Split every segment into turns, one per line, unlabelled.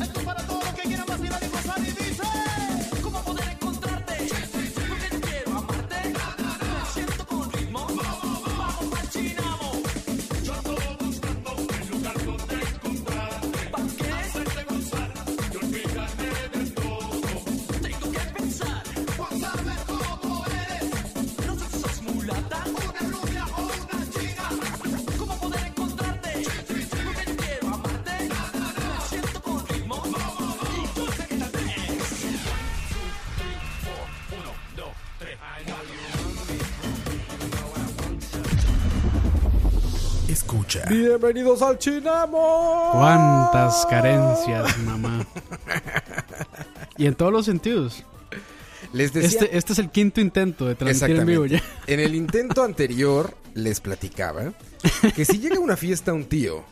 Esto para todos los que quieran vacilar y pasar y dice ¿Cómo poder encontrarte? Porque yo quiero amarte Me siento con ritmo Vamos pa'l chinamo Yo ando buscando un lugar donde encontrarte ¿Para qué? Hacerte gozar Y olvidarme de todo Tengo que pensar Por saber cómo eres No sé si sos mulata Una rubia o una chica ¿Cómo poder encontrarte? Porque yo quiero amarte Me siento con ritmo Y yo sé que tal vez
Escucha.
Bienvenidos al Chinamo.
Cuántas carencias, mamá. Y en todos los sentidos.
Les decía
Este, este es el quinto intento de transmitir en
Exactamente.
vivo ya.
En el intento anterior les platicaba que si llega a una fiesta un tío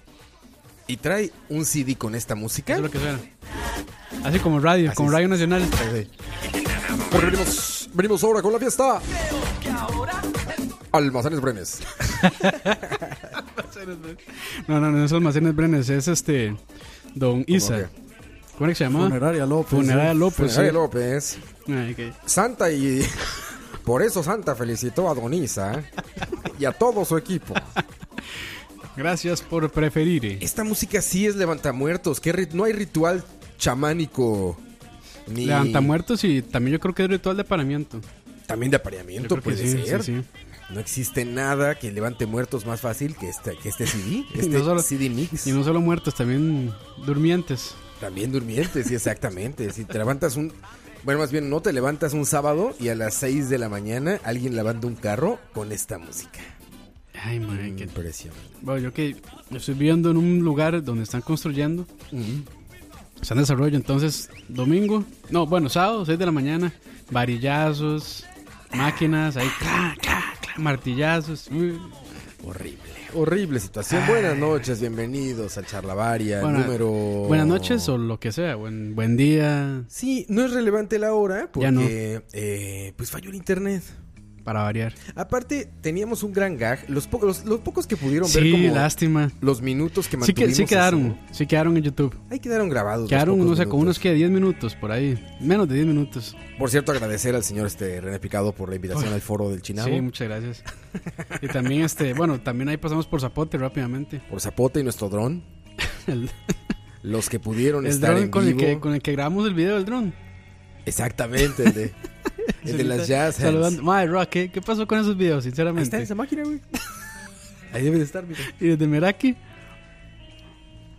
y trae un CD con esta música,
Eso es lo que suena. Así como radio,
Así
como
es.
radio nacional.
Porque pues venimos, venimos ahora con la fiesta. Almacenes Brenes.
No, no, no es almacenes Brenes, es este Don Isa. ¿Cómo era que se llamaba?
Funeraria López.
Funeraria López. sí.
¿eh? Funeraria López.
Ay, ok.
Santa y... Por eso Santa felicitó a Donisa y a todo su equipo.
Gracias por preferir. eh.
Esta música sí es levantamuertos. que rit- no hay ritual chamánico. Ni
Levanta muertos y también yo creo que es ritual de apareamiento.
También de
Yo
apareamiento
creo que
puede
sí,
ser.
sí, sí.
No existe nada que levante muertos más fácil que este, que este CD. Este
no solo-
CD mix.
Y no solo muertos, también durmientes.
También durmientes, sí, exactamente. si te levantas un. Bueno, más bien, no te levantas un sábado y a las 6 de la mañana alguien lavando un carro con esta música.
Ay, madre,
Mm,
qué
Impresionante.
Bueno, yo que estoy viviendo en un lugar donde están construyendo, está en desarrollo, entonces domingo, no, bueno, sábado, 6 de la mañana, varillazos, máquinas, ahí, cla, cla, cla, martillazos. uy.
Horrible. Horrible situación. Buenas noches, bienvenidos a Charlavaria,
Bueno,
número.
Buenas noches o lo que sea, buen, buen día,
Sí, no es relevante la hora porque.
Ya no.
eh, pues falló el internet.
para variar.
Aparte, teníamos un gran gag. Los, po- los, los pocos que pudieron ver
Sí,
como
lástima.
los minutos que
Sí, que,
mantuvimos.
sí quedaron,
así.
sí quedaron en YouTube.
Ahí quedaron grabados. los
Quedaron,
pocos
no sé, con
minutos.
unos que 10 minutos por ahí, menos de 10 minutos.
Por cierto, agradecer al señor este René Picado por la invitación al foro del Chinamo.
Sí, muchas gracias. y también, este, bueno, también ahí pasamos por Zapote rápidamente.
Por Zapote y nuestro dron.
El-
Los que pudieron
El
estar
dron
en
con el,
vivo.
que, con el que grabamos el video del dron.
Exactamente, el de, el de las jazz. hands.
Saludando. Mae, Rock, ¿qué, qué pasó con esos videos, sinceramente?
máquina, güey. Ahí debe de estar, mira.
Y desde Meraki,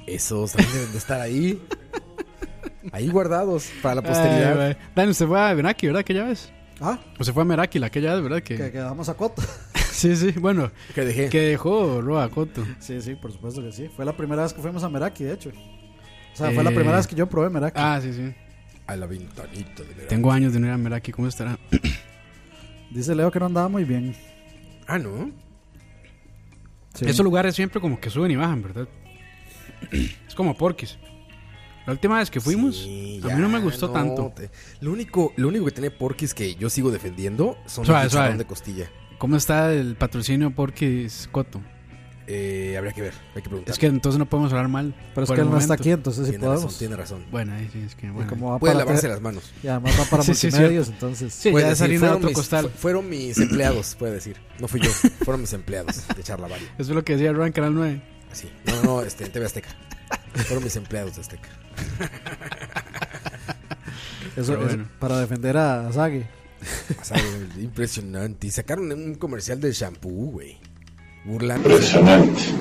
Esos también deben de estar ahí. Ahí guardados para la
Ay,
posteridad.
mae. Dani, usted fue a Meraki, ¿verdad? Aquella vez.
Ah,
O se fue a Meraki, la aquella vez, ¿verdad?
que
Que,
quedamos a Cota.
sí, sí, bueno,
que dejé.
que dejó Roa Coto.
Sí, sí, por supuesto que sí. Fue la primera vez que fuimos a Meraki, de hecho. O sea, fue
Eh,
la primera vez que yo probé Meraki.
Ah, sí, sí.
A la ventanita de verano.
Tengo años de no ir a Meraki, ¿cómo estará?
Dice Leo que no andaba muy bien.
Ah, ¿no?
Sí.
Esos lugares siempre como que suben y bajan, ¿verdad? es como Porquis. La última vez que fuimos,
Sí,
a
ya,
mí no me gustó
no,
tanto.
te- Lo único, lo único que tiene Porky's que yo sigo defendiendo son
Suave,
los chicharrón
suave.
de costilla.
¿Cómo está el patrocinio Porquis Coto?
Eh, habría que ver, hay que preguntar.
Es que entonces no podemos hablar mal.
Pero es
por
que él
el
no está
momento.
aquí, entonces sí
tiene razón,
podemos.
tiene razón.
Bueno, ahí sí, es que
Y
bueno.
como va
Puede
para
lavarse
tele-
las manos.
Y además va para
Sí, sí,
multimedios, entonces.
Sí,
Puede
ya es
decir,
harina de
fueron,
otro
mis,
costal.
fu- fueron mis empleados, puede decir. No fui yo, fueron mis empleados de Charlavaria.
Eso es lo que decía Ron Canal 9.
Así. No, no, este, en TV Azteca. Fueron mis empleados de Azteca.
Pero
Eso es
bueno.
para defender a Sagi.
Pasado, güey, impresionante. Y sacaron un comercial de shampoo, güey. Burlando.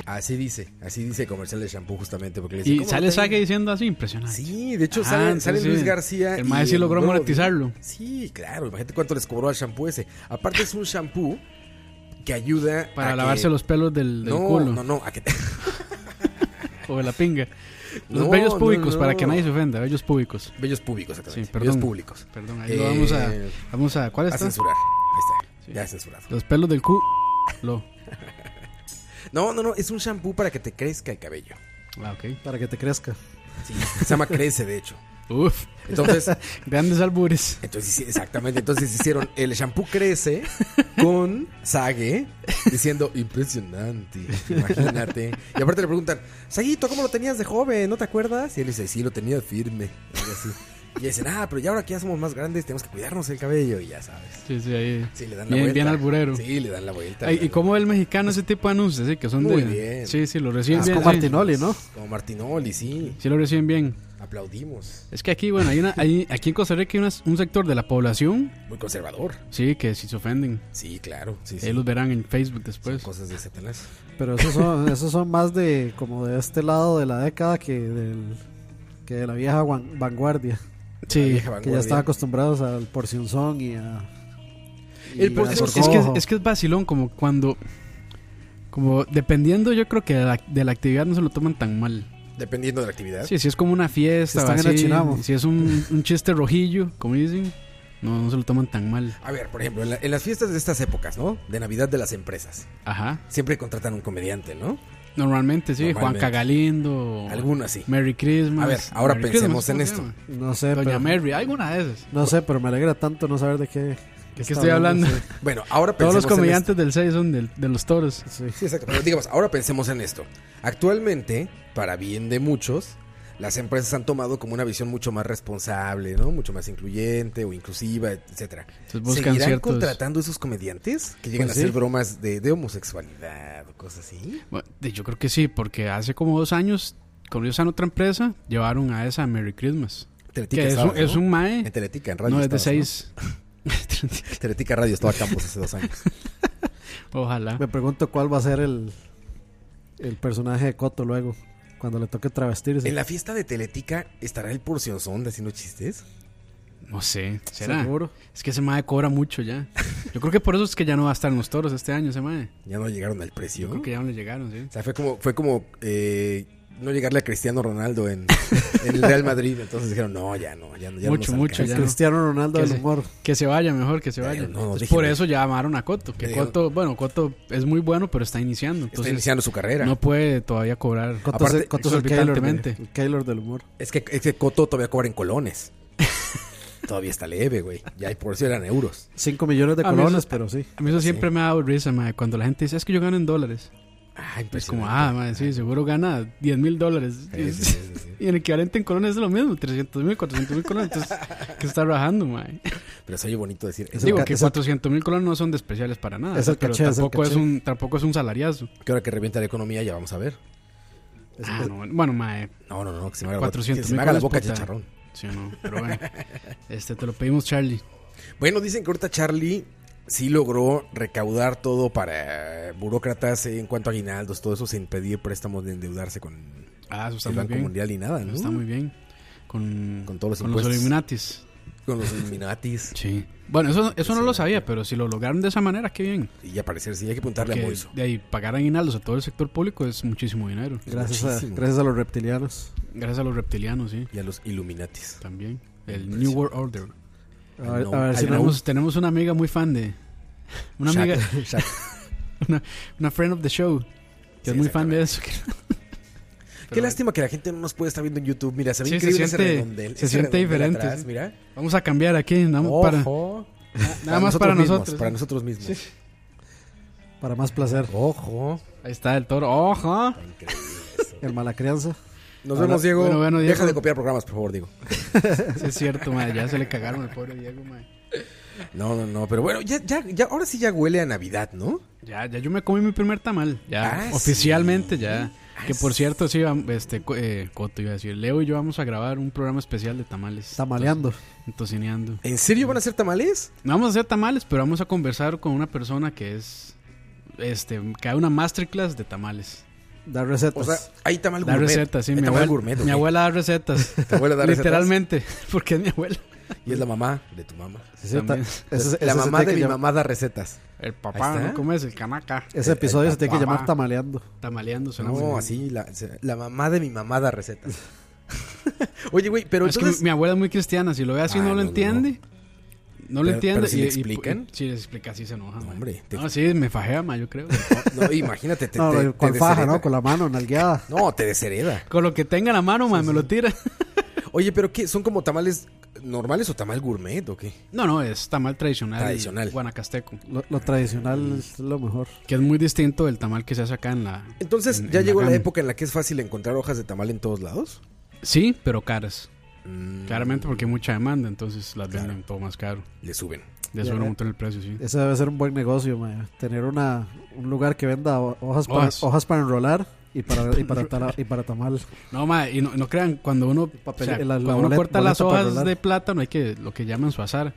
Así dice, así dice el comercial de shampoo justamente. Porque le dice,
Y
"¿Cómo
sale
lo
Sague
tengo?".
diciendo así, impresionante.
Sí, de hecho
Ajá,
sale,
Ah, entonces
sale
sí,
Luis García.
el
y
maestro sí logró
Gordo
monetizarlo.
Vivir. Sí, claro, imagínate cuánto les cobró al shampoo ese. Aparte es un shampoo que ayuda
Para
a
lavarse
que-
los pelos del, del
Ah, no,
culo
No, no, a que te-
o de la pinga. Los
No,
bellos
no,
públicos,
no.
para que nadie se ofenda, bellos públicos.
Bellos públicos, exactamente.
Sí, perdón.
Bellos públicos.
Perdón, ahí lo vamos a...
Eh,
Vamos a... ¿Cuál
A
está?
censurar. Ahí está.
Sí.
Ya censurado.
Los pelos del cu... Lo.
No, no, no. Es un shampoo para que te crezca el cabello.
Ah, ok.
Para que te crezca.
Sí. Se llama Crece, de hecho.
Uf,
Entonces,
grandes albures.
entonces sí, exactamente. Entonces hicieron el shampoo Crece con Sage diciendo impresionante. Imagínate. Y aparte le preguntan, Saguito, ¿cómo lo tenías de joven? ¿No te acuerdas? Y él dice, sí, lo tenía firme. algo así. Y dicen, ah, pero ya ahora que ya somos más grandes, tenemos que cuidarnos el cabello. Y ya sabes.
Sí, sí, ahí.
Sí, le dan la
Bien,
vuelta.
bien alburero.
Sí, le dan la vuelta. le
Ay,
dan
y
la
cómo ve el mexicano ese tipo de anuncios, sí, que son
Muy
de...
bien.
Sí, sí, lo reciben
Es
bien.
Ah, como
sí.
Martinoli, ¿no?
Como Martinoli, sí.
Sí, lo reciben bien.
Aplaudimos.
Es que aquí, bueno, hay una, hay- aquí en Costa Rica hay unas- un sector de la población,
Muy conservador.
sí, que si se ofenden,
Sí, claro. Sí, sí.
ahí los pues. verán en Facebook después.
Cosas de Satanás.
Pero esos son, esos son más de como de este lado de la década que del que de la vieja guan- vanguardia.
La
Sí,
vieja
Que ya
vanguardia.
estaban acostumbrados al porcionzón y a. y
El porción-
a
Es,
Por
es que, es,
Corcojo.
que es vacilón, como cuando, como dependiendo yo creo que de la, de la actividad no se lo toman tan mal.
Dependiendo de la actividad.
Sí, si es como una fiesta,
Si están en
o así,
el Chinamo.
si es un, un chiste rojillo, como dicen, no, no se lo toman tan mal.
A ver, por ejemplo, en, la- en las fiestas de estas épocas, ¿no? De Navidad de las empresas.
Ajá,
Siempre contratan un comediante, ¿no?
normalmente sí,
Normalmente.
Juan Cagalindo,
Alguno así.
Merry Christmas.
A ver, ahora
Merry
pensemos
Christmas,
en
¿cómo se
esto.
llama?
No sé,
Doña
pero,
Mary, alguna de esas.
no sé, pero me alegra tanto no saber de qué.
¿De qué
está
estoy hablando?
sí.
Bueno, ahora pensemos
Todos los
en
comediantes del 6 son del- de los toros.
Sí.
esto. Sí, exacto. Pero digamos, ahora pensemos en esto. Actualmente, para bien de muchos, las empresas han tomado como una visión mucho más responsable, ¿no? Mucho más incluyente o inclusiva, etcétera.
Entonces Pues buscan
¿Seguirán
ciertos.
contratando esos comediantes que llegan
Pues
a hacer
sí.
bromas de, de homosexualidad o cosas así?
Bueno, de- yo creo que sí, porque hace como dos años, cuando ellos en otra empresa, llevaron a esa Merry Christmas.
Teletica
Que es,
estaba,
un, es
¿no?
un mae.
En Teletica, en radio.
No, es de
estabas, ¿no?
6.
Teletica Radio estaba Campos hace dos años.
Ojalá.
Me pregunto cuál va a ser el, el personaje de Coto luego, cuando le toque travestirse.
¿En la fiesta de Teletica estará el porcionzón de haciendo chistes?
No sé. ¿Será?
Seguro.
Es que ese mae cobra mucho ya. Yo creo que por eso es que ya no va a estar en los toros este año ese mae.
Ya no llegaron al
Yo
precio.
creo que ya no le llegaron, sí.
O sea, fue como, fue como eh, no llegarle a Cristiano Ronaldo en, en el Real Madrid. Entonces dijeron, no, ya no, ya no. Ya
Mucho,
no nos
mucho,
alcanza.
Pues ya no.
Cristiano Ronaldo
Que
del
se-
humor.
Que se vaya mejor, que se
Ya,
vaya.
no,
Entonces,
déjenme.
por eso llamaron a Coto. Que
Déjenme.
Coto, bueno, Coto es muy bueno, pero está iniciando.
Está
Entonces,
iniciando su carrera.
no puede todavía cobrar.
Coto
Aparte,
es, el- Coto es el Keylor, de-
exorbitantemente.
el Keylor del humor.
Es, que, es que Coto todavía cobra en colones. todavía está leve, güey. Ya y por eso eran euros.
5 millones de
A mí
colones,
eso-
pero sí.
A mí eso siempre me ha dado risa, mae, cuando la gente dice, es que yo gano en dólares.
Ah,
Es como, ah, mae, sí, seguro gana 10 mil dólares.
Sí, sí, sí, sí, sí.
Y el equivalente en colones es lo mismo, 300 mil, 400 mil colones. Entonces, ¿qué está rajando, mae?
Pero se oye bonito decir.
Es el
Digo
ca-
que
es el-
400 mil colones no son de especiales para nada.
Es el
pero
caché, es el
tampoco, es
caché.
un, tampoco es un salariazo.
Que ahora que revienta la economía ya vamos a ver.
Es-
Ah,
es-
no, bueno, mae,
No, no, no, que se me haga,
400
que se me
mil
haga la
colones,
boca
puta.
chicharrón.
sí o no, pero bueno. Este, te lo pedimos, Charlie.
Bueno, dicen que ahorita Charlie sí logró recaudar todo para eh, burócratas en cuanto a aguinaldos, todo eso sin pedir préstamos de endeudarse con
Ah, eso está
el
muy
Banco
bien.
Mundial y nada, ¿no?
Está muy bien. Con,
Con todos los
con los
impuestos.
Illuminatis.
Con los Illuminatis.
Sí. Bueno, eso, eso no lo sabía, pero si lo lograron de esa manera, qué bien.
y aparecer, sí, hay que apuntarle a
Que
Moiso.
de ahí pagar aguinaldos a todo el sector público es muchísimo dinero.
gracias, a,
muchísimo.
gracias a los reptilianos.
Gracias a los reptilianos, sí,
Y a los Illuminatis.
también. El New World Order.
A ver,
No,
a ver
I
si no.
know.
Tenemos, tenemos una amiga muy fan de. Una
Shaq,
amiga,
Shaq.
una friend of the show, que
Sí,
es muy fan de eso.
Qué lástima que la gente no nos puede estar viendo en YouTube. Mira, se ve
Sí, se
increíble ese
siente-
redondel,
se
ese
siente
redondel
diferente,
atrás,
sí.
mira.
Vamos a cambiar aquí, nada, más para,
Ojo.
nada más para
mismos,
nosotros.
Para nosotros mismos.
Para más placer.
Ojo.
Ahí está el toro. ¡Ojo!
Increíble.
El mala crianza.
Nos
Ahora-
vemos, Diego.
bueno, bueno, Diego.
Deja de copiar programas, por favor, Diego.
Sí, es cierto, madre. Ya se le cagaron al pobre Diego, madre.
No, no, no, pero bueno, ya, ya, ya, ahora sí ya huele a Navidad, ¿no?
Ya, ya yo me comí mi primer tamal. Ya,
Ah,
oficialmente, ya. Que por cierto, sí, vam- este, co- eh, Coto iba a decir, Leo y yo vamos a grabar un programa especial de tamales.
Tamaleando.
Entonces, Tocineando.
¿En serio van a ser tamales?
No vamos a hacer tamales, pero vamos a conversar con una persona que es, este, que da una masterclass de tamales.
Dar recetas.
O sea, hay tamal
Da
gourmet.
recetas, sí,
Hay
mi
tamal
abuela,
gourmet,
mi
ok.
abuela da recetas.
¿Tu abuela da recetas?
Literalmente, porque es mi abuela.
Y es la mamá de tu mamá.
Sí, sí, ta-
también.
ese- ese
la
se
mamá
tiene
de
que
mi
llam-
mamá da recetas.
El
Ahí
papá,
está.
¿no? ¿Cómo es? El canaca.
Ese episodio se tiene que
papá.
llamar Tamaleando.
Tamaleando, suena muy
No,
bien.
así, la, se- la mamá de mi mamá da recetas. Oye, güey, pero
es
entonces...
que mi abuela es muy cristiana, si lo ve así
Ah,
no,
no,
lo
no.
entiende. No lo
Pero-
entiende.
pero si le
y- y-
explican.
y- sí, le explica, sí se enoja. ma.
hombre, te-
No, sí, me fajea, ma, yo creo.
No, imagínnate, te,
no,
te-
no, con
te
faja,
deshereda.
¿no? Con la mano, nalgueada.
No, te deshereda.
Con lo que tenga en la mano, ma, me lo tira.
Oye, pero ¿qué? ¿Son como tamales normales o tamal gourmet o qué?
No, no, es tamal tradicional.
Tradicional.
Guanacasteco.
Lo, lo tradicional es lo mejor.
Que es muy distinto del tamal que se hace acá en la.
Entonces,
en-
¿ya
en
llegó la
Gama.
época en la que es fácil encontrar hojas de tamal en todos lados?
Sí, pero caras.
Mm,
Claramente porque hay mucha demanda, entonces las
Claro.
venden todo más caro.
Le suben.
De
Ya,
eso
ya. Eh.
un montón el precio, sí.
Ese debe ser un buen negocio, mae. Tener una, un lugar que venda ho- hojas, para,
Hojas.
hojas para enrolar y para, y para, tala- y para tamal.
No, ma, y no, no crean, cuando uno,
papel-
o sea,
la- la
cuando uno
bolet-
corta las
boleta para
hojas
rolar.
de plátano, hay que lo que llaman su azar,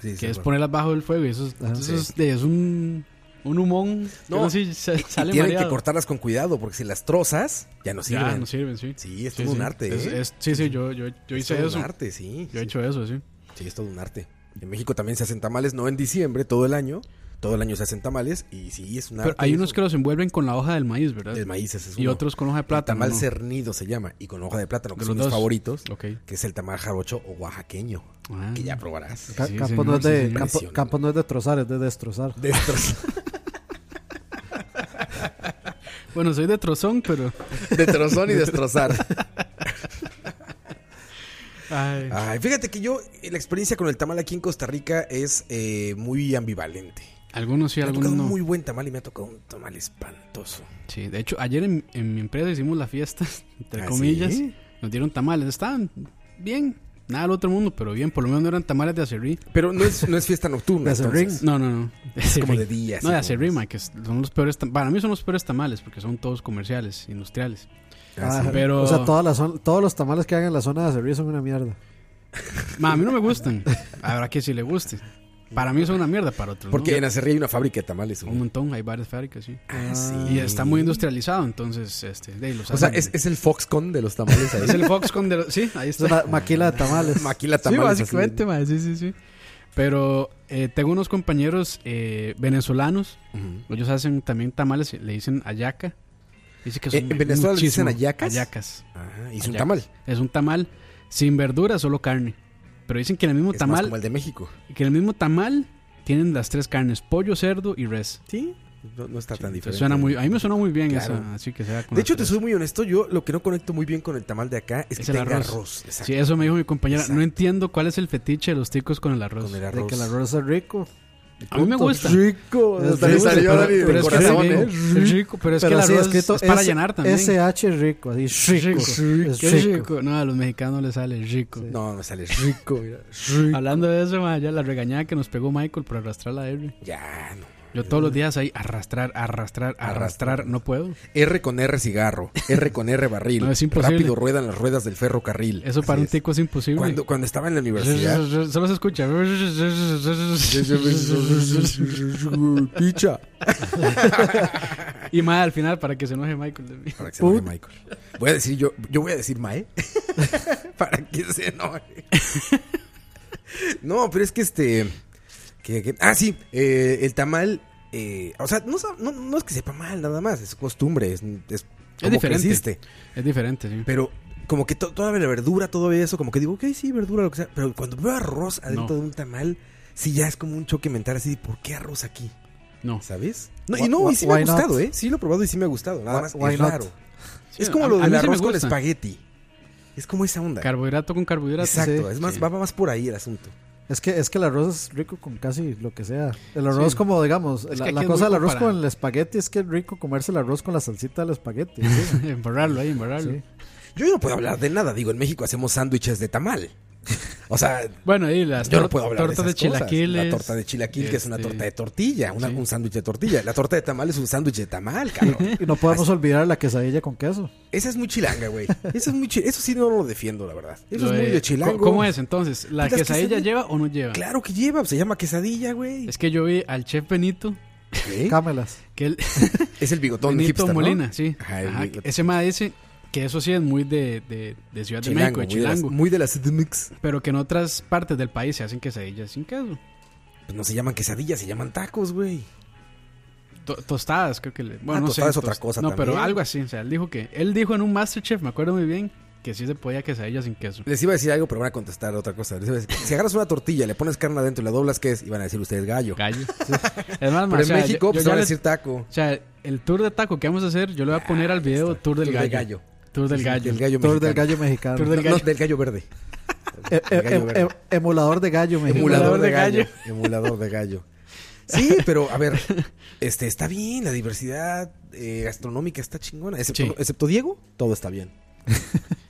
Sí, sí,
que es
bueno.
ponerlas bajo del fuego. Y eso es,
Ajá.
eso
Sí.
es, de- es un, un humón.
No,
No, sí, sa-
Y
sale
tienen que
mareado.
cortarlas con cuidado, porque si las trozas, ya no
Ya,
sirven.
no sirven, sí.
Sí, es
Sí,
todo
sí.
un arte,
Es-
¿eh?
es- sí, sí, yo, yo, yo
Es
hice
todo
eso.
un arte, sí.
Yo he hecho eso, sí.
Sí, es todo un arte. En México también se hacen tamales, no en diciembre, todo el año. Todo el año se hacen tamales y sí, es un arte.
Pero hay
eso.
unos que los envuelven con la hoja del maíz, ¿verdad?
El maíz ese es
y
uno.
otros con hoja de
El
plátano.
tamal
¿no?
cernido se llama y con hoja de plátano, que
De
son
los
mis
dos.
favoritos,
Ok.
que es el tamal jarocho o oaxaqueño,
Ah.
que ya probarás.
Ca-
Sí,
campo,
señor,
no es
sí,
de,
señor.
campo,
Impresionante.
campo no es de trozar, es de destrozar.
Destroz-
Bueno, soy de trozón, pero.
de trozón y destrozar.
Ay.
Ay, fíjate que yo, eh, la experiencia con el tamal aquí en Costa Rica es eh, muy ambivalente.
Algunos sí,
me ha
algunos
tocado
no.
un muy buen tamal y me ha tocado un tamal espantoso.
Sí, de hecho, ayer en, en mi empresa hicimos la fiesta, entre
¿Ah,
comillas.
sí?
Nos dieron tamales. Estaban bien. Nada del otro mundo, pero bien. Por lo menos no eran tamales de acerrí.
Pero no es, no es fiesta nocturna.
De acerrín.
entonces.
No, no, no.
Es como de día.
No, de
así
acerrí,
como-
ma, que son los peores. tam- Para mí son los peores tamales, porque son todos comerciales, industriales.
Ah,
Ah,
sí.
Pero-
O sea, todas las zon- todos los tamales que hagan en la zona de servicio son una mierda.
Ma, a mí no me gustan. Habrá que si le guste. Para mí son una mierda, para otros. ¿no?
Porque en Acerrí hay una fábrica de tamales. güey.
Un montón, hay varias fábricas, sí.
Ah, sí.
Y está muy industrializado, entonces, este, de ahí los
O sea,
hacen.
es, es el Foxconn de los tamales ahí.
Es el Foxconn de los- Sí, ahí
Es
está.
una maquila de tamales.
Maquila
Sí,
tamales. así.
básicamente, ma, sí, sí, sí. Pero eh, tengo unos compañeros eh, venezolanos,
Ujú.
ellos hacen también tamales, le dicen ayaca. Dice que
Eh, ¿en Venezuela les dicen
muchísimo-
ayacas?
Ayacas.
Ajá, hice Ah, un
Ayacas.
tamal.
Es un tamal sin verduras, solo carne. Pero dicen que en el mismo
Es más
tamal,
como el de México.
que en el mismo tamal tienen las tres carnes, pollo, cerdo y res.
Sí. No, no está tan
Entonces,
diferente.
suena muy, a mí me suena muy bien
Claro.
esa, así que sea con
De
las
hecho, te
tres.
soy muy honesto. Yo lo que no conecto muy bien con el tamal de acá es,
Es
que
el
tenga
arroz.
arroz. Exacto.
Sí, eso me dijo mi compañera.
Exacto.
No entiendo cuál es el fetiche de los ticos con el arroz.
Con el
De
arroz.
que el arroz es rico.
A mí me gusta.
Rico.
Es
Hasta le
rico,
salió
pero-
Dani de
pero es que
corazón,
rico,
¿eh?
es rico, pero es que el
así
arroz es para
S-
llenar también.
SH rico, así rico.
Es
Es
Qué
rico.
rico. No, a los mexicanos les sale rico.
No, me sale rico. mira.
Hablando de eso, ma, ya la regañada que nos pegó Michael por arrastrar la R.
Ya, no.
Yo todos los días ahí arrastrar, arrastrar, arrastrar,
Arrastrar.
no puedo.
R con R cigarro. R con R barril.
No, es imposible.
Rápido ruedan las ruedas del ferrocarril.
Eso para
Así
un
es.
tico es imposible.
Cuando, cuando estaba en la universidad.
Solo se escucha.
Picha.
y más al final para que se enoje Michael de mí.
Para que se enoje Michael. Voy a decir yo, yo voy a decir Mae. para que se enoje. no, pero es que este. que- que- ah, sí, eh, el tamal. eh, o sea, no, sa- no, no es que sepa mal, nada más. Es costumbre, es, es como
diferente.
creciste.
Es diferente, sí.
Pero como que to- todavía la verdura, todo eso, como que digo, ok, sí, verdura, lo que sea. Pero cuando veo arroz adentro
No.
de un tamal, sí ya es como un choque mental así, ¿por qué arroz aquí?
No.
¿Sabes? No,
Wha-
y no,
wha-
y sí me ha
why not?
gustado, ¿eh? Sí lo he probado y sí me ha gustado. Nada
Wha-
más
why
es
not?
raro.
Sí,
Es como
a-
lo
a
del
mí sí me
arroz con
gusta.
espagueti. Es como esa onda.
Carbohidrato con carbohidrato.
Exacto,
sí.
es más,
Sí.
va más por ahí el asunto.
Es que, es que el arroz es rico con casi lo que sea. El arroz
Sí.
como, digamos,
Es
la,
que
la
aquí es
cosa
muy
del arroz
comparado.
con el espagueti es que es rico comerse el arroz con la salsita del espagueti. sí.
embarrarlo ahí, embarrarlo.
Sí.
Yo no puedo hablar de nada, digo, en México hacemos sándwiches de tamal. O sea,
Bueno, y las
yo
tor-
no puedo hablar de,
tortas de,
esas cosas.
chilaquiles.
La torta de chilaquil, que es una
este,
torta de tortilla, una-
sí.
un sándwich de tortilla. La torta de tamal es un sándwich de tamal, cabrón.
Y no podemos olvidar la quesadilla con queso.
Esa es muy chilanga, güey. Esa es muy chi- Eso sí no lo defiendo, la verdad. Eso
lo
es muy de chilango.
¿Cómo es entonces? ¿La
Putas
quesadilla
quesadilla-
lleva o no lleva?
Claro que lleva, se llama quesadilla, güey.
Es que yo vi al chef Benito,
¿Qué?
Cámelas.
que él,
Es el bigotón
Benito
hipster, ¿no?
Molina, sí.
Ajá, el
Ajá,
bigotón.
ese ma dice que eso sí es muy de, de- de Ciudad de México, de
muy de las-
Chilango.
Muy de las mix.
Pero que en otras partes del país se hacen quesadillas sin queso.
Pues no se llaman quesadillas, se llaman tacos, güey.
To- tostadas, creo que le. Bueno,
Ah,
no
tostada
sé,
es otra
tost-
cosa
No, pero
también.
algo así. O sea, él dijo que. Él dijo en un Masterchef, me acuerdo muy bien, que sí se podía quesadilla sin queso.
Les iba a decir algo, pero van a contestar otra cosa. Les iba a decir, si agarras una tortilla, le pones carne adentro y la doblas, ¿qué es? Y van a decir ustedes gallo.
Gallo. Es más, ma,
Pero
o sea,
en México,
yo-
pues te van
yo ya
a
le-
decir taco.
O sea, el tour de taco que vamos a hacer, yo le voy a poner al video Tour del
Tour
Gallo.
de gallo.
Tour del Gallo.
Del gallo
Tour del
mexicano.
gallo mexicano.
Tour del
No,
gallo.
no, del gallo verde.
Eh, eh,
Gallo
em-
verde.
em- emulador de gallo mexicano.
Emulador de
de gallo.
gallo. Emulador de gallo. Sí, pero a ver, este está bien, la diversidad eh, gastronómica está chingona. Excepto,
Sí.
excepto Diego, todo está bien.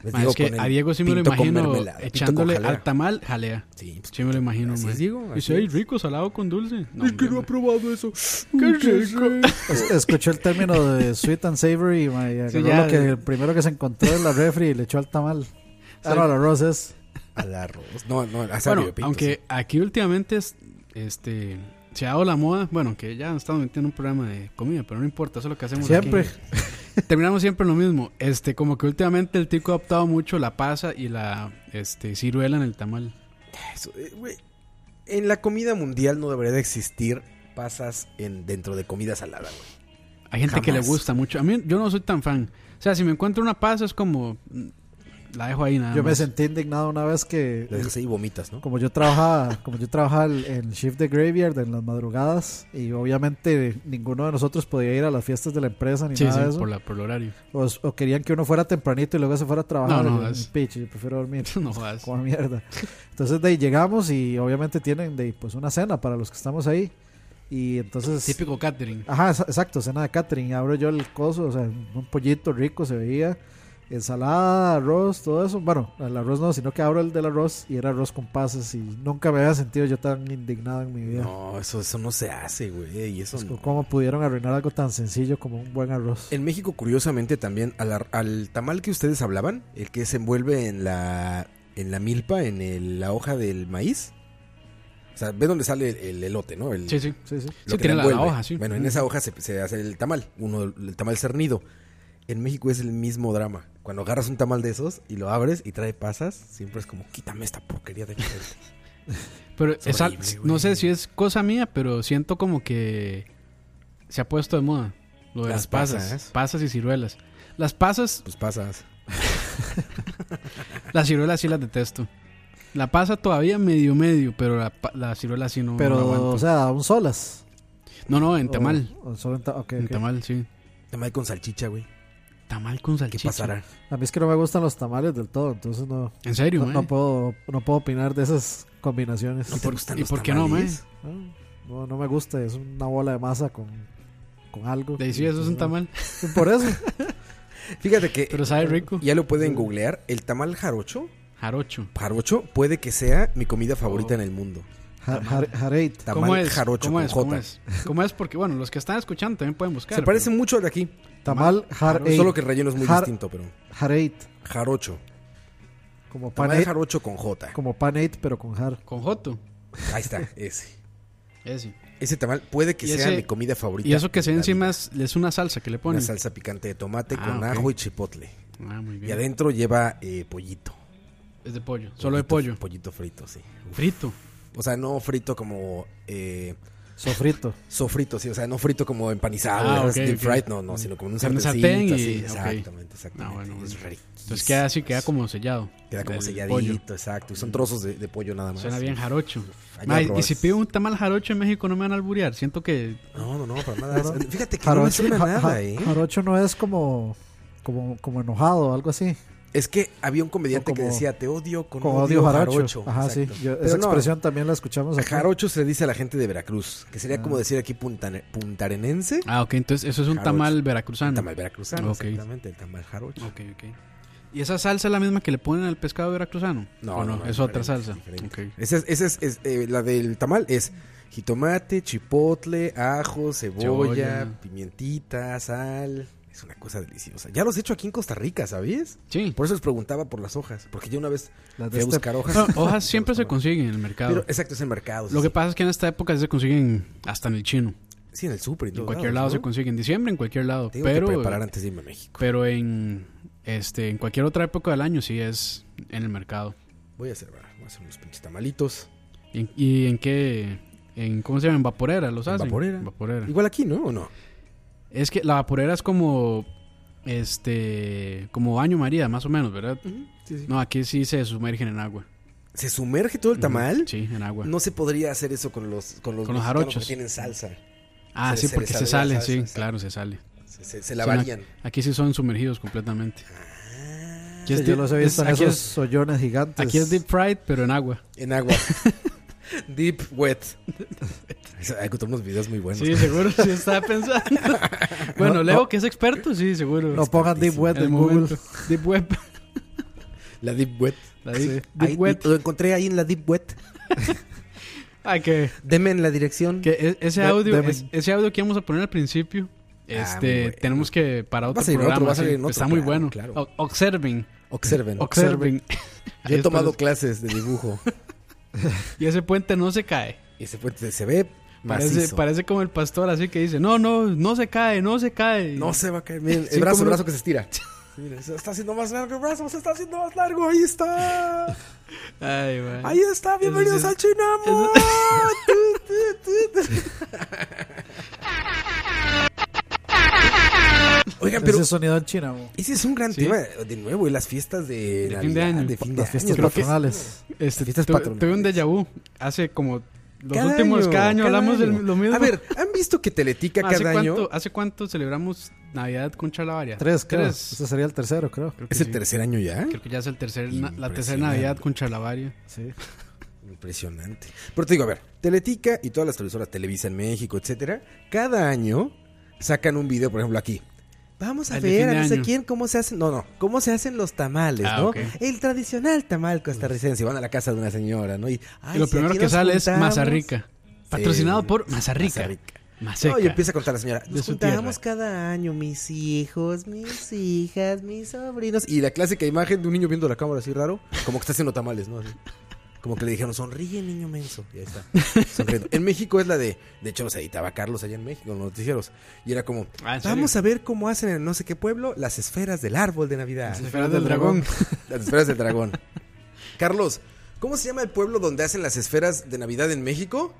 Les
Ma,
digo,
es que
con el
a Diego sí me lo
pinto con
imagino
mermelada, pinto con
echándole
jalea.
al tamal jalea.
Sí, pues,
Sí me lo imagino,
Así
ma.
es, Diego,
Y
así
si hay
es.
rico, salado con dulce. No, hombre, ma.
probado eso.
¡Qué rico!
Es- Escuchó el término de sweet and savory ma, y agarró
Sí, ya.
lo que el primero que se encontró en la refri y le echó al tamal. Ah, no, al arroz es.
Al arroz. No, no, a
Bueno,
Sabio Pinto,
aunque aquí últimamente es- este, se ha dado la moda, bueno, que ya estamos metiendo un programa de comida, pero no importa, eso es lo que hacemos. aquí.
Siempre.
Terminamos siempre en lo mismo. Este, como que últimamente el tico ha optado mucho la pasa y la este, ciruela en el tamal.
Eso, eh, güey. En la comida mundial no debería de existir pasas en, dentro de comida salada, güey.
Hay gente que le
Jamás.
gusta mucho. A mí, yo no soy tan fan. O sea, si me encuentro una pasa es como. mm, La dejo ahí nada
Yo me
más.
sentí indignado una vez que
Lo dejas ahí y vomitas, ¿no?
como yo trabajaba, como yo trabajaba el- en Shift de Graveyard en las madrugadas y obviamente ninguno de nosotros podía ir a las fiestas de la empresa ni
Sí,
nada
sí,
de eso.
por, la, por el horario.
O, o querían que uno fuera tempranito y luego se fuera a trabajar.
No, no,
en-
es-
en pitch, yo prefiero dormir.
No jodas.
como mierda. Entonces de ahí llegamos y obviamente tienen de ahí, pues una cena para los que estamos ahí. Y entonces...
Típico catering.
Ajá, exa- exacto, cena de catering. Abro yo el coso, o sea, un pollito rico se veía. Ensalada, arroz, todo eso. Bueno, el arroz no, sino que abro el del arroz y era arroz con pasas y nunca me había sentido yo tan indignado en mi vida.
No, eso, eso no se hace, güey. Y eso
Es
no.
como- ¿Cómo pudieron arruinar algo tan sencillo como un buen arroz?
En México, curiosamente, también al, ar- al tamal que ustedes hablaban, el que se envuelve en la, en la milpa, en el- la hoja del maíz. O sea, ve dónde sale el, el elote, ¿no? El-
Sí, sí.
Sí, sí.
lo
Sí,
que
tiene la- la
envuelve.
hoja, sí.
Bueno, en esa hoja se, se hace el tamal, uno, el tamal cernido. En México es el mismo drama. Cuando agarras un tamal de esos y lo abres y trae pasas, siempre es como, quítame esta porquería de mi frente".
Pero
Es
esa-
horrible, güey.
no sé si es cosa mía, pero siento como que se ha puesto de moda lo de las,
Las
pasas,
pasas. ¿eh?
pasas, y ciruelas. Las pasas,
Pues pasas.
las ciruelas sí las detesto. La pasa todavía medio medio, pero la, pa- la ciruela sí no. no, la
Pero,
aguanto.
o sea, un solas.
no, no, en tamal,
O- o solo en ta- ok,
en
ok.
tamal, sí.
Tamal con salchicha, güey.
Tamal con
¿Qué
salchicha.
pasará?
A mí es que no me gustan los tamales del todo, entonces no,
En serio, ¿eh?
no,
mae?
no puedo, no puedo opinar de esas combinaciones.
¿No te gustan
¿Y
los
por qué no,
tamales?
No, no me gusta, es una bola de masa con, con algo.
De ahí sí, eso es un tamal,
Por eso.
Fíjate que
pero sabe rico.
ya lo pueden googlear. El tamal jarocho,
Jarocho.
jarocho puede que sea mi comida favorita en el mundo.
Ja- ja- Jareit.
Tamal
Oh. ¿Cómo es?
jarocho
¿Cómo
con
es?
J.
¿Cómo es? ¿Cómo es? Porque, bueno, los que están escuchando también pueden buscar.
Se parece
pero-
mucho al de aquí.
Ah,
Tamal jareit.
Solo que el relleno es muy
Jar-
distinto, pero.
Jareit.
Jarocho.
Como pan
Tamal
eight,
jarocho con J.
como pan eight, pero con jar.
Con Joto.
Ahí está, ese.
Ese.
Ese tamal puede que
Y
sea
ese-
mi comida favorita.
Y eso que se ve
en la
encima
vida.
es, es una salsa que le
Una
ponen.
salsa picante de tomate
Ah,
con
ok.
ajo y chipotle.
Ah, muy
Y
bien.
adentro lleva eh, pollito.
Es de pollo. Solo de
Pollito-
pollo.
Pollito frito, sí. Uf.
Frito.
O sea, no frito como eh,
Sofrito.
sofrito, sí. O sea, no frito como empanizado,
Ah,
¿no?
ok,
deep
ok.
fried, no, no, sino como en un
En un
sartencito,
sartén y-
así.
ok.
Exactamente, exactamente.
Ah, bueno,
Es
bueno.
riquísimo.
Entonces queda así, queda como sellado.
Queda como
El
selladito,
pollo.
exacto. Y son trozos de, de pollo nada más.
Suena bien jarocho.
Hay que
Ma, y
probar.
si pido un tamal jarocho en México no me van a alburear. Siento que...
No, no, no, para nada. Fíjate que no me
Jarocho,
suena
ja- ja-
nada, ¿eh?
jarocho no es como, como, como enojado o algo así.
Es que había un comediante
O
que
como-
decía, te odio con,
Con
odio,
odio jarocho.
jarocho.
Ajá,
Exacto.
sí. Yo-
Pero
esa
no,
expresión también la escuchamos
a
acá.
jarocho se le dice a la gente de Veracruz, que sería como decir aquí puntan- puntarenense.
Ah, ok. Entonces eso es un
Jarocho.
tamal veracruzano.
Tamal veracruzano,
Ok.
exactamente, el tamal jarocho.
Ok, ok. ¿Y esa salsa es la misma que le ponen al pescado veracruzano?
No,
¿O
no, no,
es
es
otra
diferente,
salsa.
diferente.
Ok.
Esa es, esa es, es, eh, la del tamal es jitomate, chipotle, ajo, cebolla,
Cebolla.
pimientita, sal. Es una cosa deliciosa. Ya los he hecho aquí en Costa Rica, ¿sabías?
Sí.
Por eso les preguntaba por las hojas, porque yo una vez
Las
fui a
de este-
buscar hojas.
Bueno, hojas siempre se consiguen en el mercado.
Pero exacto, es en mercados.
Lo que
sí.
pasa es que en esta época se consiguen hasta en el chino.
sí, en el súper.
En cualquier lado se consigue, en diciembre, en cualquier lado.
Tengo
pero
que preparar antes de irme a México.
pero en este en cualquier otra época del año sí es en el mercado.
Voy a hacer, voy a hacer unos pinches tamalitos.
¿Y, y en qué? En, ¿Cómo se llama? En vaporera los
En
hacen.
vaporera.
Vaporera.
Igual aquí, ¿no? ¿O no?
Es que la vaporera es como este como baño María, más o menos, ¿verdad? No, aquí sí se sumergen en agua.
¿Se sumerge todo el tamal?
Sí, en agua.
No se podría hacer eso con los con los,
Con los
mexicanos
jarochos.
porque tienen salsa.
ah,
se-
sí,
se
porque
les
se
sale
sale,
la
sí,
salsa, sí.
claro, se sale.
Se, se- se
Sí, no,
lavarían.
aquí sí son sumergidos completamente. Aquí
Sí,
es
Ah. yo
deep-
los he visto
es-
en
aquí
esos
es-
sollones gigantes.
Aquí es deep fried, pero en agua.
En agua. Deep wet. Eso, Hay que tomar unos videos muy buenos.
Sí, seguro, sí estaba pensando. bueno,
No,
Leo,
no.
que es experto, sí, seguro.
No pongan Deep Web
El
en Google.
momento. Deep Web.
La deep wet.
La Deep,
Sí.
Deep
Ahí-
Web.
Lo encontré ahí en la deep wet.
Ay, que,
Deme en la dirección.
que e- ese,
De-
audio,
deme.
es- ese audio que íbamos a poner al principio,
Ah, muy
este,
bueno.
tenemos que para otro
a salir otro,
programa.
va a
sí,
salir en otro,
está muy
claro,
bueno.
claro.
O- Observing.
Observen.
Observing.
Yo
Ahí
he tomado
está.
clases de dibujo.
Y ese puente no se cae.
Y se, puede- se ve
Parece,
macizo.
parece como el pastor así que dice, no, no, no se cae, no se cae.
No se va a caer. Miren, el
Sí,
brazo,
¿cómo
el
no?
brazo que se estira. Mira, se está haciendo más largo el brazo, se está haciendo más largo. Ahí está.
Ay, man.
Ahí está. Bienvenidos
sí.
al Chinamo. Oigan, pero
Ese sonido en China, mo.
ese es un gran
Sí.
tema. De nuevo, y las fiestas de,
De fin de
Navidad,
año.
de fin de
Las fiestas
año.
patronales.
Este,
Fiestas
tu-
patronales.
tuve un déjà vu hace como los
Cada
últimos cada año
cada
hablamos
año.
de lo mismo.
A ver, ¿han visto que Teletica
¿hace
cada año
cuánto, ¿hace cuánto celebramos Navidad con Chalabaria?
Tres, creo.
Tres.
Ese sería el tercero, creo.
Creo que
es el
sí.
tercer año ya?
Creo que ya es el tercer, na- la tercera
Impresionante.
Navidad con Chalabaria.
Sí.
Impresionante. Pero te digo, a ver, Teletica y todas las televisoras, Televisa en México, etcétera, cada año sacan un video, por ejemplo, aquí. Vamos a
Al de fin
ver
de
a no sé
año.
quién cómo se hacen, no, no, cómo se hacen los tamales,
Ah,
¿no?
ok.
El tradicional tamal costarricense, van a la casa de una señora, ¿no? Y, ay,
y lo
si
primero
aquí
que
nos
sale es
juntamos-
Mazarrica. Patrocinado por Mazarrica.
Mazarrica.
Maseca.
No, y empieza a contar la señora.
De
Nos
su
juntamos cada año, mis hijos, mis hijas, mis sobrinos. Y la clásica imagen de un niño viendo la cámara así raro, como que está haciendo tamales, ¿no? Así. Como que le dijeron, sonríe, niño menso. Y ahí está, sonriendo. En México es la de, de hecho, se editaba Carlos allá en México, en los noticieros. Y era como,
Ah, ¿en serio?
vamos a ver cómo hacen en no sé qué pueblo las esferas del árbol de Navidad.
Las esferas del dragón.
Las esferas del dragón. Carlos, ¿cómo se llama el pueblo donde hacen las esferas de Navidad en México?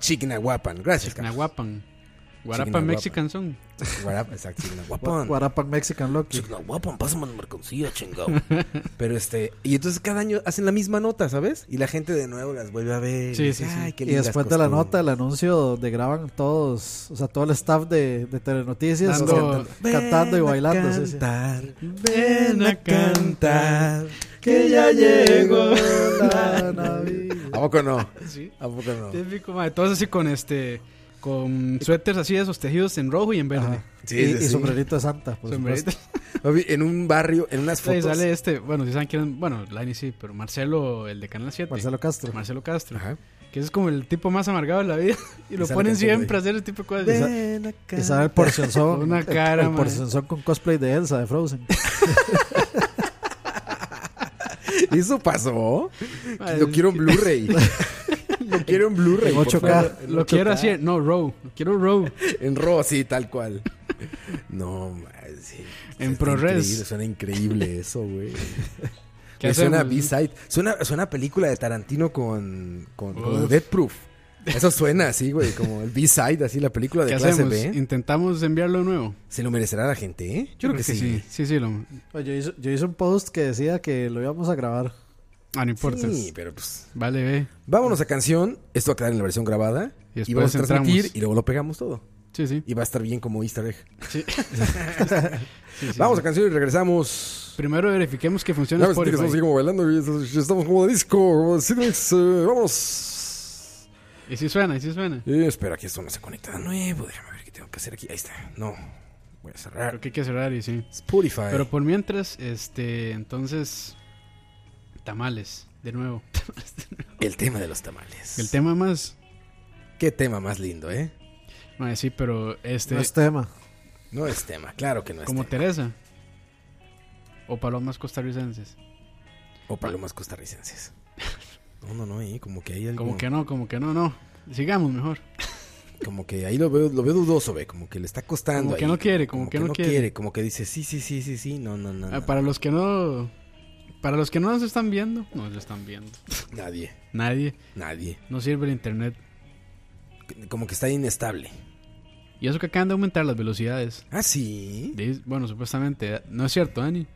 Chignahuapan. Gracias, Carlos.
Chignahuapan. Guarapa
Chignahuapan.
Mexican son.
Guarap- exacto, Chignahuapan.
Guarapan Mexican Lucky.
Chignahuapan, pásame la mercancía, chingado. Pero este, y entonces cada año hacen la misma nota, ¿sabes? Y la gente de nuevo las vuelve a ver.
Sí,
y dice,
sí, sí.
"Ay, qué
Y
lindas
después de la
costumbres".
nota, el anuncio donde graban todos, o sea, todo el staff de, de Telenoticias
Dando-
cantando, cantando y
Ven a
bailando. sí, sí.
cantar,
Ven a cantar,
que ya llegó
Navidad.
la Ah. Navidad.
¿A poco no?
Sí.
¿A poco no?
Típico, madre. Todos así con este... Con suéteres así de esos tejidos en rojo y en verde.
Ajá. y, y sombrerito de Santa, por
Sombrerito.
supuesto.
Oye, En un barrio, en unas
Sí,
Pues fotos.
sale este, bueno, si saben quién es, bueno, Lainey sí, pero Marcelo, el de Canal 7.
Marcelo Castro.
Marcelo Castro.
Ajá.
Que es como el tipo más amargado de la vida. Y lo
sale
ponen
cantando
siempre a
ahí.
hacer ese tipo de cosas.
Ven a cantar.
Y sabe el porcionzón.
Una cara,
el,
man.
porcionzón con cosplay de Elsa de Frozen.
Eso pasó.
Madre,
Lo quiero en Blu-ray. Lo quiero en Blu-ray.
En
por
8K.
favor.
Lo quiero así, no, Row. Lo quiero Row.
En Raw, sí, tal cual. No, ma, sí.
En
Está
ProRes.
increíble, Suena increíble eso, güey.
¿Qué
Me Suena a
hacemos?
B-Side. Suena, suena a película de Tarantino con, con, con
Uf.
Death Proof. Eso suena así, güey, como el B-Side, así la película de
¿Qué
clase
hacemos?
B.
¿Intentamos enviarlo de nuevo?
¿Se lo merecerá la gente, eh? Yo, creo que, sí.
Sí, sí, sí, lo,
Oye, Yo hice, yo hice un post que decía que lo íbamos a grabar.
ah, no importa.
Sí, pero pues.
Vale, ve.
Vámonos a canción. Esto va a quedar en la versión grabada. Y,
Y después
vamos a transmitir
entramos.
y luego lo pegamos todo.
Sí, sí.
Y va a estar bien como Easter egg.
sí. Sí, sí,
vamos
sí.
a canción y regresamos.
Primero verifiquemos que funciona
Ya ves, tigres, estamos
Spotify.
así como bailando y estamos- estamos como de disco, como de Cinemex, eh, vámonos.
Y sí suena, y sí suena.
Eh, espera, que esto no se conecta de nuevo. Déjame ver qué tengo que hacer aquí. Ahí está. No. Voy a
Creo
cerrar
que hay que cerrar y sí.
Spotify.
Pero por mientras, este, entonces, tamales, de nuevo.
El tema de los tamales.
El tema más,
Qué tema más lindo, ¿eh?
no sí, pero este,
No es tema.
No es tema, claro que no es
como
tema.
Teresa o palomas costarricenses.
O palomas costarricenses. No, no, no, ahí como que hay algo.
Como que no, como que no, no. Sigamos mejor.
Como que ahí lo veo, lo veo dudoso, ve, como que le está costando.
Como que
ahí,
no quiere, como que no quiere.
como que dice sí, sí, sí, sí, sí, no, no, no.
Ah,
no,
Para los que no, para los que no nos están viendo, no nos están viendo.
Nadie,
Nadie,
nadie.
no sirve el internet.
Como que está inestable.
Y eso que acaban de aumentar las velocidades.
Ah, sí.
De- bueno, supuestamente, no es cierto, Dani.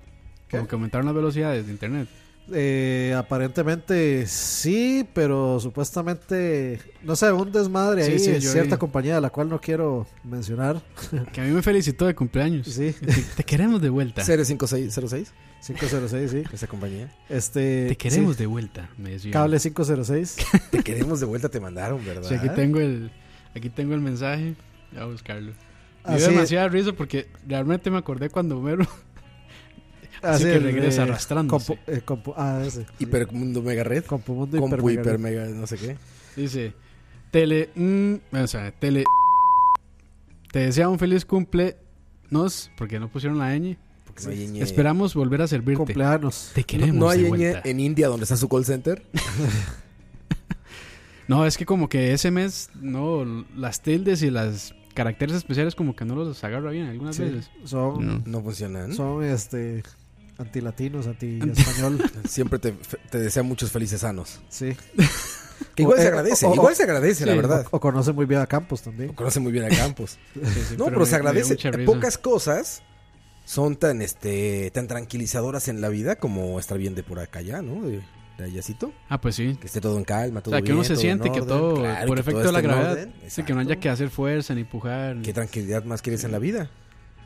Como que aumentaron las velocidades de internet.
Eh, aparentemente sí, pero supuestamente, no sé, un desmadre
Sí,
ahí
sí,
en
yo
cierta
vi.
compañía de la cual no quiero mencionar.
Que a mí me felicitó de cumpleaños.
Sí,
Te, te queremos de vuelta.
05606,
506, sí.
esa compañía.
Este,
Te queremos
sí,
de vuelta, me decía.
cable 506.
Te queremos de vuelta, te mandaron, ¿verdad?
O sea, aquí tengo el, aquí tengo el mensaje. Voy a buscarlo. Me dio
Así,
demasiada risa porque realmente me acordé cuando Homero
así
que
el,
regresa
eh,
arrastrándose.
compu- eh, compu- ah, ese.
Hipermundo Mega Red.
Compumundo
Compu
Hipermega.
hiper mega, no sé qué.
dice Tele, mm, o sea, Tele, te desea un feliz cumple, nos, porque no pusieron la ñ.
Porque no hay ñ.
Esperamos volver a servirte.
Cumpleaños.
Te
No,
queremos
no hay
de
ñ
vuelta.
en India donde está su call center.
No, es que como que ese mes, no, las tildes y las caracteres especiales como que no los agarra bien algunas
Sí,
veces.
son,
No funcionan.
son este antilatinos, anti-español.
Siempre te, te desean muchos felices años.
sí.
Que igual
O-
se
eh,
agradece,
o- o-
igual se agradece, la
sí,
verdad.
O conoce muy bien a Campos también.
Conoce muy bien a Campos.
Sí, sí,
No, pero,
me-
se
me dio
agradece.
mucha risa.
Pocas cosas son tan este tan tranquilizadoras en la vida como estar bien de por acá ya, ¿no? De, de allácito.
Ah, pues sí.
Que esté todo en calma, todo
o sea, que uno
bien,
se
todo
siente
en
que
orden.
todo,
Claro,
por
que
efecto
todo
de la
esté en
gravedad,
orden.
sí, que no haya
Exacto.
que hacer fuerza ni empujar. ni-
¿Qué tranquilidad más quieres en la vida?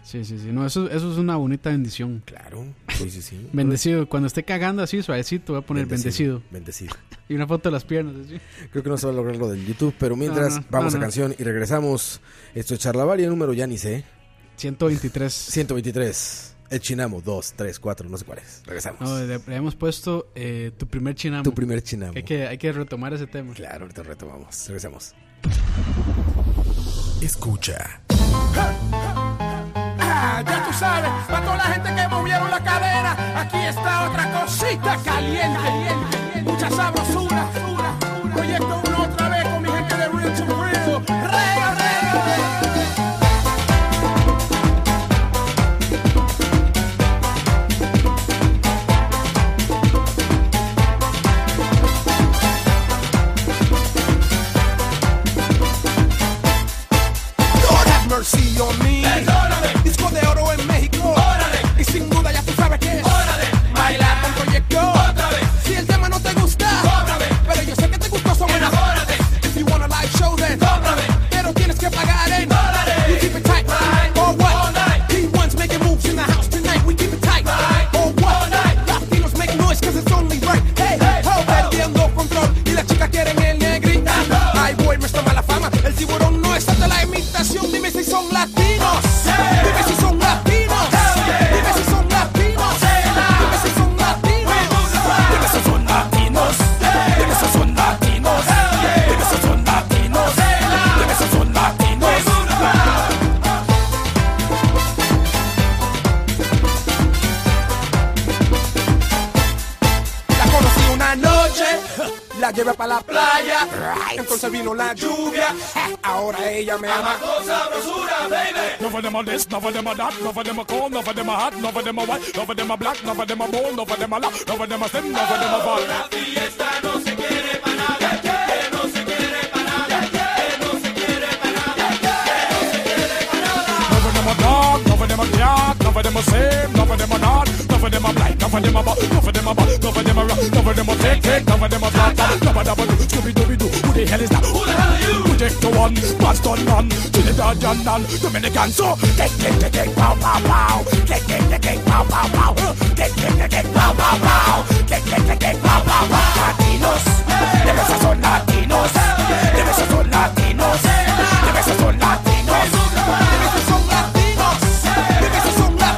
Sí, sí, sí. No, eso, eso es una bonita bendición.
Claro. Sí, sí, sí.
Bendecido. Cuando esté cagando así, suavecito, voy a poner bendecido.
Bendecido.
Y una foto de las piernas. así.
Creo que no se va a lograr lo del YouTube, pero mientras
no,
vamos
no,
a
no.
canción y regresamos. Esto es Charlavaria número ya ni sé.
123.
123. El Chinamo, 2, 3, 4, no sé cuál es. Regresamos.
No, le, le hemos puesto eh, tu primer chinamo.
tu primer Chinamo.
Hay que, hay que retomar ese tema.
Claro, ahorita retomamos. Regresamos. Escucha.
Ah, ya tú sabes, para toda la gente que movieron la cadera, aquí está otra cosita caliente. Mucha sabrosura. Proyecto uno otra vez con mi gente de Real to Real. Reo, reo, reo. Lord have mercy on me. Perdóname. Disco de oro en México. Órale. Y sin duda ya tú sabes que. Órale. Baila con proyecto. Otra vez. Si el tema no te gusta. Cóbrame. Pero yo sé que te gustó. Son Enamórate. If you want a live show then. Cóbrame. Pero tienes que pagar en. Dólares. You keep it tight. Right. Or what? All night. P1's making moves in the house tonight. We keep it tight. Right. Or what? All night. Latinos make noise cause it's only right. Hey, hey, ho. Perdiendo control. Y las chicas quieren el negrita. Ay, boy, me está mala fama. El tiburón no es de la imitación. Dime si son latinos. Dime si son latinos. Dime si son latinos. Dime si son latinos. Dime si son latinos. Dime si son latinos. Dime si son latinos. Dime si son latinos. La conocí una noche, la llevé para la playa. Entonces vino la lluvia. Ahora ella me ama con sabrosura, baby.
None of them are this, none of them are that, none of them are cold, none of them are hot, none of them are white, none of them are black, none of them are bold, none of them are loud, none of them are thin, none of them are fat. None of them are dark, none of them are dark, none of them are same, none of them are not, none of them are black, none of them are bald, none of them are bald, none of them are rock, none of them are thick, thick, none of them are flat, flat, none of them are do, Scooby Dooby Doo. Who the hell is that? Who the hell are you? Projector one, Boston man, Trinidad and none, Dominican so. Kick, kick, kick, kick, pow, pow, pow. Kick, kick, kick, kick, pow, pow, pow. Kick, kick, kick, kick, pow, pow, pow. Kick, kick, kick, kick, pow, pow, pow. Latinos, de veces son latinos, de veces son latinos, de veces son latinos.
Dime si son latinos.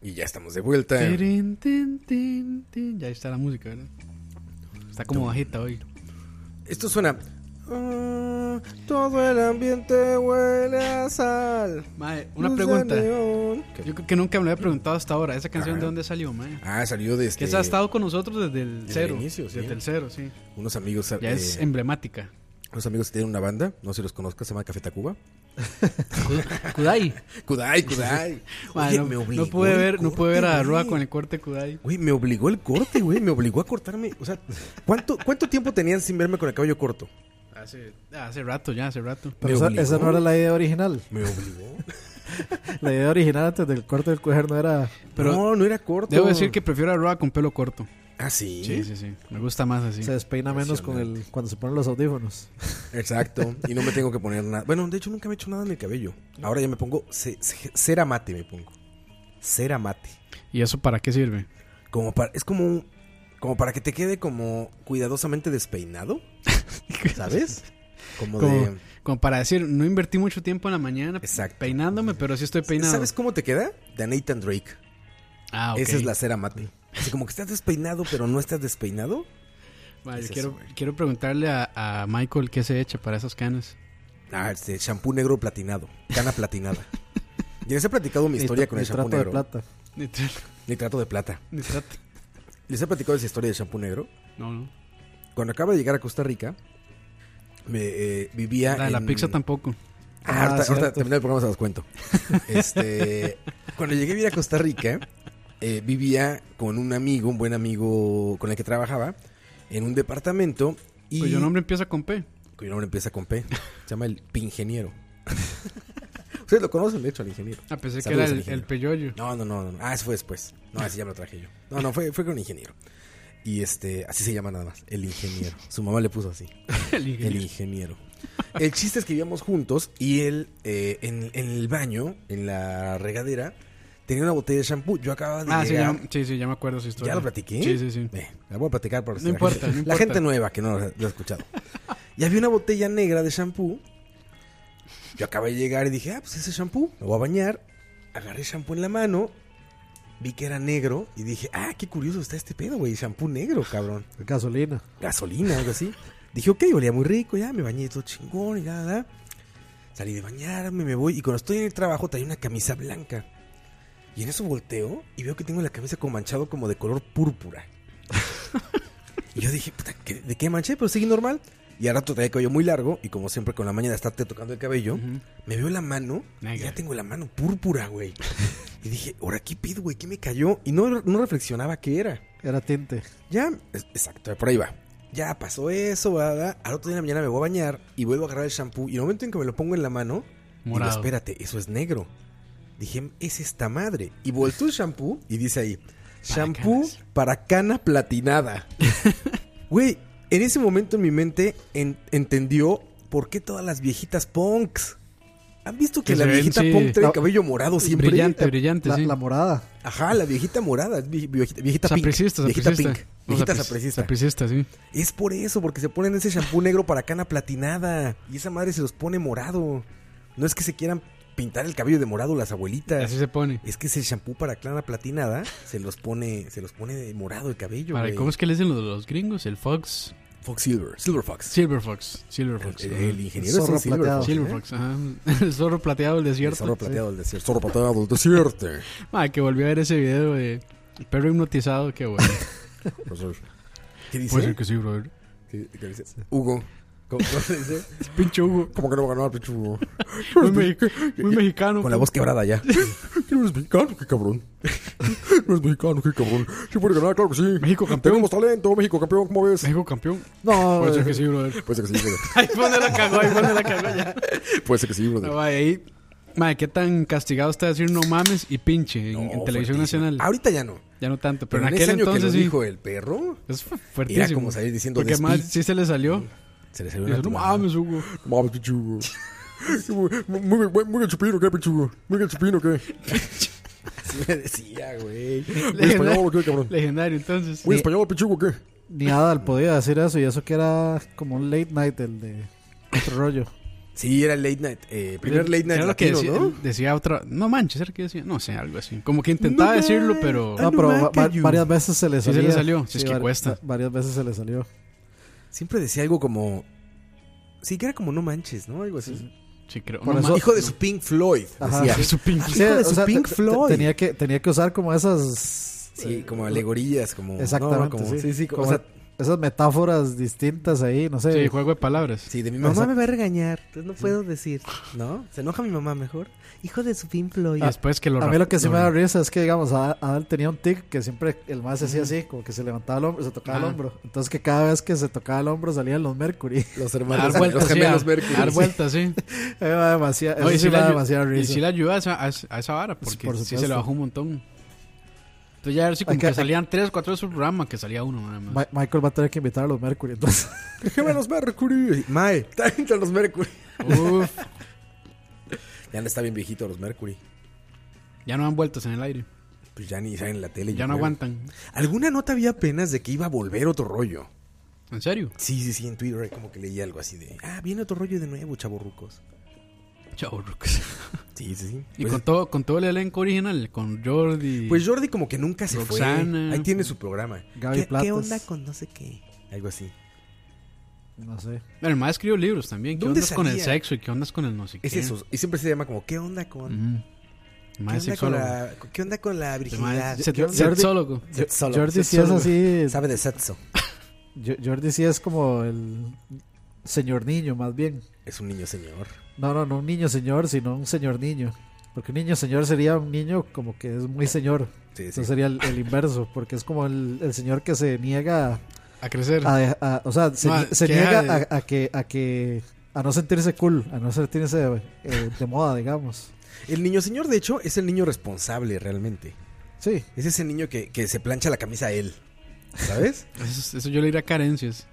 Y ya estamos de vuelta.
Tirin, tin, tin, tin. Ya ahí está la música, ¿verdad? Está como bajita hoy.
Esto suena. Ah, todo el ambiente huele a sal.
Mae, una
Luz de
pregunta.
neón.
Yo creo que nunca me lo había preguntado hasta ahora. ¿Esa canción
Ajá.
de dónde salió, mae?
Ah, salió de
Que
este,
esa ha estado con nosotros desde el
desde el
cero.
inicio, sí.
Desde el cero, sí.
unos amigos.
Ya
eh,
es em- emblemática.
Unos amigos que tienen una banda, no sé si los conozcas, se llama Café Tacuba.
Ku- Kudai.
Kudai, Kudai.
Mae,
Oye,
no,
me
no
obligó
pude
el
ver, no pude ver a
corte,
Roa
güey.
con el corte Kudai.
Güey, me obligó el corte, güey. Me obligó a cortarme. O sea, ¿cuánto, ¿cuánto tiempo tenían sin verme con el cabello corto?
Hace, hace rato ya, hace rato.
Me
Pero esa,
obligó.
esa no era la idea original.
Me obligó.
La idea original antes del corte del cuajerno era.
Pero
no, no era corto.
Debo decir que prefiero a Roa con pelo corto.
Ah, sí.
Sí, sí, sí. Me gusta más así.
Se despeina menos con el cuando se ponen los audífonos.
Exacto. Y no me tengo que poner nada. Bueno, de hecho, nunca me he hecho nada en el cabello. Ahora ya me pongo ce- ce- cera mate, me pongo. Cera mate.
¿Y eso para qué sirve?
Como para, es como, un- como para que te quede como cuidadosamente despeinado, ¿sabes? Como
Como,
de...
como para decir, no invertí mucho tiempo en la mañana
Exacto.
peinándome, pero sí estoy peinado.
¿Sabes cómo te queda? De Nathan Drake.
Ah, ok.
Esa es la cera mate. Así como que estás despeinado, pero no estás despeinado.
Vale,
es
quiero,
eso, güey.
quiero preguntarle a, a Michael qué se echa para esas canas.
Ah, este shampoo negro platinado. Cana platinada. Ya les he platicado mi historia
Nitro-
con el shampoo
nitrato de
negro.
plata.
Nitrato.
Nitrato de plata.
Nitrato.
Les he platicado esa historia del shampoo negro.
No, no.
Cuando acaba de llegar a Costa Rica, me, eh, vivía.
La de la
en-
pizza tampoco.
Ah, ahorita,
Ah, cierto.
ahorita terminando el programa se los cuento. Este, cuando llegué a vivir a Costa Rica, eh, vivía con un amigo, un buen amigo con el que trabajaba, en un departamento. Y
Cuyo Pues nombre empieza con P.
cuyo nombre empieza con P. Se llama el Pingeniero. Ustedes lo conocen, de hecho, al ingeniero.
Ah, pensé que
Saludos
era
al
el,
ingeniero.
el peyoyo.
No, no, no, no. no. Ah, eso fue después. No, así ya me lo traje yo. No, no, fue, fue con un ingeniero. Y este, así se llama nada más, el ingeniero. Su mamá le puso así.
El ingeniero.
El ingeniero. El chiste es que vivíamos juntos y él eh, en, en el baño, en la regadera, tenía una botella de shampoo. Yo acababa de
Ah, sí
llegar.
ya, sí, sí, ya me acuerdo su
ya,
historia.
lo platiqué?
Sí, sí, sí.
Eh, la voy a platicar para
No
la
importa,
gente-
no
La
importa.
gente nueva que no lo ha escuchado. Y había una botella negra de shampoo. Yo acabé de llegar y dije, ah, pues ese shampoo, me voy a bañar. Agarré shampoo en la mano, vi que era negro y dije, ah, qué curioso está este pedo, güey, shampoo negro, cabrón
Gasolina.
gasolina, algo así. Dije, ok, olía muy rico, ya me bañé todo chingón y nada, nada. Salí de bañarme, me voy. Y cuando estoy en el trabajo, traía una camisa blanca. Y en eso volteo y veo que tengo la camisa como manchado como de color púrpura. y yo dije, puta, ¿qué- ¿de qué manché? Pero sigue normal. Y al rato traía el cabello muy largo. Y como siempre, con la mañana de estarte tocando el cabello, me veo la mano. Y
Negra.
ya tengo la mano púrpura, güey. y dije, ¿ahora qué pido, güey? ¿Qué me cayó? Y no, no reflexionaba qué era.
Era tinte.
Ya, es- exacto, por ahí va. Ya pasó eso, ¿verdad? Al otro día de la mañana me voy a bañar y vuelvo a agarrar el shampoo. Y el momento en que me lo pongo en la mano, digo,
Morado.
espérate, eso es negro. Dije, es esta madre. Y volteo el shampoo y dice ahí, shampoo
canas.
para cana platinada. Güey, en ese momento en mi mente en- entendió por qué todas las viejitas punks. ¿Han visto que,
Que
la
se ven,
viejita
sí.
punk trae el
No.
cabello morado siempre?
Brillante, brillante,
La,
sí.
la morada.
Ajá, la viejita morada, es vie- viejita, viejita pink.
Sapricista,
viejita
sapricista.
pink.
No,
Viejita
sapri-
sapricista.
sapricista, sí.
Es por eso, porque se ponen ese shampoo negro para cana platinada. Y esa madre se los pone morado. No es que se quieran pintar el cabello de morado las abuelitas.
Así se pone.
Es que ese shampoo para cana platinada se los pone, se los pone de morado el cabello.
Para-
güey.
¿Cómo es que le dicen los, los gringos? El Fox.
Fox Silver, Silver Fox.
Silver Fox. Silver Fox.
El,
ajá.
el ingeniero es
Zorro
un Silver
plateado.
Fox. ¿eh?
Silver Fox, ajá. El zorro plateado del
El
desierto.
zorro plateado del desierto. Zorro plateado del desierto.
Ah, que volví a ver ese video de el perro hipnotizado, qué bueno.
Pues, ¿Qué dice?
Puede ser que sí, brother.
¿Qué- qué dice? Hugo. ¿Cómo, cómo dice?
Es pinche Hugo.
¿Cómo que no va a ganar, pinche Hugo?
Muy, mexica- muy mexicano.
Con la voz quebrada ya.
¿Qué no eres mexicano? ¡Qué cabrón! ¿No eres mexicano? ¡Qué cabrón! ¿Sí puede ganar? ¡Claro que sí!
México campeón.
¡Tenemos talento! ¡México campeón! ¿Cómo ves?
México campeón.
No,
Puede ser que sí, brother.
Puede ser que sí, brother.
Ahí pone la cagó, ahí pone la cagó ya.
Puede ser que sí, brother.
No, mae, ahí. Mae, qué tan castigado está decir no mames y pinche en,
No,
en televisión
fuertísimo.
nacional.
Ahorita ya no.
Ya no tanto, pero,
Pero en
en
ese
aquel
año que
entonces
lo
sí.
dijo el perro,
Es fu- fuertísimo.
Era como salir diciendo
Porque
despí.
más sí se le salió.
se le salió
Dice, no
natural.
mames, Hugo.
Mames, pinche Hugo. Muy, muy, muy, muy bien chupino, ¿qué, pinche Hugo? Muy bien chupino, ¿qué?
Así me decía, güey.
Muy español,
Legendario,
¿o ¿qué, cabrón?
legendario, entonces. eh,
Muy español, pinche Hugo, ¿qué?
ni Adal podía decir eso. Y eso que era como un late night, el de otro rollo.
Sí, era el late night. eh, primer late night
Era lo que
latino,
decía,
¿no?
decía otra. No manches, era que decía. No sé, algo así. Como que intentaba decirlo, pero.
Ah,
No, pero va- va- varias veces se le
Sí se
salía.
le salió, si es que
vari-
cuesta.
va- Varias veces se le salió.
Siempre decía algo como. Sí, que era como no manches, ¿no? Algo así.
Sí, creo.
Por
no
eso-
ma-
Hijo de su Pink Floyd.
Ajá,
decía.
sí.
su pin-
Hijo de su Pink
te- te-
Floyd.
Tenía que, tenía que usar como esas.
Sí,
eh,
como alegorías, como.
Exactamente,
no, como-
sí.
sí, como-
Como-
o sea,
Esas metáforas distintas ahí, no sé.
Sí, juego de palabras.
sí, de mi mamá
Exacto.
me va a regañar, entonces no puedo decir. ¿No? Se enoja mi mamá mejor. Hijo de su Pink Floyd.
Y después que lo.
a mí lo que sí me da
risa.
risa es que, digamos, Ad- Adal tenía un tic que siempre el más hacía así, como que se levantaba el hombro, se tocaba el
Ah.
hombro. Entonces que cada vez que se tocaba el hombro salían los Mercury.
Los
Dar
hermanos,
vueltas,
los
sí.
gemelos
a-
Mercury.
Dar vueltas, sí.
A mí me da demasiada,
No,
eso sí me
le
da
ayu-
demasiada
y
risa.
sí le ayudó a esa, a, esa- a esa vara,
Pues,
porque
por
sí
supuesto.
se le bajó un montón. Entonces ya a ver si como
Hay que-
que, salían tres, cuatro de su programa, que salía uno nada más.
Ma- Michael va a tener que invitar a los Mercury, entonces.
Gemelos Mercury. Mae, tráete a los Mercury.
Uf,
Ya no está bien viejito los Mercury.
ya no dan vueltas en el aire.
Pues ya ni salen en la tele. yo
Ya no
creo.
aguantan.
Alguna nota había apenas de que iba a volver otro rollo.
¿En serio?
Sí, sí, sí, en Twitter como que leí algo así de. Ah, viene otro rollo de nuevo, chavorrucos.
Chao, Rucos.
Sí, sí, sí.
Y
Pues-
con todo, con todo el elenco original, con Jordi.
Pues Jordi como que nunca se
Roxana.
fue. Ahí tiene su programa.
Gaby
¿Qué,
Platas.
qué onda con no sé qué? Algo así.
No sé.
Bueno, el más escribió libros también. ¿Qué
¿Dónde
ondas con el
salía?
sexo y qué ondas con el no sé qué?
Es eso. Y siempre se llama como, ¿qué onda con?
Ujú. El
¿Qué onda
Más
con
sexólogo.
la, ¿Qué onda con la
El más
virginidad?
se-
¿Qué onda?
sexólogo.
Sexólogo.
Jordi sí es
Sexólogo.
así.
Sabe de sexo.
Jo- Jordi sí es como el señor niño, más bien.
Es un niño señor.
No, no, no un niño señor, sino un señor niño. Porque un niño señor sería un niño como que es muy señor.
Sí, sí.
Eso sería el, el inverso, porque es como el, el señor que se niega
A crecer.
Ah.
a, de- a- o sea, se,
No,
nie- se
que
niega
deja de-
a, a que a que a no sentirse cool, a no sentirse eh, de moda, digamos.
El niño señor, de hecho, es el niño responsable realmente.
Sí,
Es ese niño que, que se plancha la camisa a él. ¿Sabes?
Eso, eso yo le diría carencias.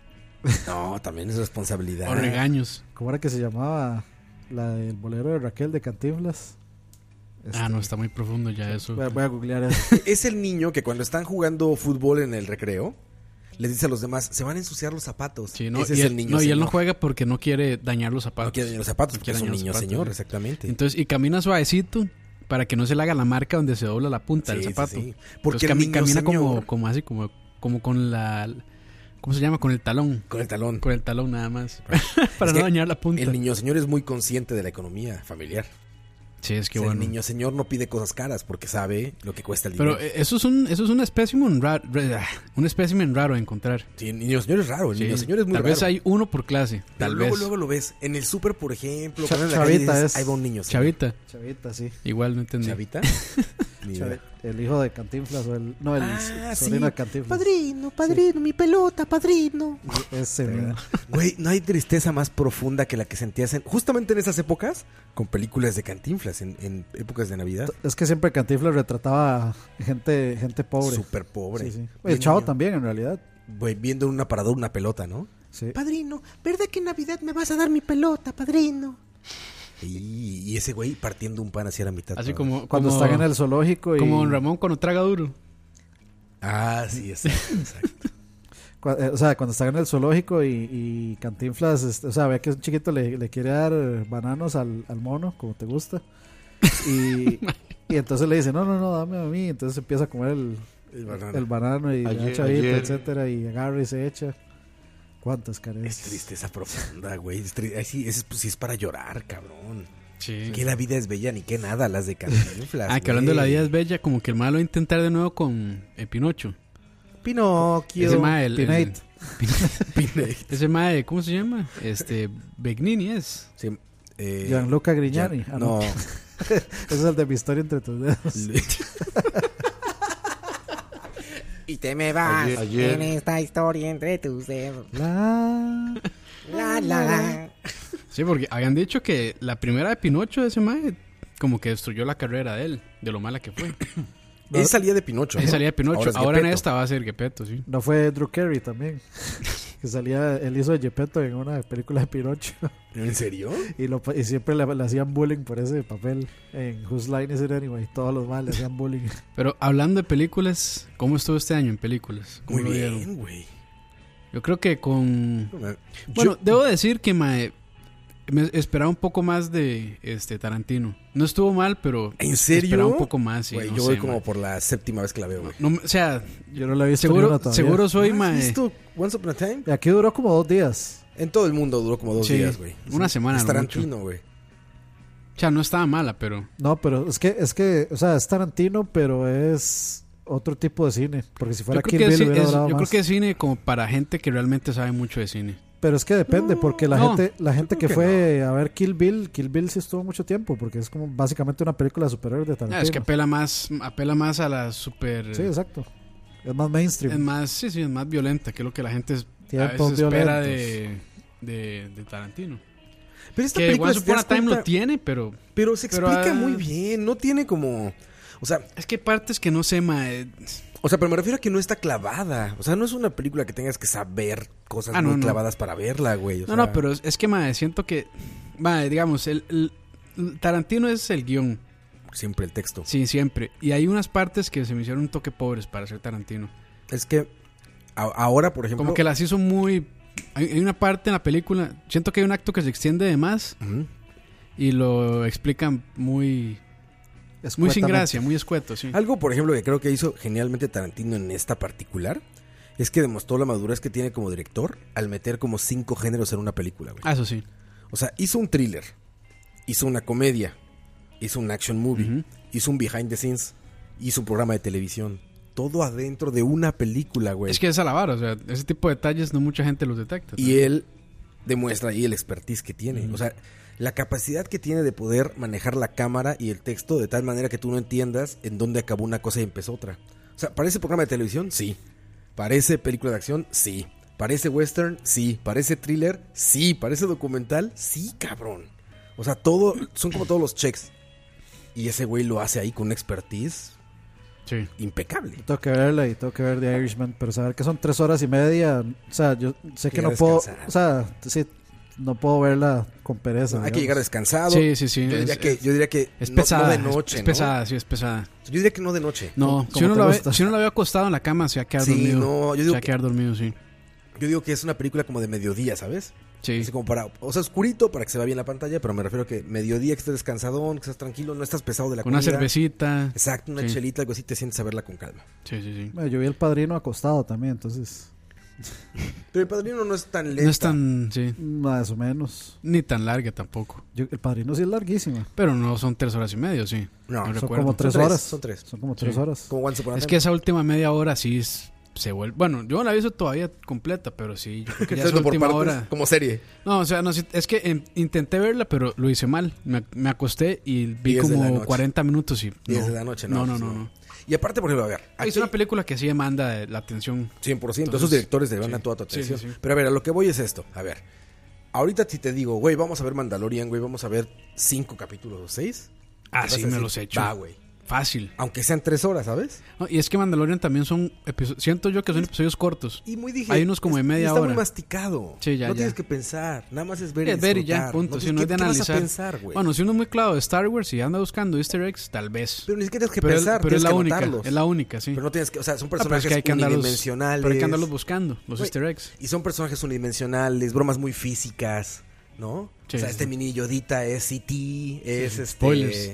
no, también es responsabilidad.
O regaños.
¿cómo era que se llamaba la del bolero de Raquel de Cantinflas? Este,
Ah,
Este.
no, está muy profundo ya eso.
Voy a, voy a googlear eso.
Es el niño que cuando están jugando fútbol en el recreo, les dice a los demás, se van a ensuciar los zapatos.
Sí, no,
Ese es
y él,
el niño
no, y él no
señor.
juega porque no quiere dañar los zapatos.
No quiere dañar los zapatos,
No
porque
quiere
es un
dañar los
niño
zapatos,
señor,
sí.
exactamente.
Entonces, y camina suavecito para que no se le haga la marca donde se dobla la punta
Sí,
del
sí,
zapato.
sí. Porque el
Entonces, cami-
niño
camina
señor-
como, como así, como, como con la... ¿Cómo se llama? Con el talón.
Con el talón.
Con el talón nada más. para
Es
no
que
dañar la punta.
El niño señor es muy consciente de la economía familiar.
sí, es que
O sea,
bueno.
El niño señor no pide cosas caras porque sabe lo que cuesta el
Pero
dinero.
eh, eso es un, eso es un espécimen raro, un espécimen raro a encontrar.
Sí, el niño señor es raro, el
Sí.
niño señor es muy
tal
raro.
vez hay uno por clase.
Pero
Tal
luego,
vez.
luego lo ves. En el súper, por ejemplo,
Cha-
cuando en la calle
Chavita
dices,
es-
ahí va un niño señor.
Chavita.
Chavita, sí.
Igual no entendí.
¿Chavita? Ni idea.
Chavi- El hijo de Cantinflas o el no el
eh. Ah,
sobrino
sí.
de Cantinflas.
Padrino, padrino, mi pelota, padrino.
Ese
De
mismo.
verdad. Güey, no hay tristeza más profunda que la que sentías en, justamente en esas épocas con películas de cantinflas, en, en épocas de Navidad.
Es que siempre Cantinflas retrataba gente gente pobre.
Súper pobre.
Sí, sí.
Bien
El chavo
niño.
también en realidad.
Güey, viendo en un aparador una pelota, ¿no?
Sí.
Padrino, ¿verdad que en Navidad me vas a dar mi pelota, padrino?
Y, y ese güey partiendo un pan hacia la mitad.
Así
¿no?
como.
Cuando
como,
están en el zoológico y
Como Don Ramón cuando traga duro.
Ah, sí, exacto, exacto.
cua- eh, o sea, cuando están en el zoológico y, y Cantinflas, este, o sea, ve que un chiquito le, le quiere dar eh, bananos al, al mono, como te gusta. Y, y entonces le dice, no, no, no, dame a mí. Entonces empieza a comer el,
El banano.
el banano y la
Ayer-
chavita,
ayer-
etcétera, y agarra y se echa. ¿Cuántas
Es
carencias?
tristeza profunda, güey. Es tri- ay, sí, es, pues, sí es para llorar, cabrón.
Sí.
Que la vida es bella ni que nada, las de cantinflas.
Ah, que hablando de la
güey.
vida es bella, como que el malo va a intentar de nuevo con eh, Pinocho.
Pinocchio.
Ese mae, el- el-
Pinate.
Pinate.
ese mae, ¿cómo se llama? Este, Begnini es.
Sí, eh,
Gianluca Grignani.
Gian-
Ah, no.
no.
Ese es el de mi historia entre tus dedos.
Y te me vas
Ayer- ayer.
en esta historia entre tus dedos.
La-
La, la, la.
Sí, porque habían dicho que la primera de Pinocho de ese mae, como que destruyó la carrera de él, de lo mala que fue.
Él salía de Pinocho.
Ahí
¿no?
salía Pinocho. Ahora,
es
en
Gepetto.
esta va a ser Gepetto, sí.
No fue Drew Carey también. que salía, él hizo de Gepetto en una película de Pinocho.
¿En serio?
Y, lo, y siempre le, le hacían bullying por ese papel. En Whose Line Is It Anyway. Todos los males le hacían bullying.
Pero hablando de películas, ¿cómo estuvo este año en películas? ¿Cómo
Muy
lo vieron?
bien, güey.
Yo creo que con...
Bueno,
Bueno, debo decir que mae, me esperaba un poco más de este Tarantino. No estuvo mal, pero
¿En serio?
esperaba un poco más. sí,
Güey,
no
yo
sé,
voy
ma.
como por la séptima vez que la veo, güey.
No, o sea,
Yo no la he visto ni una
seguro,
todavía.
seguro soy eh,
¿No has
mae.
visto Once Upon a Time?
Y aquí duró como dos días.
En todo el mundo duró como dos
Sí,
días, güey.
una semana,
Es
no
Tarantino, güey.
O sea, no estaba mala, pero
No, pero es que, es que, o sea, es Tarantino, pero es otro tipo de cine. Porque si fuera
yo,
Kill
creo que,
Bill
sí-
hubiera
es,
durado
yo creo
más.
que es cine como para gente que realmente sabe mucho de cine.
Pero es que depende, porque la
no,
gente, la gente que,
creo que
fue a ver Kill Bill, Kill Bill sí estuvo mucho tiempo, porque es como básicamente una película superior de
Ah,
Tarantino.
es que apela más, apela más a la super...
Sí, exacto. Es más
es
mainstream.
más, sí, sí, es más violenta que es lo que la gente es- a
Tiempos
veces espera
violentos.
de, de, de Tarantino.
Pero esta
Que
película,
Once
si te
Upon a
das
Time
cuenta,
lo tiene, pero
pero se
pero,
explica
ah,
muy bien. No tiene como... O sea,
es que hay partes que no sé, ma, eh,
o sea, pero me refiero a que no está clavada. O sea, no es una película que tengas que saber cosas
Ah, no,
muy
no.
clavadas para verla, güey. o
No,
sea.
no, pero es, es que, madre, siento que, madre, digamos, el, el- el Tarantino es el guión,
Siempre el texto.
sí, siempre. Y hay unas partes que se me hicieron un toque pobres para ser Tarantino.
Es que a- ahora, por ejemplo...
Como que las hizo muy... Hay, hay una parte en la película, siento que hay un acto que se extiende de más
Ujú.
y lo explican muy... Muy sin
Escuetamente.
gracia, muy escueto, sí.
Algo, por ejemplo, que creo que hizo genialmente Tarantino en esta particular... Es que demostró la madurez que tiene como director al meter como cinco géneros en una película, güey.
Ah, eso sí.
O sea, hizo un thriller, hizo una comedia, hizo un action movie,
Ujú.
hizo un behind the scenes, hizo un programa de televisión. Todo adentro de una película, güey.
Es que es a la vara, o sea, ese tipo de detalles no mucha gente los detecta.
Y él demuestra ahí el expertise que tiene. O sea, la capacidad que tiene de poder manejar la cámara y el texto de tal manera que tú no entiendas en dónde acabó una cosa y empezó otra. O sea, ¿parece programa de televisión? Sí. ¿Parece película de acción? Sí. ¿Parece western? Sí. ¿Parece thriller? Sí. ¿Parece documental? Sí, cabrón. O sea, todo, son como todos los checks. Y ese güey lo hace ahí con una expertise
Sí.
impecable.
Tengo que verla y tengo que ver The Irishman, pero saber que son tres horas y media, o sea, yo sé que
Quiero
no puedo,
descansar.
o sea, sí, no puedo verla con pereza.
Hay que llegar
digamos.
descansado.
Sí, sí, sí,
Yo diría
es-
que, yo diría que
Es
no- no
pesada.
de noche.
es
¿no?
pesada, sí, es pesada.
Yo diría que no de noche.
No,
Como
si uno,
te
lo ve,
gusta.
si uno lo había acostado en la cama, se va a quedar
Sí,
dormido.
no, yo digo
se va a
que-
quedar dormido, sí.
Yo digo que es una película como de mediodía, ¿sabes?
Sí.
Así como para, o sea, oscurito para que se vea bien la pantalla, pero me refiero a que mediodía que estés descansadón, que estás tranquilo, no estás pesado de la
Con una
comida.
cervecita.
Exacto, una
Sí.
chelita, algo así, te sientes a verla con calma.
Sí, sí, sí.
Bueno, yo vi El Padrino acostado también, entonces,
Pero el padrino no es tan lento.
No es tan, sí,
más o menos.
ni tan larga tampoco.
Yo- el Padrino sí es larguísima.
Pero no son tres horas y media, sí.
No,
No,
son
Son
recuerdo.
como tres
Son tres,
horas.
son tres.
Son como tres horas.
Como Once Upon a
Es que
Time.
esa última media hora sí es- se vuelve. Bueno, yo no la aviso todavía completa, pero sí. Yo creo que ya esa
Hacerlo por
última
partes,
hora.
como serie.
No, o sea, no, sí, es que em, intenté verla, pero lo hice mal. Me, me acosté y vi
Diez de la
como
noche.
40 minutos y.
Diez
no.
de la noche, ¿no?
No, no,
pues
no.
Y aparte, por ejemplo, a ver,
no. Es
aquí-
una película que sí demanda eh, la atención.
100%. Esos
Entonces,
directores deberán
sí.
a toda tu
Sí, sí,
atención.
sí.
Pero a ver, a lo que voy es esto. A ver, ahorita si te digo, güey, vamos a ver Mandalorian, güey, vamos a ver cinco capítulos o seis.
Ah,
Vas a
sí, me
decir,
los he hecho.
Va, güey.
Fácil.
Aunque sean tres horas, ¿sabes?
No, y es que Mandalorian también son episodios. Siento yo que son episodios cortos.
Y muy dije,
Hay unos como de
es-
media
está
hora.
muy masticado.
Sí, ya,
no
ya.
tienes que pensar. Nada más es ver y
Es ver y ya,
disfrutar.
punto. si
tienes-
no es de
¿qué- qué vas a
analizar.
pensar, güey?
bueno, si uno es muy claro de Star Wars y anda buscando Easter eggs, tal vez.
pero ni siquiera tienes que
Pero es-
pensar.
pero
tienes
es la
que
única.
anotarlos.
Es la única, sí.
Pero no tienes que. O sea, son
Ah, pero
personajes
es que hay que andarlos-
unidimensionales.
Pero hay que andarlos buscando, los
Güey,
Easter eggs.
Y son personajes unidimensionales, bromas muy físicas, ¿no?
Sí,
o sea,
sí,
este
sí.
mini Yodita es City, es este.
spoilers.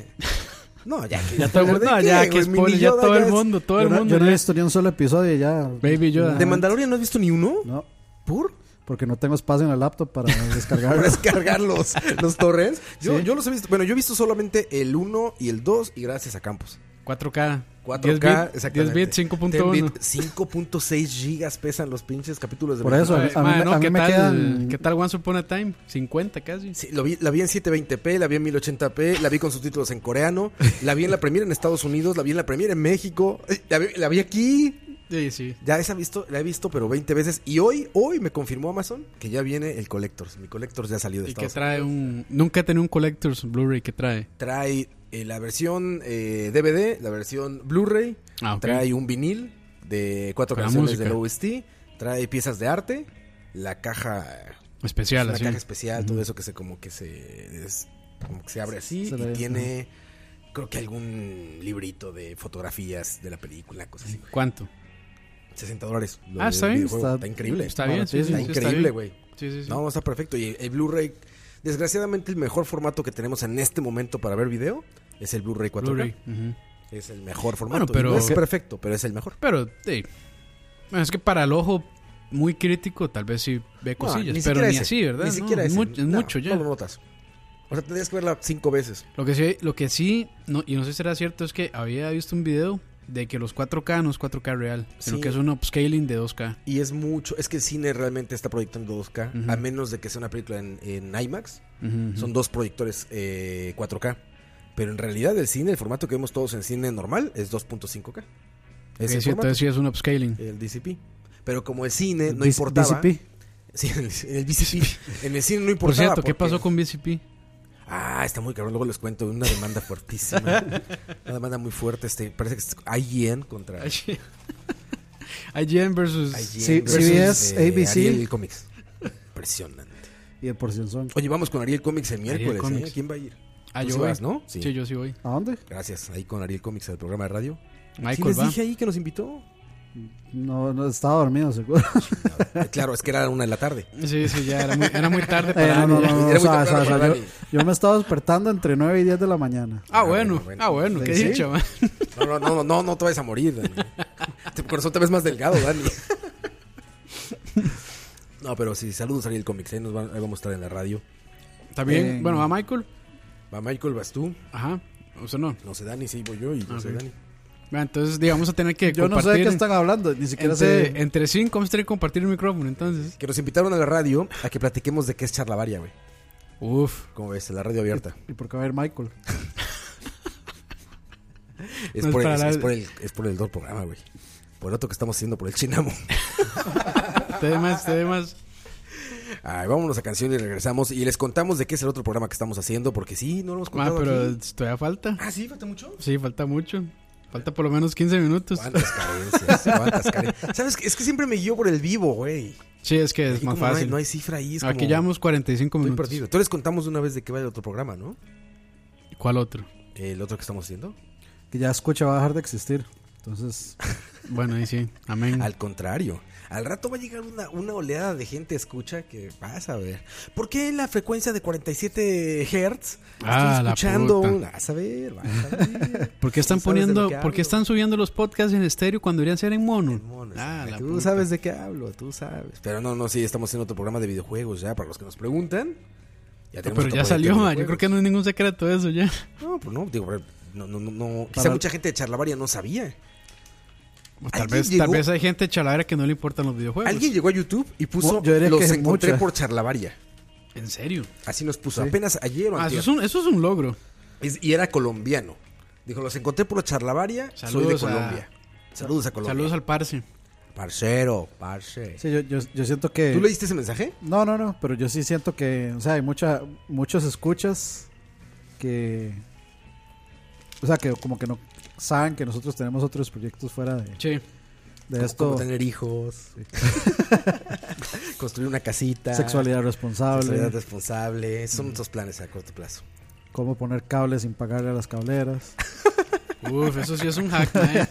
No, ya que.
Ya todo el mundo,
¿de
no,
qué,
ya, que
güey? Mini
spoilers, ya
Yoda
todo el
es-
mundo, todo
yo
el
no,
mundo.
yo no he
ya.
visto ni un solo episodio y ya.
Baby Yoda.
¿De Mandalorian no has visto ni uno?
No,
¿Por?
porque no tengo espacio en la laptop para
Para
descargarlo.
descargar los, los torrents. Yo,
Sí.
yo los he visto. Bueno, yo he visto solamente el 1 y el 2 y gracias a Campos.
4K.
4K,
10 bit,
exactamente.
10 bit, 5.1.
5.6 gigas pesan los pinches capítulos de
Por eso,
Mandalorian.
a mí- a mí
Madre,
me-
no,
a mí
¿qué
me
tal-
quedan-
¿Qué tal Once Upon a Time? 50 casi.
Sí, lo vi, la vi en 720p, la vi en 1080p, la vi con subtítulos en coreano, la vi en la premiere en Estados Unidos, la vi en la premiere en México, eh, la vi, la vi aquí.
Sí, sí.
Ya esa visto, la he visto pero 20 veces y hoy hoy me confirmó Amazon que ya viene el Collectors. Mi Collectors ya salió de
Y que
Estados
trae un. Nunca he tenido un Collector's Blu-ray que trae.
trae eh, la versión eh, DVD, la versión Blu-ray,
Ah, ok.
trae un vinil de cuatro
Con la
canciones
música.
del OST, trae piezas de arte, la caja,
Especial,
una
así.
caja especial, todo eso que se como que se es- como que se abre así
Se
y
ve,
tiene creo que algún librito de fotografías de la película, cosas así.
¿Cuánto?
60 dólares. lo
Ah,
del
está bien,
videojuego.
está-
Está increíble.
Está bien, sí,
Baratísimo.
sí,
Está
sí,
increíble,
bien.
güey.
Sí, sí, sí.
No, está perfecto. Y el Blu-ray Desgraciadamente, el mejor formato que tenemos en este momento para ver video es el Blu-ray 4K.
Blu-ray. ujú.
Es el mejor formato.
Bueno, pero-
No es perfecto, pero es el mejor.
Pero, sí. Bueno, es que para el ojo muy crítico, tal vez sí ve
No,
cosillas,
ni
pero
siquiera
ni
ese.
así, ¿verdad?
Ni
No,
siquiera
es
ese.
mucho, es
No,
mucho ya.
No lo notas. O sea, tendrías que verla cinco veces.
Lo que sí, lo que sí no, y no sé si será cierto, es que había visto un video de que los 4K no es 4K real, sino
Sí.
que es un upscaling de 2K.
Y es mucho. Es que el cine realmente está proyectando 2K.
Ujú.
A menos de que sea una película en, en IMAX.
Ujú,
Son dos proyectores eh, 4K. Pero en realidad el cine, el formato que vemos todos en cine normal es 2.5K.
Ok,
Es
sí,
el, formato,
entonces sí es un upscaling.
el DCP. Pero como el cine no
Dis-
importaba.
DCP.
Sí, en el, en el DCP. En el cine no importaba.
Por cierto, ¿qué
porque-
pasó con BCP?
Ah, está muy cabrón. Luego les cuento una demanda fuertísima. una demanda muy fuerte. Este, parece que es IGN contra
IGN versus...
IGN
Sí,
versus,
CBS,
eh,
ABC.
Ariel Comics. Impresionante.
Y de por si el son.
Oye, vamos con Ariel Comics el
Ariel
miércoles. ¿eh?
Comics.
¿Quién va a ir?
Ah,
Tú Pues
yo
sí
voy.
vas, ¿no?
Sí.
Sí.
yo sí voy.
¿A dónde?
Gracias. Ahí con Ariel Comics del programa de radio. ¿Sí
Michael
les
va.
dije ahí que nos invitó?
No, no estaba dormido, seguro.
Eh, claro, es que era una de la tarde.
Sí, sí, ya era muy, era muy tarde
Eh,
para...
no, no, no, no,
Era muy
o sea,
temprano
o sea,
para
yo,
Dani.
yo me estaba despertando entre 9 y 10 de la mañana.
Ah, bueno, ah, bueno,
Sí,
qué
sí.
dicho, man.
No, no, no, no, no, no te vayas a morir, Dani. Te- Por eso te ves más delgado, Dani. No, pero sí, saludos Ariel Comics. ¿eh? Nos van- ahí vamos a estar en la radio.
También,
Eh,
bueno, va Michael.
Va Michael, vas tú.
Ajá, o sea, no.
No sé, Dani, sí, voy yo y no
Ah,
sé,
ok.
Dani.
Vea, Entonces, digamos, a tener que
Yo no sé de
compartir
qué están hablando, ni siquiera sé.
entre, entre cinco vamos a tener que compartir el micrófono, entonces.
Que nos invitaron a la radio a que platiquemos de qué es charlavaria, güey.
Uf.
Como ves, en la radio abierta.
¿Y por qué va a ir Michael?
Es,
No es
por, el,
para
es,
la-
es por el, es por el otro programa, güey. Por el otro que estamos haciendo, por el chinamo.
Te más, te más.
Ay, vámonos a canción y regresamos. Y les contamos de qué es el otro programa que estamos haciendo, porque sí, no lo hemos
Ma,
contado.
Ah, pero
aquí.
todavía falta.
Ah, sí, falta mucho.
Sí, falta mucho. Falta por lo menos 15 minutos.
Cuántas carencias, cuántas carencias. ¿Sabes? qué? Es que siempre me guío por el vivo, güey.
Sí, es que es
Aquí
más
como no hay-
fácil.
No hay cifra ahí. Es
Aquí
como-
llevamos 45
Estoy
minutos.
perdido. Tú les contamos de una vez de qué va el otro programa, ¿no?
¿Cuál otro?
El otro que estamos haciendo.
Que ya escucha va a dejar de existir. Entonces,
Bueno, ahí sí. Amén.
Al contrario, al rato va a llegar una, una oleada de gente escucha que vas a ver. ¿Por qué la frecuencia de 47 Hz?
Ah,
Estoy
la
escuchando.
puta.
un- Vas a ver, vas a ver.
¿Por qué están
Tú sabes de lo
poniendo,
que
por qué
hablo.
están subiendo los podcasts en estéreo cuando deberían ser en mono?
Monos,
Ah,
hombre,
la
tú
puta.
sabes de qué hablo, tú sabes. Pero no, no, sí, estamos haciendo otro programa de videojuegos ya, para los que nos preguntan. Ya tenemos
No, pero
otro
ya
proyecto
salió,
de
ma, yo creo que no es ningún secreto eso ya.
videojuegos. No, pues no, digo, pero no, no, no, no. Quizá
Para-
mucha gente de Charlavaria no sabía.
Pues tal
Alguien
vez,
llegó-
tal vez hay gente chaladera que no le importan los videojuegos.
Alguien llegó a YouTube y puso,
Mu- yo diría
los
que es
encontré
mucha.
por Charlavaria.
¿En serio?
Así nos puso, apenas ayer o
Ah, eso,
antier.
es un, eso es un logro.
Es- Y era colombiano. Dijo, los encontré por la charlavaria, soy de
Saludos a-
Colombia. Saludos a Colombia.
Saludos al parce.
Parcero, parce.
sí, yo, yo, yo siento que.
¿Tú leíste ese mensaje?
No, no, no, pero yo sí siento que, o sea, hay mucha, muchos escuchas que, o sea, que como que no saben que nosotros tenemos otros proyectos fuera de,
Che,
de esto,
Cómo tener hijos. Construir una casita.
sexualidad responsable,
sexualidad responsable.
Mm.
Son nuestros planes a corto plazo.
cómo poner cables sin pagarle a las cableras.
Uf, eso sí es un hack, mae.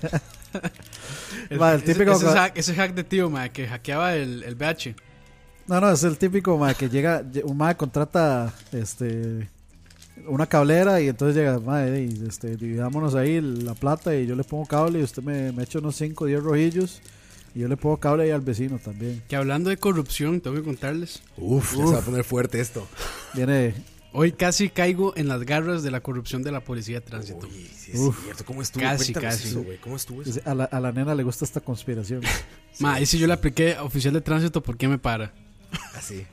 Va, el
Ese-
típico
ese,
cua-
hack, ese hack de tío, mae, que hackeaba el, el BH.
No, no, es el típico ma, que llega, lle- un ma contrata, este, una cablera y entonces llega, ma, y este, dividámonos ahí la plata y yo le pongo cable y usted me, me echa unos 5 o 10 rojillos y yo le pongo cable ahí al vecino también.
Que hablando de corrupción, tengo que contarles.
Uf, ya se va a poner fuerte esto.
Viene
Hoy casi caigo en las garras de la corrupción de la policía de tránsito.
Uy, sí es cierto. ¿Cómo estuvo?
Casi,
Cuéntanos
casi.
eso, güey. ¿Cómo estuvo eso?
Dice, A la, a la nena le gusta esta conspiración.
Ma, y si yo le apliqué a oficial de tránsito, ¿por qué me para? Ah,
Así.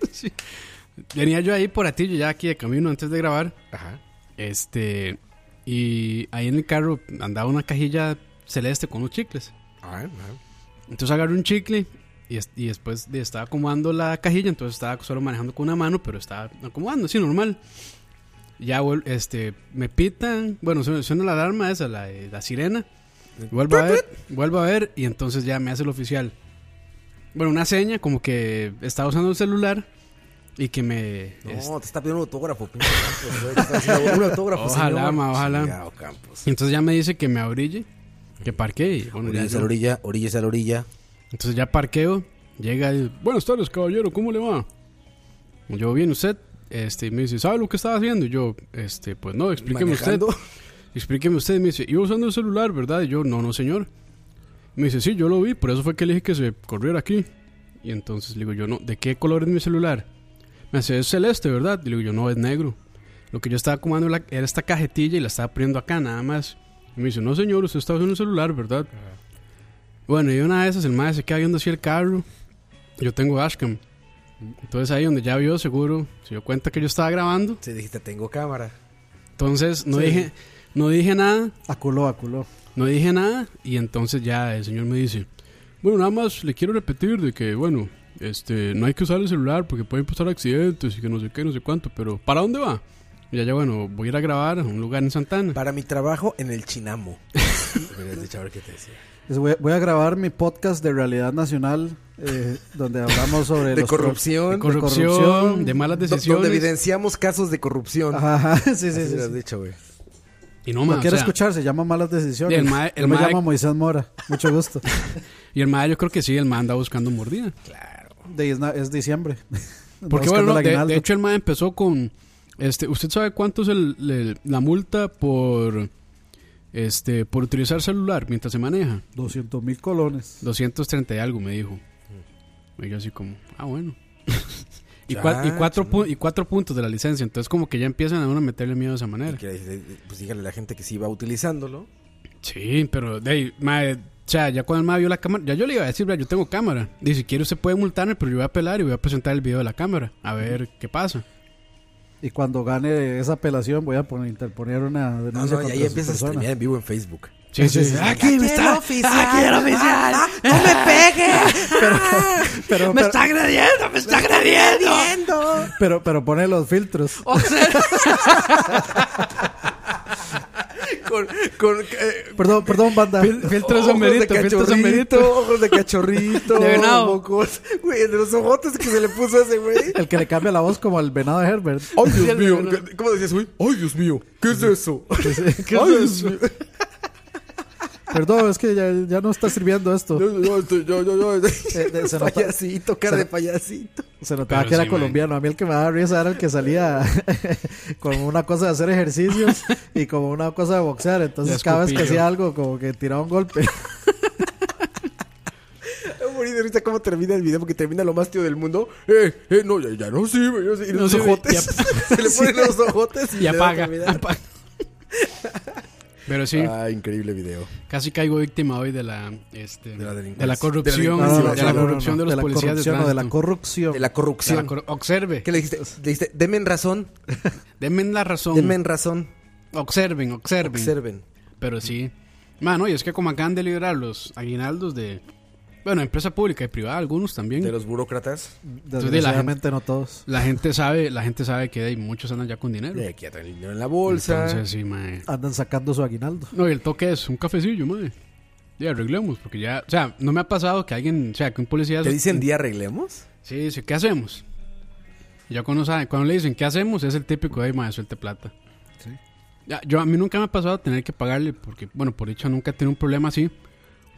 Venía yo ahí por Atillo, ya aquí de camino antes de grabar.
Ajá.
Este. Y ahí en el carro andaba una cajilla celeste con unos chicles.
Ajá, ajá.
Entonces agarré un chicle y, es- y después de- estaba acomodando la cajilla, entonces estaba solo manejando con una mano, pero estaba acomodando, así normal. Ya vuel- este, me pitan, bueno, suena, suena la alarma esa, la, de- la sirena. Vuelvo a ver, vuelvo a ver y entonces ya me hace el oficial. Bueno, una seña como que estaba usando el celular y que me...
No,
este,
te está pidiendo un autógrafo, pinche Campos, güey. Te está diciendo, Un autógrafo,
Ojalá,
señor".
ma, ojalá.
Chingado, Campos.
y entonces ya me dice que me abrille, que parquee. y bueno, ya
Orillas a
yo-
la orilla, orillas a la orilla.
Entonces ya parqueo, llega y... Buenas tardes, caballero, ¿cómo le va? Y Yo bien, ¿usted? este, y me dice, ¿sabe lo que estaba haciendo? Y yo, este, pues no, explíqueme
Manejando.
usted. Explíqueme usted. Y me dice, ¿iba usando el celular, verdad? Y yo, no, no, señor. Me dice, sí, yo lo vi, por eso fue que le dije que se corriera aquí. Y entonces le digo yo, no, ¿de qué color es mi celular? Me dice, es celeste, ¿verdad? Y le digo yo, no, es negro. Lo que yo estaba comando la- era esta cajetilla y la estaba poniendo acá, nada más. Y me dice, no, señor, usted está usando el celular, ¿verdad? Bueno, y una de esas, el maestro se queda viendo así el carro. Yo tengo Ashcam. Entonces ahí donde ya vio, seguro, se dio cuenta que yo estaba grabando.
Se dijiste, tengo cámara.
Entonces no dije, no dije nada,
Aculó, aculó.
no dije nada. Y entonces ya el señor me dice, bueno, nada más le quiero repetir de que, bueno, este, no hay que usar el celular porque pueden pasar accidentes y que no sé qué, no sé cuánto, pero ¿para dónde va? Y ya, ya, bueno, voy a ir a grabar a un lugar en Santana.
Para mi trabajo en el Chinamo. Hubieras dicho, a ver qué te decía.
Entonces, Voy a, voy a grabar mi podcast de realidad nacional, eh, donde hablamos sobre...
De
los cor-
corrupción.
cor-
corrupción, de,
corrupción,
malas
do- Donde
decisiones.
evidenciamos casos de corrupción.
Ajá, sí, sí,
Así
sí.
lo has
sí.
dicho, güey.
Y no,
Lo
más.
quiero escuchar, se llama Malas Decisiones.
El mae- el
Yo me
mae-
llamo Moisés Mora, mucho gusto.
Y el mae, yo creo que sí, el mae anda buscando mordida.
De- es, na- es diciembre. Ando
Porque
buscando
bueno,
el
de,
aguinaldo.
de hecho el mae empezó con este, ¿usted sabe cuánto es el- el- la multa por este por utilizar celular mientras se maneja?
200 mil colones.
230 y algo me dijo.
Mm.
Y yo así como, ah, bueno. y,
Ya,
cua- y cuatro pu- y cuatro puntos de la licencia, entonces como que ya empiezan a uno a meterle miedo de esa
Y
manera.
que, eh, pues dígale a la gente que sí va utilizándolo.
Sí, pero de ahí, mae, o sea, ya cuando el mae vio la cámara, ya yo le iba a decir, "Vea, yo tengo cámara. Dice, si quiere usted puede multarme, pero yo voy a apelar y voy a presentar el video de la cámara, a ver qué pasa.
Y cuando gane esa apelación voy a poner, interponer una
No,
denuncia
no, y
contra
ahí
su
empiezas a
persona.
streamear en vivo en Facebook.
Sí, sí, sí.
Aquí me está. Aquí era oficial.
Pero, pero,
agrediendo, me está agrediendo.
pero, pero pone los filtros.
Oh. Con, con eh,
Perdón, perdón, banda.
Fil- filtro de
ojos de
sombrerito, filtro de sombrerito.
cachorrito, ojos de cachorrito,
De venado.
mocos. Güey, de los ojotes que se le puso a ese güey.
El que le cambia la voz como al venado de Herbert.
Ay, Dios mío. ¿Cómo decías, güey? Ay, Dios mío. ¿Qué es eso? Ay, Dios mío.
Perdón, es que ya, ya no está sirviendo esto.
Yo, yo, este, yo, yo, yo.
Eh, eh, se, nota-
Payasito, cara de payasito.
se notaba
Pero
que era
sí, man.
colombiano. A mí el que me daba risa era el que salía con una cosa de hacer ejercicios y como una cosa de boxear. Entonces
Ya
cada vez que
escupí yo.
hacía algo como que tiraba un golpe.
Me morí de risa cómo termina el video porque termina lo más tío del mundo.
Eh, eh, no, ya, ya no sirve. Ya no sirve.
Y los
No sé,
ojotes. se le ponen los ojotes y,
Y
le da
apaga.
comida.
apaga. Pero sí,
Ah, increíble video.
casi caigo víctima hoy de la, este, de
la
la,
delincuencia.
corrupción,
No, no, no,
de la
no, no,
corrupción de los
la
policías de
corrupción, no, de la
tránsito.
De
corrupción.
la
De la
corrupción.
cor- observe,
¿Qué le dijiste? Le dijiste, denme en razón.
denme la razón,
Denme en razón.
observen, observen,
Observen.
pero sí, mano, y es que como acaban de liberar los aguinaldos de, bueno, empresa pública y privada, algunos también,
De los burócratas.
Desgraciadamente no todos.
la gente sabe, la gente sabe que hay muchos andan ya con dinero,
De que traen el dinero en la bolsa.
entonces sí, mae.
Andan sacando su aguinaldo.
No, y el toque es un cafecillo, mae. Ya arreglemos, porque ya, o sea, no me ha pasado que alguien, o sea, que un policía
¿Te dicen día arreglemos?
Sí, dice, ¿qué hacemos? Y ya cuando, saben, cuando le dicen, ¿qué hacemos? Es el típico, ay, madre, suelte plata. Ya, yo, a mí nunca me ha pasado tener que pagarle, porque, bueno, por dicho, nunca tiene un problema así,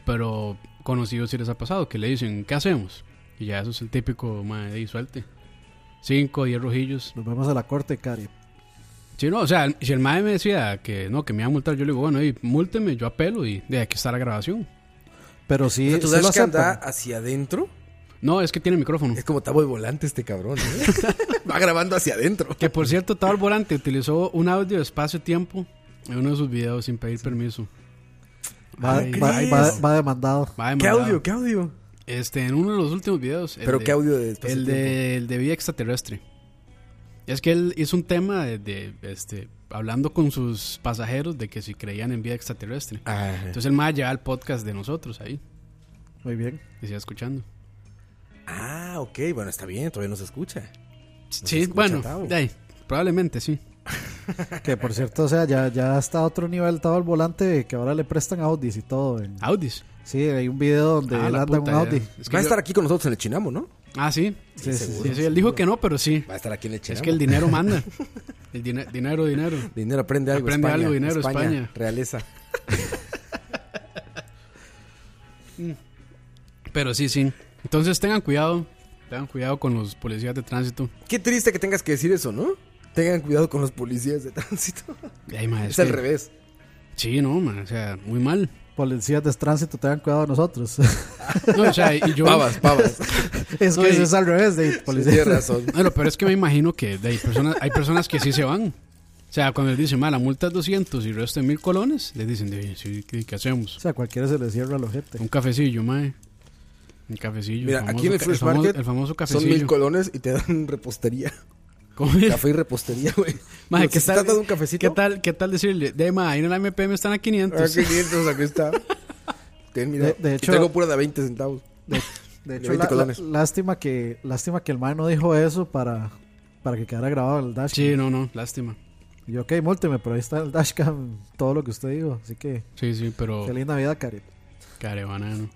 pero conocidos sí les ha pasado, que le dicen, ¿qué hacemos? Y ya eso es el típico, madre, ahí suelte. Cinco, diez rojillos.
Nos vemos a la corte, Cari.
Sí, no, o sea, si el madre me decía que no, que me iba a multar, yo le digo, bueno, y múlteme, yo apelo y de aquí está la grabación.
Pero sí,
¿Tú
sí lo
sabes que anda
aceptan.
hacia adentro?
No, es que tiene micrófono.
Es como tabo de volante este cabrón. ¿eh? Va grabando hacia adentro.
Que por cierto, Tabar Volante utilizó un audio de espacio-tiempo en uno de sus videos sin pedir permiso.
Va,
Ay,
va-
Chris.
va- va demandado.
va
¿Qué
demandado.
audio? ¿Qué audio?
Este, en uno de los últimos videos. el
¿Pero
de-
qué audio de
El
Espacio-Tiempo?
de, el de vida extraterrestre. Es que él hizo un tema de, de, este, hablando con sus pasajeros de que si creían en vida extraterrestre.
Ah,
Entonces el más lleva el podcast de nosotros ahí,
Muy bien.
que siga escuchando.
ah, ok. Bueno, está bien. Todavía no se escucha.
Sí,
escucha,
bueno,
Tavo.
de ahí, probablemente sí.
Que por cierto, o sea, ya, ya está a otro nivel todo el volante que ahora le prestan Audis y todo. en-
Audis.
Sí, hay un video donde
Ah,
él
la
anda en un
puta,
Audi.
ya. Es que
Va a
yo-
estar aquí con nosotros en el Chinamo, ¿no?
Ah, sí.
Sí, sí,
Sí, sí, él dijo que no, pero sí.
Va a estar aquí en el Chinamo.
Es que el dinero manda. El dine- dinero, dinero.
Dinero aprende algo.
Aprende
España,
algo, dinero, España.
Realeza.
Pero sí, sí. Entonces tengan cuidado. Tengan cuidado con los policías de tránsito.
Qué triste que tengas que decir eso, ¿no? Tengan cuidado con los policías de tránsito.
Ay, ma,
es
que-
al revés.
Sí, no, ma, o sea, muy mal.
Policías de tránsito, tengan cuidado de nosotros.
No, o sea, y yo...
Pavas, pavas.
es
No,
que
y-
eso es al revés, de policías.
Tienes razón.
No, lo peor es que me imagino que de ahí, personas, hay personas que sí se van. O sea, cuando les dicen, ma, la multa es 200 y resto de mil colones, les dicen, de, sí, ¿qué, qué hacemos?
O sea, cualquiera se le cierra el ojete.
Un cafecillo, mae. Un cafecillo.
Mira, aquí en el
ca-
Fresh
famoso-
Market
El famoso
Son
cafecillo.
mil colones y te dan repostería.
¿Cómo es?
Café y repostería, güey.
Mae,
Pero
¿qué
si
tal-
te trata de un cafecito?
¿Qué tal, qué tal decirle? De, mae, ahí en la MPM están a 500.
Ah, 500, aquí está. Ten, mira.
De- de
Y
hecho-
traigo pura de 20 centavos.
De hecho,
20
la- la-
colones.
lástima, que, lástima que el man no dijo eso para, para que quedara grabado en el
Sí,
dashcam.
no, no, lástima.
Y Yo, ok, múlteme, pero ahí está el dashcam, todo lo que usted dijo. Así que,
Sí, sí, pero...
feliz Navidad, Cari.
Carebanano.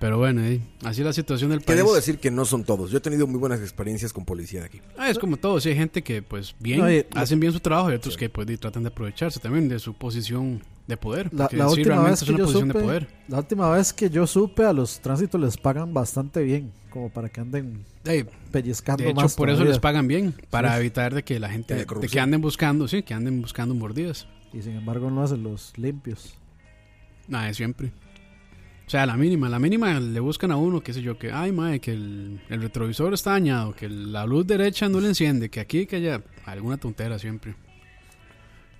Pero bueno, eh, así es la situación del
Que
país.
debo decir que no son todos. Yo he tenido muy buenas experiencias con policía de aquí.
Ah, es como todo, sí, hay gente que pues bien,
No, y-
hacen bien su trabajo y otros que pues di- tratan de aprovecharse también de su posición de poder.
La,
porque
la
sí,
última
realmente
vez
es
que
una
yo
posición
supe,
de poder.
la última vez que yo supe, a los tránsitos les pagan bastante bien, como para que anden
Ey,
pellizcando
de hecho,
más
por eso
todavía.
les pagan bien, para evitar de que la gente,
De la
de, que
corrupción.
anden buscando, sí, que anden buscando mordidas.
Y sin embargo, no hacen los limpios.
Nada, de siempre. O sea, la mínima, la mínima le buscan a uno, qué sé yo, que, ay, madre, que el, el retrovisor está dañado, que la luz derecha no le enciende, que aquí, que allá, alguna tontera siempre.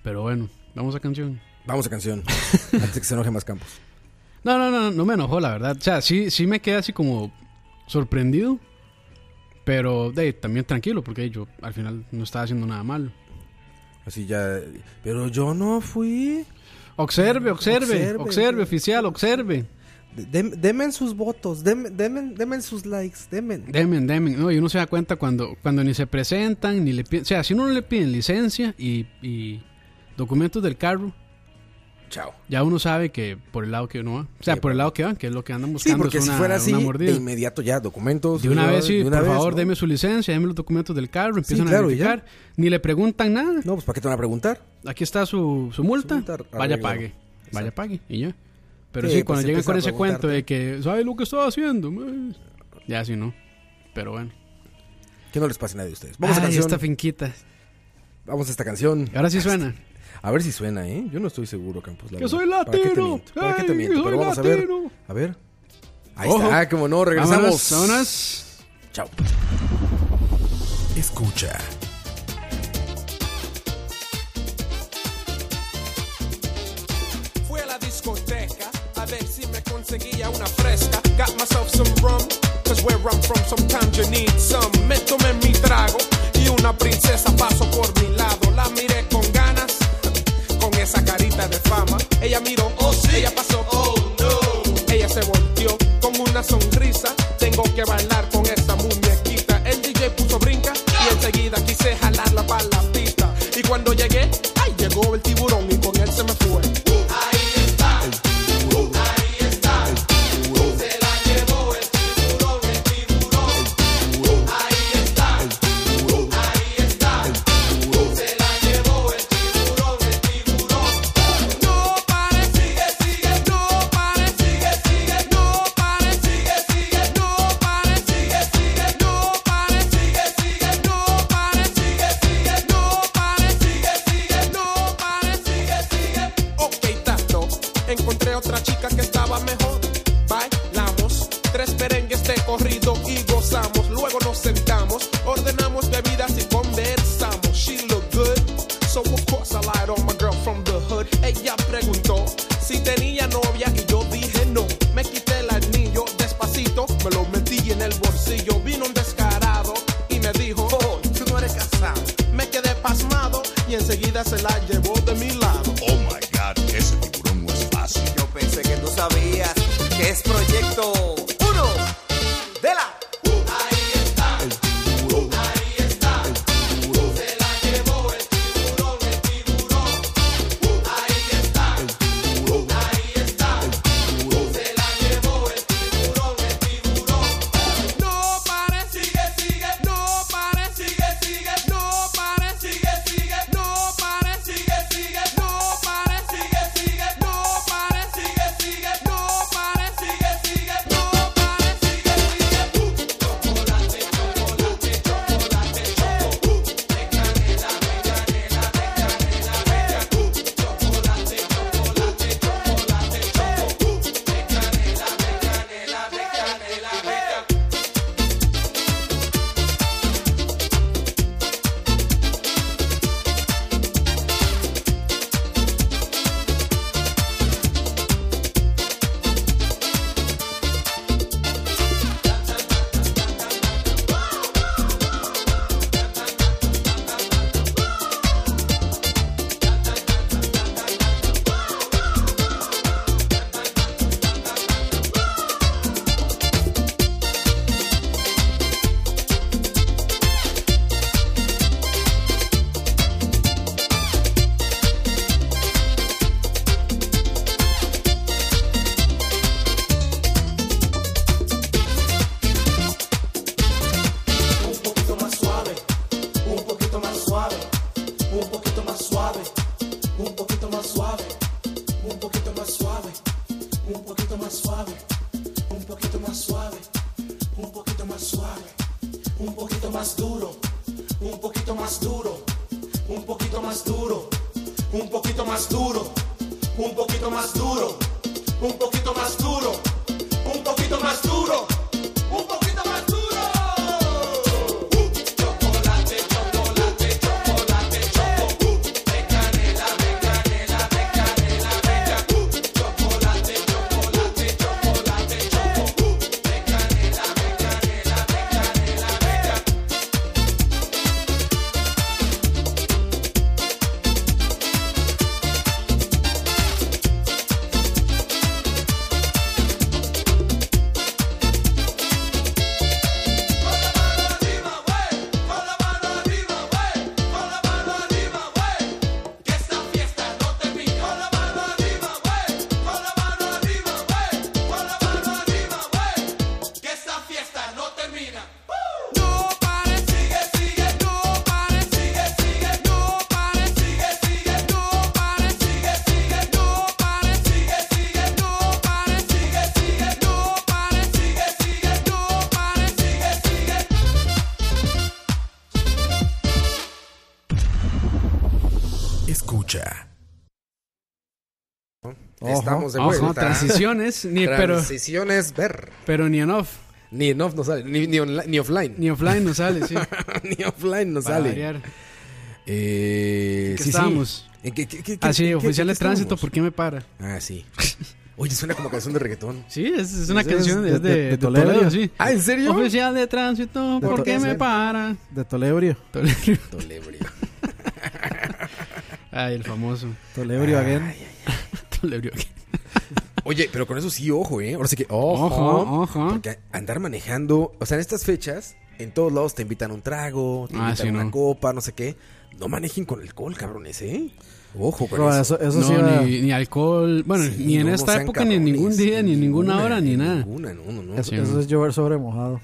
Pero bueno, vamos a canción.
Vamos a canción. Antes que se enoje más campos.
No, no, no, no me enojó, la verdad. O sea, sí, sí me quedé así como sorprendido, pero de, ahí, también tranquilo, porque yo al final no estaba haciendo nada malo.
Así ya. Pero yo no fui.
Observe, observe, observe,
Observe.
oficial, observe.
Dem- demen sus votos. Dem- demen, demen sus likes. Demen.
Demen, demen. No, y uno se da cuenta cuando, cuando ni se presentan, ni le piden. O sea, si uno no le piden licencia y, y documentos del carro,
Chao.
ya uno sabe que por el lado que uno va. O sea,
Sí,
por el lado que van, que es lo que andan
Sí,
buscando.
porque
es
si
una-
fuera
una
así, de
mordida.
inmediato ya, documentos.
De una vez, sí,
de una
por
vez,
favor,
¿no?
deme su licencia, deme los documentos del carro, empiezan
claro,
a
y ya.
verificar. Ni le preguntan nada.
No, pues ¿para qué te van a preguntar?
Aquí está su, su multa.
multa,
Vaya,
arréglalo.
pague. Vaya, pague. Y ya. Pero
Sí,
sí,
pues
cuando llegan
empieza
con
a
ese cuento de que, ¿sabes lo que estaba haciendo? mae?" Ya, sí, no. Pero bueno.
Que no les pase nada de ustedes. Vamos a
Ay,
canción.
esta finquita.
Vamos a esta canción.
Ahora sí suena.
A ver si suena, ¿eh? Yo no estoy seguro, Campos. la
¡Que
verdad.
soy
¿Para qué te
latino!
miento? ¿Para qué te
¡Ey,
miento?
soy
Pero vamos
latino!
a ver. A ver. Ahí
Ojo.
está, como no, regresamos.
Vámonos, vámonos.
Chao.
Escucha.
Fui a la discoteca a ver si me conseguía una fresca. Got myself some rum, cause where I'm from sometimes you need some. Me tomé mi trago y una princesa pasó por mi lado. La miré con ganas, con esa carita de fama. Ella miró, oh sí, ella pasó, oh no. Ella se volteó con una sonrisa. Tengo que bailar con esta muñequita. El DJ puso brinca y enseguida quise jalarla para la pista. Y cuando llegué, ay, llegó el tiburón y con él se me fue. No pares, sigue, sigue, no pares, sigue, sigue, no pares, sigue, sigue, no pares, sigue, sigue, no pares, sigue, sigue, no pares, sigue, sigue, no pares, sigue, sigue, no pares, sigue, sigue. Ok, tato, encontré otra chica que estaba mejor. Bailamos tres perengues de corrido y gozamos. Luego nos sentamos, ordenamos bebidas y conversamos. She looked good. So of course I lied on my girl from the hood. Ella preguntó si tenía novia y yo dije no. Me quité el anillo despacito, me lo metí en el bolsillo. Vino un descarado y me dijo, oh, tú no eres casado. Me quedé pasmado y enseguida se la llevó de mi lado.
Oh my god, ese tiburón no es fácil.
Yo pensé que tú sabías que es proyecto 1 de la
No pares, sigue, sigue, no pares, sigue, sigue, no pares, sigue, sigue, no pares, sigue,
un poquito más duro, un poquito más duro, un poquito más duro, un poquito más duro, un poquito más duro, un poquito más duro, un poquito más duro, un poquito más duro. Uh, chocolate, chocolate, chocolate, choco, uh, de canela, de canela, de canela, de ca- uh, chocolate, chocolate, chocolate, choco, uh, de canela, de canela, de canela, de ca- Que esta fiesta no termina. No pares, sigue, sigue, no pares, sigue, sigue, no pares, sigue, sigue, no pares, sigue, sigue, no pares, sigue, sigue, no pares, sigue, sigue, no pares, sigue, sigue, no pares, sigue, sigue.
Escucha. Estamos de
Vamos con
vuelta.
transiciones, ni- pero-
Transiciones, ver.
Pero ni en off,
Ni en off no sale, ni, ni onla- ni offline.
ni offline no sale, sí.
ni offline no
Para
sale.
variar.
Eh,
¿En qué
sí, sí.
estábamos?
¿En qué- qué- qué- qué-
Así,
qué-
oficial
qué
de tránsito,
estábamos?
¿por qué me para?
Ah, sí. Oye, suena como canción de reggaetón.
Sí, es, es una
Es- es
canción
de-
es de,
de- de
de
Toledo.
Toledo, sí.
Ah, ¿en serio?
Oficial de tránsito,
De
¿por
to-
qué me
sí.
para?
De Tolebrio.
Toledo.
Tolebrio.
Ay, el famoso. Ah.
Tolebrio again.
Toledo.
Oye, pero con eso sí, ojo, ¿eh? Ahora sí que, ojo.
Ojo, ojo.
Porque andar manejando, o sea, en estas fechas, en todos lados te invitan un trago, te
Ah,
invitan
sí,
una
no.
copa, no sé qué. No manejen con alcohol, cabrones, ¿eh? Ojo con
No,
eso.
eso, eso
no,
sí era-
ni, ni alcohol, bueno,
Sí,
ni en
no, no
esta
sean
época, ni en ningún
cabrones,
día, ni en ninguna
ninguna,
hora, ni nada.
Ninguna, no, no, no.
eso,
Sí,
eso
no.
es llover sobre mojado.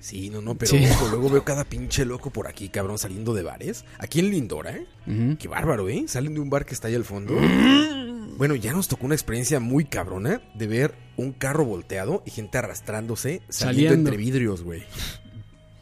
Sí, no, no, pero
Sí.
ojo, luego veo cada pinche loco por aquí, cabrón, saliendo de bares. Aquí en Lindora, ¿eh?
Ujú.
Qué bárbaro, ¿eh? Salen de un bar que está ahí al fondo.
Mm.
Bueno, ya nos tocó una experiencia muy cabrona de ver un carro volteado y gente arrastrándose, saliendo,
Saliendo.
entre vidrios, güey.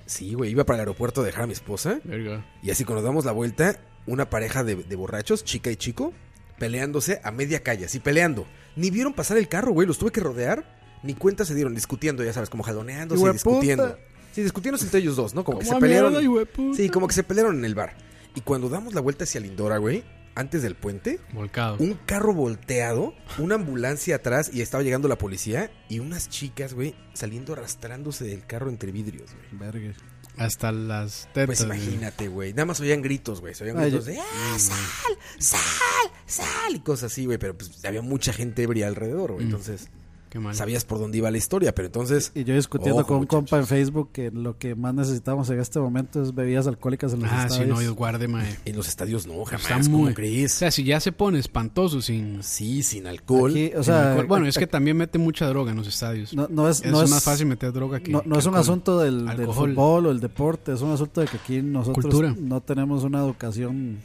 Sí, güey, iba para el aeropuerto a dejar a mi esposa
Verga.
y así cuando nos damos la vuelta, una pareja de, de borrachos, chica y chico, peleándose a media calle, así peleando. Ni vieron pasar el carro, güey, los tuve que rodear, ni cuenta se dieron, discutiendo, ya sabes, como jaloneándose y
Hijueputa.
discutiendo. Sí, discutiéndose entre ellos dos, ¿no? Como que se
Como a
pelearon.
mierda, hijueputa.
Sí, como que se pelearon en el bar. Y cuando damos la vuelta hacia Lindora, güey, antes del puente,
Volcado.
un carro volteado, una ambulancia atrás y estaba llegando la policía y unas chicas, güey, saliendo arrastrándose del carro entre vidrios, güey.
Verga.
Hasta las tetas.
Pues
güey.
imagínate, güey. Nada más oían gritos, güey. Se oían
Ay,
gritos
yo-
de ¡Ah, sal! ¡Sal! ¡Sal! Y cosas así, güey. Pero pues había mucha gente ebria alrededor, güey.
Mm.
Entonces,
Qué mal.
sabías por dónde iba la historia, pero entonces.
Y yo discutiendo
Ojo,
con un compa
muchachos.
en Facebook que lo que más necesitamos en este momento es bebidas alcohólicas en los
Ah, sí, no,
estadios.
Dios guarde, mae.
En los estadios no, jamás.
Está
¿Cómo
muy. O
crees?
sea, si ya se pone espantoso sin.
Sí, sin alcohol.
Aquí,
sin
o sea, eh,
alcohol. bueno, es que también mete mucha droga en los estadios.
no, no es,
es,
no es,
más fácil meter droga que.
no, no
que
es un
alcohol.
asunto del, del
Alcohol.
fútbol o el deporte, es un asunto de que aquí nosotros
Cultura.
no tenemos una educación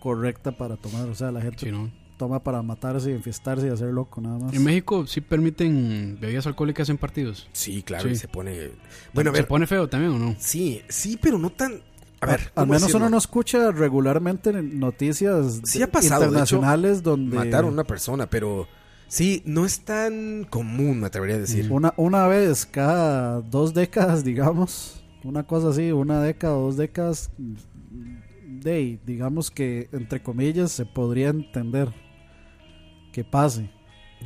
correcta para tomar. O sea, la gente
Sí, ¿no?
toma para matarse y enfiestarse y hacer loco, nada más.
En México sí permiten bebidas alcohólicas en partidos.
Sí, claro, y
Sí.
se pone. Bueno, a ver.
¿Se pone feo también o no?
Sí, sí, pero no tan. A ver,
Al
¿cómo
menos
decirlo?
uno no escucha regularmente en noticias
Sí
de-
ha pasado, de
internacionales donde
Mataron a una persona, pero. Sí, no es tan común, me atrevería a decir.
una, una vez cada dos décadas, digamos, una cosa así, una década, dos décadas, de, ahí, digamos que entre comillas se podría entender que pase.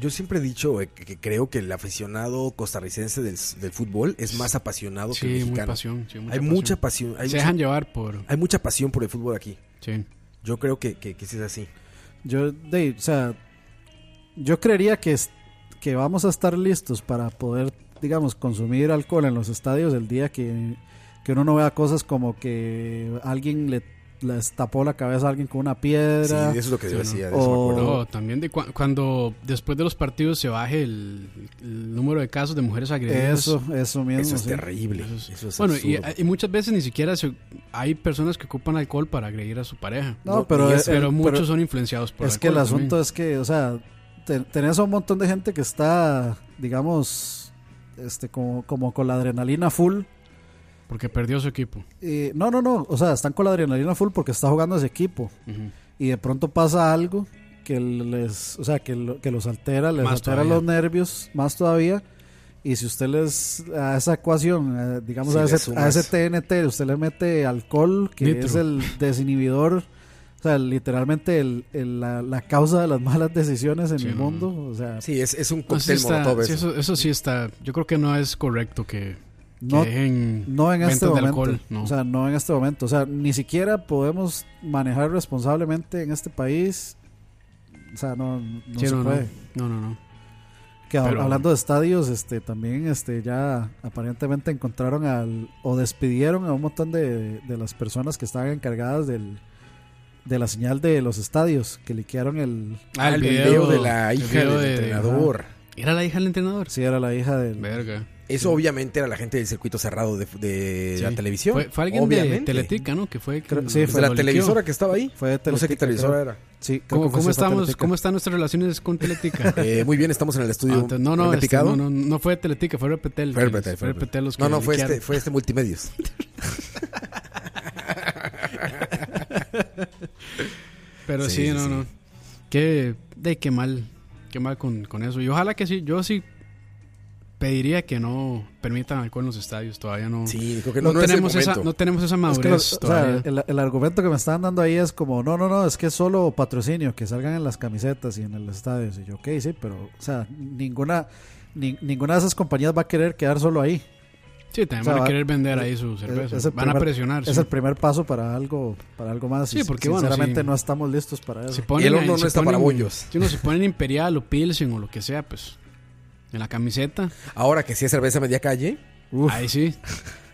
Yo siempre he dicho eh, que, que creo que el aficionado costarricense del, del fútbol es más apasionado que el
Sí, muy
mexicano.
pasión. sí,
hay mucha pasión. Hay,
Se
mucha,
dejan llevar por.
hay mucha pasión por el fútbol aquí.
Sí.
Yo creo que, que, que sí es así.
Yo, de, ahí, o sea, yo creería que, es- que vamos a estar listos para poder, digamos, consumir alcohol en los estadios el día que, que uno no vea cosas como que alguien le les tapó la cabeza a alguien con una
Sí,
piedra.
eso es lo que yo
Sí,
decía.
¿no?
de eso me
O-
acuerdo.
No, también de cua- cuando después de los partidos se baje el, el número de casos de mujeres agredidas.
eso, eso mismo.
Eso es
sí.
terrible.
Eso
Eso
es-
es,
Bueno, y, eh,
absurdo.
y muchas veces ni siquiera se- hay personas que ocupan alcohol para agredir a su pareja.
No,
No,
pero,
y
es,
es-
pero
el-
muchos
pero
son influenciados por
es que el
alcohol
asunto es que, o sea, te- tenés a un montón de gente que está, digamos, este como, como con la adrenalina full.
también. Porque perdió su equipo.
Eh, no, no, no. O sea, están con la adrenalina full porque está jugando ese equipo.
Ujú.
Y de pronto pasa algo que les, o sea, que, lo- que los altera, les
Más
altera
todavía.
los nervios más todavía. Y si usted les, a esa ecuación, eh, digamos
Si
a,
le
ese,
sumas.
a ese TNT, usted le mete alcohol, que
Nitro.
es el desinhibidor, o sea, literalmente el- el- la, la causa de las malas decisiones en el mundo. O sea,
Sí, es, es un
No, sí
cóctel
está-
molotov.
sí,
eso.
eso, eso sí está. Yo creo que no es correcto que, que
No,
dejen
no en
ventas
este
de
momento.
alcohol. No.
O sea, no en este momento. O sea, ni siquiera podemos manejar responsablemente en este país. O sea, no, no
Sí,
se
no, no.
puede.
No, no, no.
Que hab-
Pero-
hablando de estadios, este también este ya aparentemente encontraron al o despidieron a un montón de, de las personas que estaban encargadas del de la señal de los estadios que liquearon el
Ah, el
el
video-
de la
el
hija
video
del
de-
entrenador.
¿Era la hija del entrenador?
Sí, era la hija del.
Verga.
Eso obviamente era la gente del circuito cerrado de, de
Sí.
la televisión.
Fue, fue alguien
obviamente.
de Teletica, ¿no? Que fue.
Creo-
quien-
sí, fue
lo
la
liqueó.
televisora que estaba ahí.
Fue de
No sé qué
Teletica,
televisora
creo.
era.
Sí, creo
¿Cómo,
que fue
cómo
esa
estamos,
Teletica.
¿Cómo están nuestras relaciones con Teletica?
Eh, muy bien, estamos en el estudio.
Ah, entonces, no, no,
¿René
este,
Picado?
no, no, no fue Teletica, fue Repetel.
Fue
que-
Repetel, fue Repetel.
los que
No, no, fue
liquearon.
este, fue este multimedios.
Pero sí,
Sí, sí,
no,
sí.
no. Qué, de, qué mal, qué mal con, con eso. Y ojalá que sí, yo sí pediría que no permitan alcohol en los estadios. Todavía no.
Sí, creo que no- no es el
tenemos esa,
momento.
no tenemos esa
Es que
madurez
lo- o sea,
todavía.
el, el argumento que me están dando ahí es como, no, no, no, es que es solo patrocinio, que salgan en las camisetas y en el estadio. Y yo, ok, sí, pero, o sea, ninguna, ni- ninguna de esas compañías va a querer quedar solo ahí.
Sí, también van a querer vender ahí su cerveza.
el
Van a
primer-
presionar,
Es
sí.
el primer paso para algo, para algo más.
Sí,
y
porque, bueno,
sinceramente
sí.
no estamos listos para eso.
Si ponen ahí- si ponen- Si uno se ponen Imperial o Pilsen o lo que sea, pues en la camiseta.
Ahora que sí es cerveza media calle.
Ahí sí.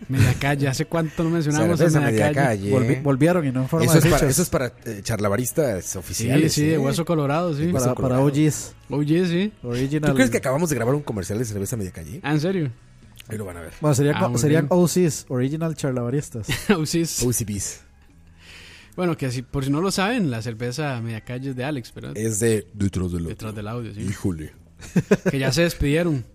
Media calle. ¿Hace cuánto no mencionamos
Cerveza
a media, calle?
Volvi- volvieron y no en forma
eso
de
es para,
fichas.
Eso es para eh, charlabaristas
Sí,
oficiales.
sí, de
¿eh?
hueso colorado, sí.
Para, para OGs.
Oye, sí.
Original.
¿Tú crees que acabamos de grabar un comercial de cerveza media calle?
Ah, ¿en serio?
Ahí lo van a ver.
Bueno, sería
Ah,
co-
muy
serían
bien.
OCs, Original Charlavaristas.
Ausis.
OCBs.
Bueno, que si, por si no lo saben, la cerveza media calle es de Alex, ¿verdad?
Es de detrás del
Detrás del audio, sí.
Híjole.
Que ya se despidieron.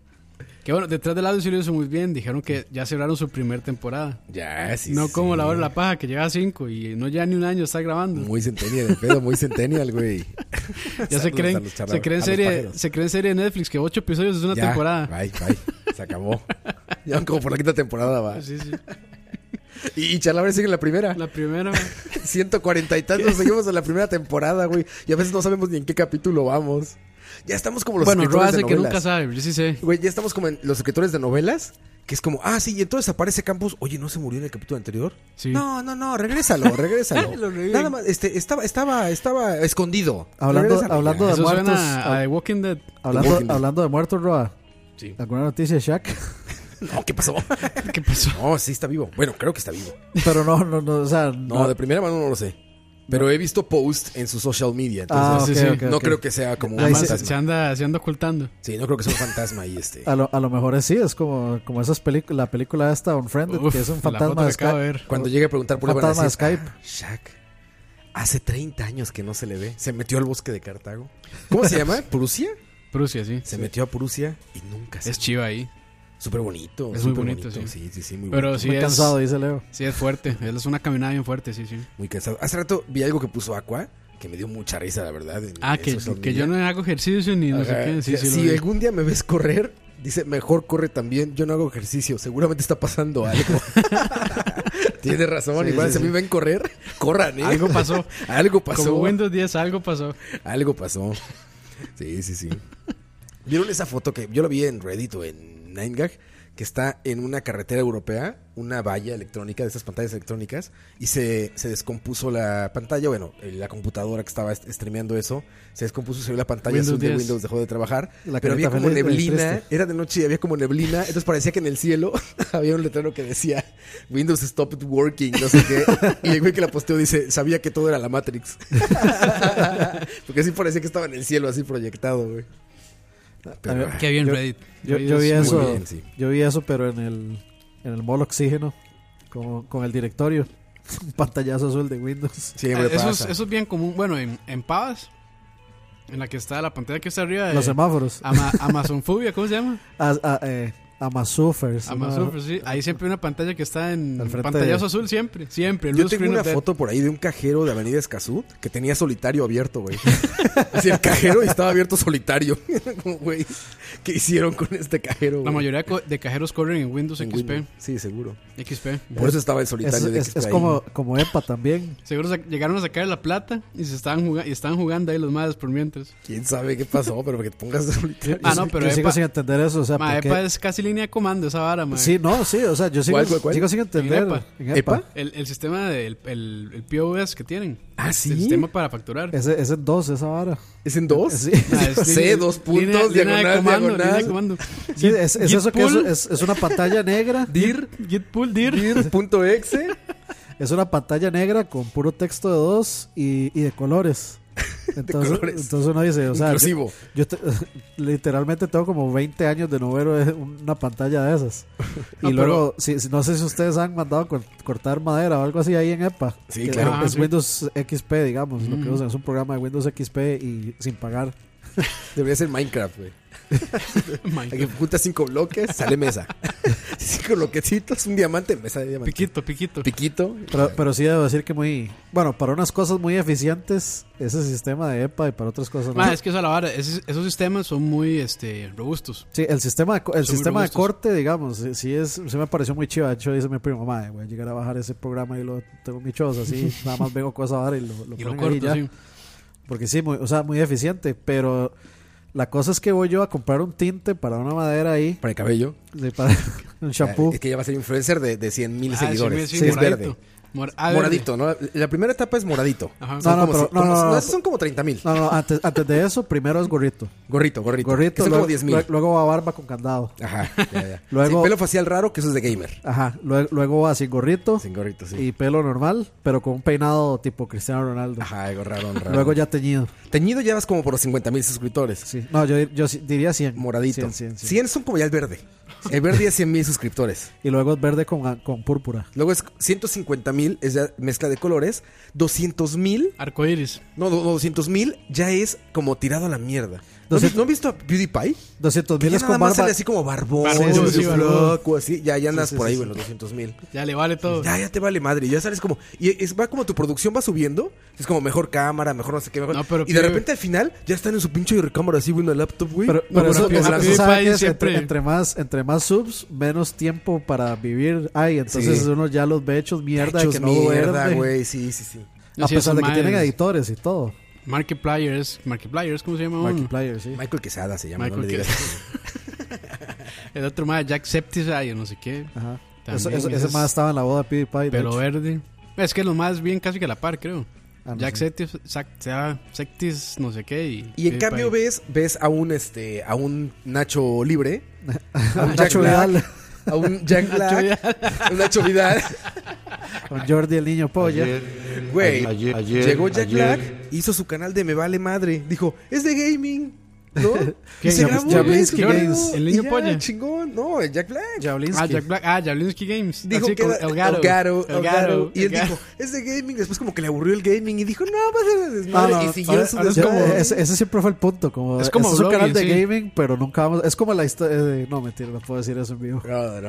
Que bueno, detrás del audio sí lo hizo muy bien. Dijeron que ya cerraron su primer temporada.
Ya, sí.
no
sí,
como
sí.
la hora de la paja, que lleva cinco y no lleva ni un año está grabando.
Muy centennial, el pedo, muy centennial, güey.
ya se
Saludos a
creen,
los charla-
se creen
a los
serie,
pájaros.
se creen serie de Netflix que ocho episodios es una
Ya,
temporada.
Bye, bye. Se acabó. ya van como por la quinta temporada, va.
Sí, sí.
Y, y Chalabares sigue en la primera.
La primera.
140 y tantos seguimos en la primera temporada, güey. Y a veces no sabemos ni en qué capítulo vamos. Ya estamos como los
bueno, Roa
escritores de
hace que
novelas.
nunca sabe, yo sí sé.
Güey, ya estamos como en los escritores de novelas. Que es como, ah, sí, y entonces aparece Campos. Oye, ¿no se murió en el capítulo anterior?
Sí.
No, no, no, regrésalo, regrésalo.
Lo reviven.
Nada más, este, estaba, estaba, estaba escondido.
Hablando,
Regrésalo.
hablando de
Eso
muertos.
suena a
hab-
The Walking Dead.
Hablando,
Walking Dead.
hablando de muertos, Roa.
Sí.
¿Alguna noticia de Shaq?
No, ¿qué pasó?
¿Qué pasó?
No, sí está vivo. Bueno, creo que está vivo.
Pero no, no, no, o sea,
No, de primera mano no lo sé. Pero he visto posts en su social media. Entonces,
Ah, ok,
sí, sí.
ok,
no
ok.
creo que sea como un
Nada
Ahí
más
se-
se
fantasma.
anda, se anda ocultando.
Sí, no creo que sea un fantasma ahí, este.
Ah,
A lo, a lo mejor es sí, es como, como esas películas, la película esta, Unfriended,
Uf,
que es un
la
fantasma
foto
de
que acabo de
Skype.
ver.
Cuando llegue a preguntar por
Fantasma
a decir,
de Skype.
"Ah, Shaq, hace 30 años que no se le ve. Se metió al bosque de Cartago. ¿Cómo se llama? ¿Prusia?
Prusia, sí.
Se metió a Prusia y nunca se.
Es chiva ahí.
Súper bonito.
Es muy
súper
bonito, sí.
Sí, sí, sí, muy
Pero
bonito.
sí
Muy
es,
cansado, dice Leo.
sí es fuerte. Él es una caminada bien fuerte, sí, sí.
Muy cansado. Hace rato vi algo que puso Aqua que me dio mucha risa, la verdad. en-
Ah,
en
que,
social
que
media.
yo no hago ejercicio ni no sé
Ajá.
qué. Sí, sí, lo
si
vi.
algún día me ves correr, dice, mejor corre también. Yo no hago ejercicio. Seguramente está pasando algo. Tienes razón.
Sí,
igual
sí,
si
sí.
me ven correr, corran, ¿eh?
Algo pasó.
algo pasó.
Como Windows 10, algo pasó.
Algo pasó. Sí, sí, sí. ¿Vieron esa foto que yo la vi en Reddit o en 9gag? Que está en una carretera europea, una valla electrónica de esas pantallas electrónicas, y se, se descompuso la pantalla. Bueno, eh, la computadora que estaba est- streameando eso se descompuso, se vio la pantalla
Windows
azul de
10.
Windows, dejó de trabajar.
La
pero había
carita
como
feliz,
neblina,
triste.
era de noche y había como neblina. Entonces parecía que en el cielo había un letrero que decía Windows stopped working, no sé qué. Y el güey que la posteó dice: Sabía que todo era la Matrix. Porque sí parecía que estaba en el cielo así proyectado, güey. Pero, ah,
Qué bien,
Yo-
Reddit.
Yo,
Reddit
yo
es
vi
muy
eso,
bien, sí.
yo vi eso, pero en el, en el mall oxígeno, con, con el directorio. Un pantallazo azul de Windows.
siempre
Ah, eso, es,
pasa.
eso es bien común. Bueno, en, en Pavas, en la que está la pantalla que está arriba de Ah.
Los semáforos.
Ama- Amazonfobia, ¿cómo se llama?
Ah, ah, eh, Amazufers.
Amazon, sí. Ahí siempre hay una pantalla que está en
Al frente
pantallazo
de-
azul, siempre. Siempre.
Yo
blue
tengo
screen
una
of death.
foto por ahí de un cajero de Avenida Escazú que tenía solitario abierto, güey. Así el cajero y estaba abierto solitario. Como, Güey, ¿qué hicieron con este cajero?
La
güey?
mayoría co- de cajeros corren en Windows
En
XP.
Windows. Sí, seguro.
XP.
Por eso estaba en
Es,
solitario de
es-
XP
es
ahí.
como, como EPA también.
Seguro sa- llegaron a sacar la plata y se estaban jugando, y estaban jugando ahí los madres por mientras.
¿Quién sabe qué pasó? Pero que te pongas solitario.
Ah, no, pero
yo sigo
EPA,
sin entender eso. O sea,
ma,
¿por qué?
EPA es casi línea de comando esa vara, ma.
Sí, no, sí, o sea, yo sigo,
¿Cuál, cuál, cuál?
sigo sin entender.
En EPA.
En EPA.
El, el sistema del el, el POS que tienen. Este,
Ah, ¿sí?
El sistema para facturar.
Ese, ese es dos, esa vara.
¿Es en dos?
Sí,
Ma, es
C,
línea-
dos
línea-
puntos,
línea de
diagonal,
comando, línea de
diagonal.
comando.
sí, es, es
Git
eso que es,
pull.
es, es una pantalla negra.
dir,
Git pull, dir.
dir.exe.
Es una pantalla negra con puro texto de dos y, y de colores. Entonces,
colores.
entonces uno dice, o sea,
Inclusivo.
yo, yo te- literalmente tengo como 20 años de no ver eh, una pantalla de esas.
Ah,
No,
y luego, si, si- no sé si ustedes han mandado a cor- cortar madera o algo así ahí en EPA.
Sí, Mm.
que
claro.
Ah,
Es
sí.
Windows XP, digamos, lo que
Ujú.
usan. Es un programa de Windows XP y sin pagar.
Debería ser Minecraft, güey. Aquí juntas cinco bloques, sale mesa. cinco bloquecitos, un diamante, mesa de diamante.
Piquito, piquito.
Piquito.
Pero, pero sí debo decir que muy... Bueno, para unas cosas muy eficientes, ese sistema de EPA y para otras cosas no.
Ah,
Ma, es que esa la vara. Esos, esos sistemas son muy este, robustos.
Sí, el sistema de, co- el
Son muy
sistema de
robustos.
corte, digamos, sí, sí es, sí me pareció muy chiva. De hecho, dice mi primo, madre, voy a llegar a bajar ese programa y lo tengo mi choza, así, nada más vengo cosas ahora y lo, lo
Y lo
ponen ahí
corto,
ya.
sí.
Porque sí, muy, o sea, muy eficiente, pero la cosa es que voy yo a comprar un tinte para una madera ahí,
Para el cabello.
de- para un shampoo.
Es que ya va a ser influencer de, de 100 mil
Ah,
seguidores.
sí,
Sí,
sí,
es
moradito.
verde.
Mor- ah, verde.
Moradito, ¿no? La primera etapa es moradito.
Ajá.
Son
No, no,
como
pero-
si-
no,
como-
no, no,
no,
no.
Son como 30 mil.
No, no, antes, antes de eso, primero es gorrito.
Gorrito, gorrito.
Gorrito,
que son
luego,
como 10 mil.
lue- luego va barba con candado.
Ajá, ya, ya.
Luego-
Sin pelo facial raro, que eso es de gamer.
Ajá, luego, luego va sin gorrito
Sin gorrito, sí.
y pelo normal, pero con un peinado tipo Cristiano Ronaldo.
Ajá, algo raro, raro.
Luego ya teñido.
Teñido ya vas como por los 50 mil suscriptores.
Sí. No, yo, yo sí- diría 100.
Moradito.
100,
100,
100, 100.
son como ya el verde. El verde es 100 mil suscriptores.
Y luego es verde con, con púrpura.
Luego es 150 mil, es ya mezcla de colores. 200 mil,
Arcoiris.
no, 200 mil ya es como tirado a la mierda. ¿No,
200
¿no han visto a PewDiePie?
200
Que
mil
ya
es
nada
con
más
barba.
sale así como barbón,
Barbón,
así
sí, barbón.
flaco, así. Ya, ya andas por ahí, güey, los 200 mil.
Ya le vale todo.
Ya, ya te vale madre. Ya sales como. Y es, va como tu producción va subiendo. Es como mejor cámara, mejor no sé qué. Mejor,
No, pero
y de
pibe-
repente al final ya están en su pinche recámara así, güey, una laptop, güey.
Pero,
No, pero
pero eso,
a Pi-
eso-
a
eso
PewDiePie
sabe que es
siempre-
entre, entre más, entre más subs, menos tiempo para vivir. Ay, entonces
Sí.
uno ya los ve hechos mierda.
Hechos
que no
mierda,
duermen.
güey. Sí, sí, sí.
A
Sí, esos
pesar de que
madres.
tienen editores y todo.
Markipliers. Markipliers, ¿cómo se llama? uno?
Markiplier, sí.
Michael Quesada se llama,
Michael
no le digas.
El otro más, Jack Septicide, o no sé qué.
Ajá.
También
Eso- eso-
ese
ese
es-
más estaba en la boda de PewDiePie. de
Pelo
hecho.
verde. Es que los más bien casi que a la par, creo.
Ah, no
Jack
sé.
Septis, Sac- sea Septis, no sé qué. Y,
Y en cambio
PewDiePie.
ves, ves a un este, a un Nacho libre, a un
Nacho
Black,
Vidal.
a un Jack Black, a un Nacho Vidal,
Con Jordi el niño polla.
güey.
Ayer, ayer,
Llegó Jack
ayer.
Black, hizo su canal de Me Vale Madre, dijo, es de gaming. ¿No?
¿Qué?
Y se grabó,
Jablinski
se grabó,
Games.
y
El niño
ya,
polla.
chingón. No, el Jack Black.
Ah, Jack Black. Ah, Jablinski Games.
Dijo
Así
que
con
era
el Garo.
Elgaro,
El
Elgaro.
Garo,
Y él
el Garo.
dijo, es de gaming. Después como que le aburrió el gaming y dijo, no, va a ser
No,
desmadre.
no,
y siguió
ahora-
su
ahora es
Yo-
desmadre.
como-
ese, ese siempre fue el punto. Como,
Es como
este un
blogging,
canal de
sí.
gaming, pero nunca vamos. Es como la historia. eh, no, mentira, no puedo decir eso en vivo.
No, no.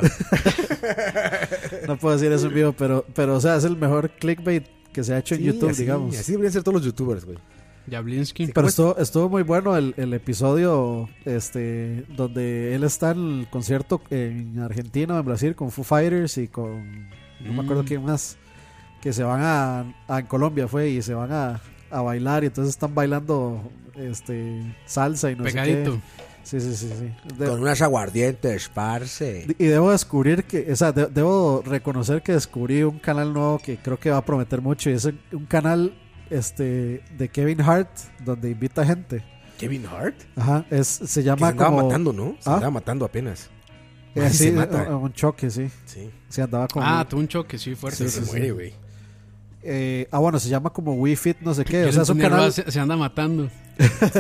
No puedo decir eso en vivo, pero, pero o sea, es el mejor clickbait que se ha hecho en
Sí,
YouTube,
así-
digamos.
Así deberían ser todos los youtubers, güey.
Jablinski.
Pero estuvo, estuvo muy bueno el, el episodio este donde él está en el concierto en Argentina o en Brasil con Foo Fighters y con. No me
Mm.
acuerdo quién más. Que se van a. a- en Colombia fue y se van a, a bailar y entonces están bailando este salsa y no sé
Pegadito.
qué. Sí, sí, sí. sí. De-
Con unas aguardientes, parce.
Y debo descubrir que, o sea, de- debo reconocer que descubrí un canal nuevo que creo que va a prometer mucho y es un- un canal este de Kevin Hart donde invita gente.
Kevin Hart. Que
Ajá, es, se
se
llama
andaba
como
matando, ¿no? Se
¿Ah?
andaba matando apenas.
eh,
Ay,
sí,
se mata.
un- un choque, sí.
Sí.
Se andaba como
Ah, tuvo un choque, sí,
Se,
fuerte.
se muere, güey.
eh, ah, bueno, se llama como Wii Fit, no sé qué,
Yo
o sea, es un
entendí,
canal
Alba, se, se anda matando.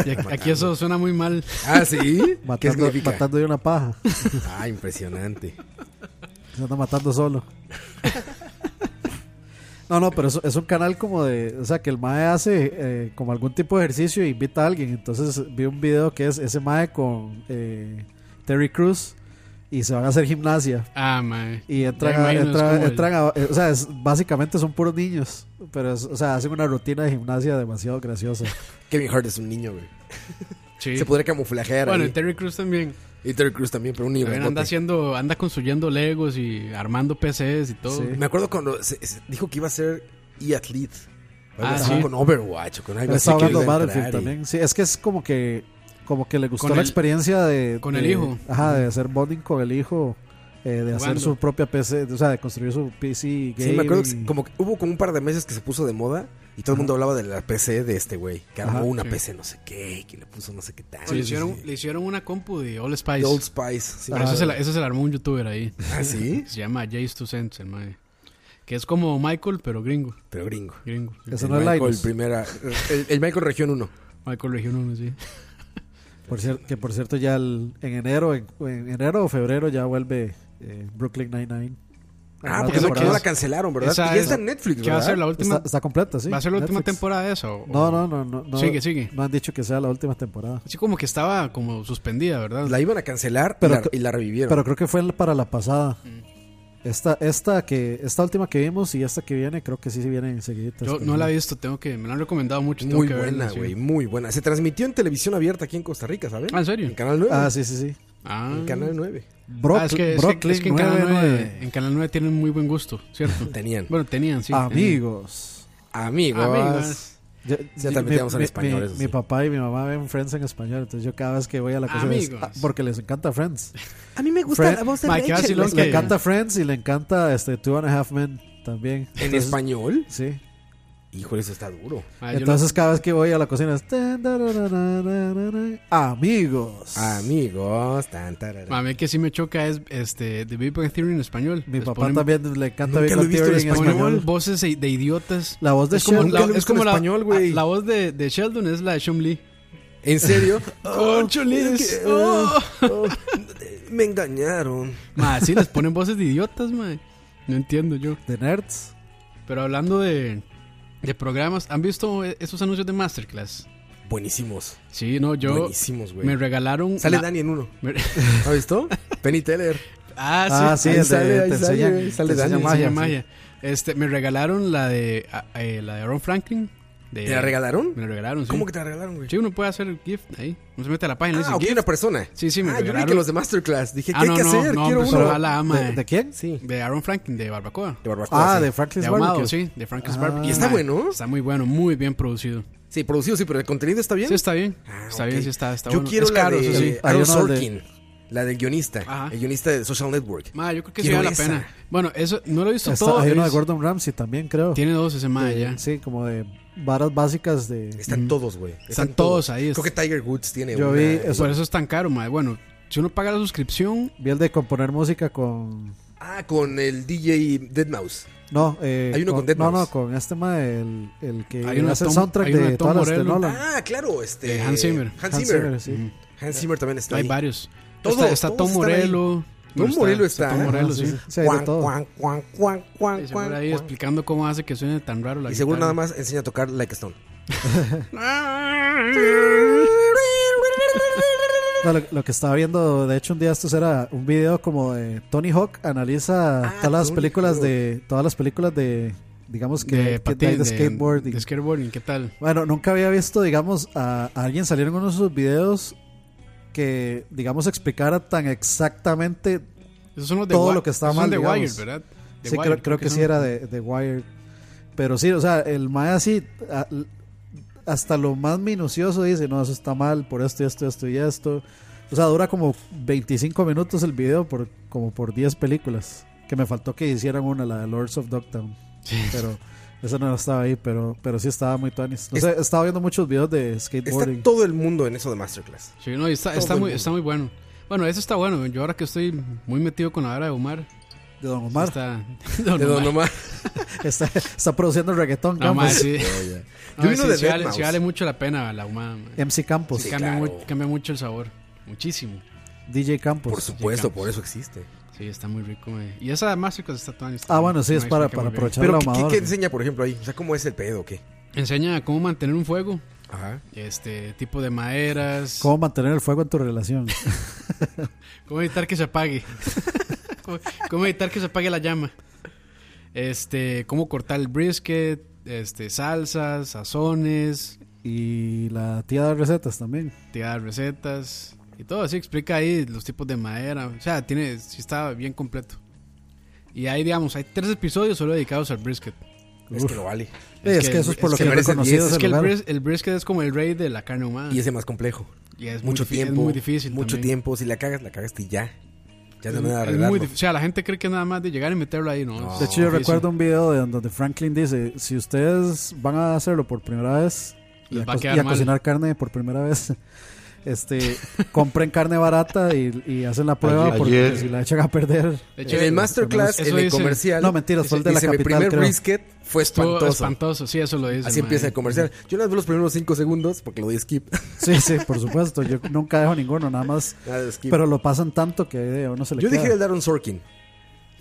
Y aquí, aquí eso suena muy mal.
Ah, sí. ¿Qué
matando,
significa?
matando de una paja.
Ah, impresionante.
Se anda matando solo. No, no, pero es, es un canal como de. O sea, que el MAE hace eh, como algún tipo de ejercicio e invita a alguien. Entonces vi un video que es ese MAE con eh, Terry Cruz. y se van a hacer gimnasia.
Ah, mae.
Y entran,
Ya
a,
imagino, es
entran-
como el-
entran a- eh, O sea, es- básicamente son puros niños. Pero, es- o sea, hacen una rutina de gimnasia demasiado graciosa.
Kevin Hart es un niño, güey. Se podría camuflajear.
Bueno,
ahí.
y Terry Crews también.
Y Terry Crews también, pero un nivel.
También anda haciendo, anda construyendo Legos y armando PCs y todo.
Me acuerdo cuando se- se dijo que iba a ser e-athlete. Algo
Ah,
así,
sí.
Con Overwatch o con algo
Pero
así.
Está
que
hablando
iba a
Battlefield
entrar y-
también. Sí, es que es como que como que le gustó
Con
la
el-
experiencia de
con
de-
el hijo.
Ajá, de hacer bonding con el hijo, eh, de hacer
Jugando.
su propia PC, o sea, de construir su PC game.
Sí, me acuerdo que se- como que hubo como un par de meses que se puso de moda y todo el mundo hablaba de la PC de este güey, que armó
Ajá.
una
Sí.
PC no sé qué, que le puso no sé qué tal.
Bueno, le, hicieron, le hicieron una compu de All Spice.
The Old Spice, sí, me
Pero eso, se
acuerdo.
la, eso se la armó un youtuber ahí.
¿Ah, sí?
Se llama Jace Two Cents, el mae. Que es como Michael, pero gringo.
Pero gringo.
Gringo.
Eso
El
no es
Michael
Pues
Linus.
primera, el, el Michael Región 1.
Michael Región 1, sí.
Por cierto, que por cierto ya el- en enero en, en enero o febrero ya vuelve eh, Brooklyn Nine-Nine.
Ah,
Una
porque no-
temporada.
no la cancelaron, ¿verdad?
Esa
y ya
es-
está en Netflix,
que va a
¿verdad?
ser la última.
Está- está completa, sí,
¿Va a ser la última
Netflix.
temporada de eso? o-
No, no, no, no, no.
Sigue, sigue.
No han dicho que sea la última temporada.
Así como que estaba como suspendida, ¿verdad?
La iban a cancelar
Pero
y, la,
cre-
y la revivieron.
Pero creo que fue para la pasada.
Mm.
Esta, esta que, esta última que vimos y esta que viene, creo que sí se viene enseguida.
Yo no la he visto, tengo que. Me la han recomendado mucho. tengo
muy
que
buena,
verla, sí.
güey, muy buena. Se transmitió en televisión abierta aquí en Costa Rica, ¿saben?
Ah, ¿en serio?
En Canal 9.
Ah, sí, sí, sí.
Ah.
En Canal 9.
Brock-
Ah, es que, es que-
Brooklyn
es que en, Canal 9,
99.
en Canal 9 tienen muy buen gusto, ¿cierto?
Tenían.
Bueno, tenían, sí.
Amigos.
Amigos.
Amigos.
Yo-
Ya
yo-
también
mi-
te vamos al
mi-
español,
Mi,
eso
mi
sí.
papá y mi mamá ven Friends en español, entonces yo cada vez que voy a la casa les-
Amigos.
ah, porque les encanta Friends.
A mí me
gusta Fred- la voz
de Mike, Rachel, vacilón
Les-
que-
Le encanta Friends y le encanta este Two and a Half Men también.
¿En
Entonces-
español?
Sí.
Híjole, eso está duro.
Ah, yo
Entonces cada vez que voy a la cocina es... tan, tarararararara, Amigos.
Amigos. Tan,
no-
tarara.
a mí que sí me choca es este, The Big Bang Theory en español.
Mi
Les
papá
ponen-
también le encanta
Nunca
Big
lo he
Bang
visto en
Theory en
español.
ponen
español.
voces de, de idiotas.
La voz de
es como,
Sheldon.
la,
Nunca lo he
es
visto en
como la,
español, güey.
la voz de, de Sheldon es la de Shum Lee.
¿En serio?
Concho, Liz.
eh.
Oh.
me engañaron.
Ma, sí, les ponen voces de idiotas, ma. No entiendo yo.
De nerds.
Pero hablando de, de programas, ¿han visto e- esos anuncios de Masterclass?
Buenísimos.
Sí, no, yo
Buenísimos, güey.
me regalaron.
Sale
la-
Dani en uno.
me-
¿Has visto? Penny Teller.
ah, sí.
Ah, sí,
Ahí
el de-
sale, ahí
te
sale,
enseñan-
güey, sale
te
Daniel,
enseñan
magia,
magia.
magia. Este, me regalaron la de a- eh, la de Aaron Franklin. De,
¿Te la regalaron?
Me la regalaron, sí.
¿Cómo que te la regalaron, güey?
Sí, uno puede hacer gift ahí. Uno se mete a la página y dice
Ah, ok,
gift.
una persona.
Sí, sí, me
Ah, yo vi que
regalaron.
los de Masterclass. Dije, ¿qué
Ah,
hay
no,
que
no,
hacer?
no,
Quiero
hombre,
uno.
ojalá, ama,
¿De,
eh.
de quién?
Sí.
De Aaron Franklin, de Barbacoa.
De barbacoa.
Ah,
sí.
de Franklin's
De ahumado,
Barbecue.
sí. De Franklin's
Ah.
Barbecue.
¿Y está
Ma,
bueno?
Está muy bueno, muy bien producido.
Sí, producido, sí, pero el contenido está bien.
Sí, está bien.
Ah,
está
ok.
bien, sí, está, está
Yo
bueno.
quiero
es
la
caro,
de
eso sí.
Ah,
eh, Aaron
yo no, el de-
Sorkin. La del guionista.
Ajá.
El guionista de Social Network.
Ma, yo creo que sí
Quiero
vale la
esa.
pena. Bueno, eso no lo he visto
Está-
todo.
hay
he
uno de
visto-
Gordon Ramsay también, creo.
Tiene dos ese ma
De-
ya.
Sí, como de varas básicas de...
Están todos, güey. Están,
Mm. todos ahí,
Creo que Tiger Woods tiene
Yo
una-
vi eso.
Por eso es tan caro, ma. Bueno, si uno paga la suscripción,
Vi el de componer música con...
Ah, con el DJ Deadmau5.
No, eh,
Hay uno con Dead
No,
Mouse.
no, con este ma, el, el que
Hay uno de
hace el
Tom-
soundtrack
hay uno de
de
Tom
todas las de
Morello.
Nolan.
Ah, claro, este.
De Eh, Hans Zimmer.
Hans
Hans
Zimmer.
Zimmer, sí.
Hans Zimmer también está
hay
ahí.
varios.
Todo-
está, está
todos
Tom
están ahí.
Morello.
Tom Morello está,
Tom
¿eh?
Morello,
Ah, sí,
sí.
sí, sí, hay de
Cuan,
todo.
cuan, cuan, cuan, cuan,
Y seguro
cuan,
ahí
cuan.
explicando cómo hace que suene tan raro la
Y seguro nada
guitarra.
más enseña a tocar Like a Stone.
No, lo, lo que estaba viendo, de hecho, un día esto era un video como de Tony Hawk analiza
Ah,
todas las
Tony
películas
Hawk.
de todas las películas de digamos que
de
que
patín,
hay de
de,
skateboarding.
de skateboarding, ¿qué tal?
bueno, nunca había visto, digamos, a, a alguien salir en uno de sus videos que digamos explicara tan exactamente.
Esos son los de
Todo
Wi-
lo que está
esos son
mal,
de
digamos.
Wired, ¿verdad? De
sí,
Wired,
creo, creo que, sí
son.
era de, de Wired. Pero sí, o sea, el mae así a- hasta lo más minucioso dice, no, eso está mal por esto y esto y esto y esto. O sea, dura como 25 minutos el video por como por 10 películas. Que me faltó que hicieran una, la de Lords of Dogtown. Pero esa no estaba ahí, pero, pero sí estaba muy tuanis. No
Es-
sé, estaba viendo muchos videos de
Está
skateboarding.
todo el mundo en eso de Masterclass.
Sí, no, y está,
Todo
está,
el
muy,
mundo.
está muy bueno. Bueno, eso está bueno. Yo ahora que estoy muy metido con la hora de Omar.
De Don Omar.
Está,
De Don Omar.
Está, está produciendo reggaetón,
No, ma,
Campos.
sí.
Yo
No,
vino
sí,
de
sí vale,
Deadmau5.
sí vale mucho la pena la humada. ma.
MC Campos.
Sí,
cambia,
claro.
mu- cambia mucho el sabor. Muchísimo.
DJ Campos.
Por supuesto,
llegamos.
por eso existe.
Sí, está muy rico. ma. Y esa de Masterclass está tan...
Ah, bueno, sí, es para, para aprovechar
Pero,
la
¿qué, qué-
ahumadora.
qué enseña, por ejemplo, ahí? O sea, ¿cómo es el pedo o qué?
Enseña cómo mantener un fuego. este tipo de maderas,
¿Cómo mantener el fuego en tu relación?
cómo evitar que se apague, ¿Cómo, cómo evitar que se apague la llama, este, cómo cortar el brisket, este, salsas, sazones,
y la tía da recetas también.
tirar recetas y todo así explica ahí los tipos de madera o sea tiene sí está bien completo y ahí digamos hay tres episodios solo dedicados al brisket
Es que lo vale.
Es que eso es por lo que
el-
merece
es
10.
que
ese
el,
lugar.
bris- el brisket es como el rey de la carne humana
Y ese más complejo.
Y es muy
mucho
difí- es
tiempo.
muy difícil
Mucho
también.
tiempo. Si la cagas, la cagaste y ya. Ya no hay nada de
Es muy
arreglarlo.
dif- o sea la gente cree que nada más de llegar y meterlo ahí no, Es
De hecho,
difícil.
yo recuerdo un video de donde Franklin dice: Si ustedes van a hacerlo por primera vez y
Les
a,
va a
co-
quedar
y a
mal".
cocinar carne por primera vez, este compren carne barata y, y hacen la prueba
Ayer-
porque
ayer.
si la echan a perder.
De hecho,
En el masterclass, en
eso
el
dice-
comercial.
No, mentira, fue el de la
dice,
capital,
Mi primer
creo".
brisket fue
Estuvo
espantoso.
espantoso, sí, eso lo dice.
Así
mae.
empieza el comercial. Yo las veo los primeros 5 segundos porque lo di skip.
Sí, sí, por supuesto. Yo nunca dejo ninguno, nada más.
Nada de skip.
Pero lo pasan tanto que a uno se le
Yo
queda.
dije el Darren Sorkin.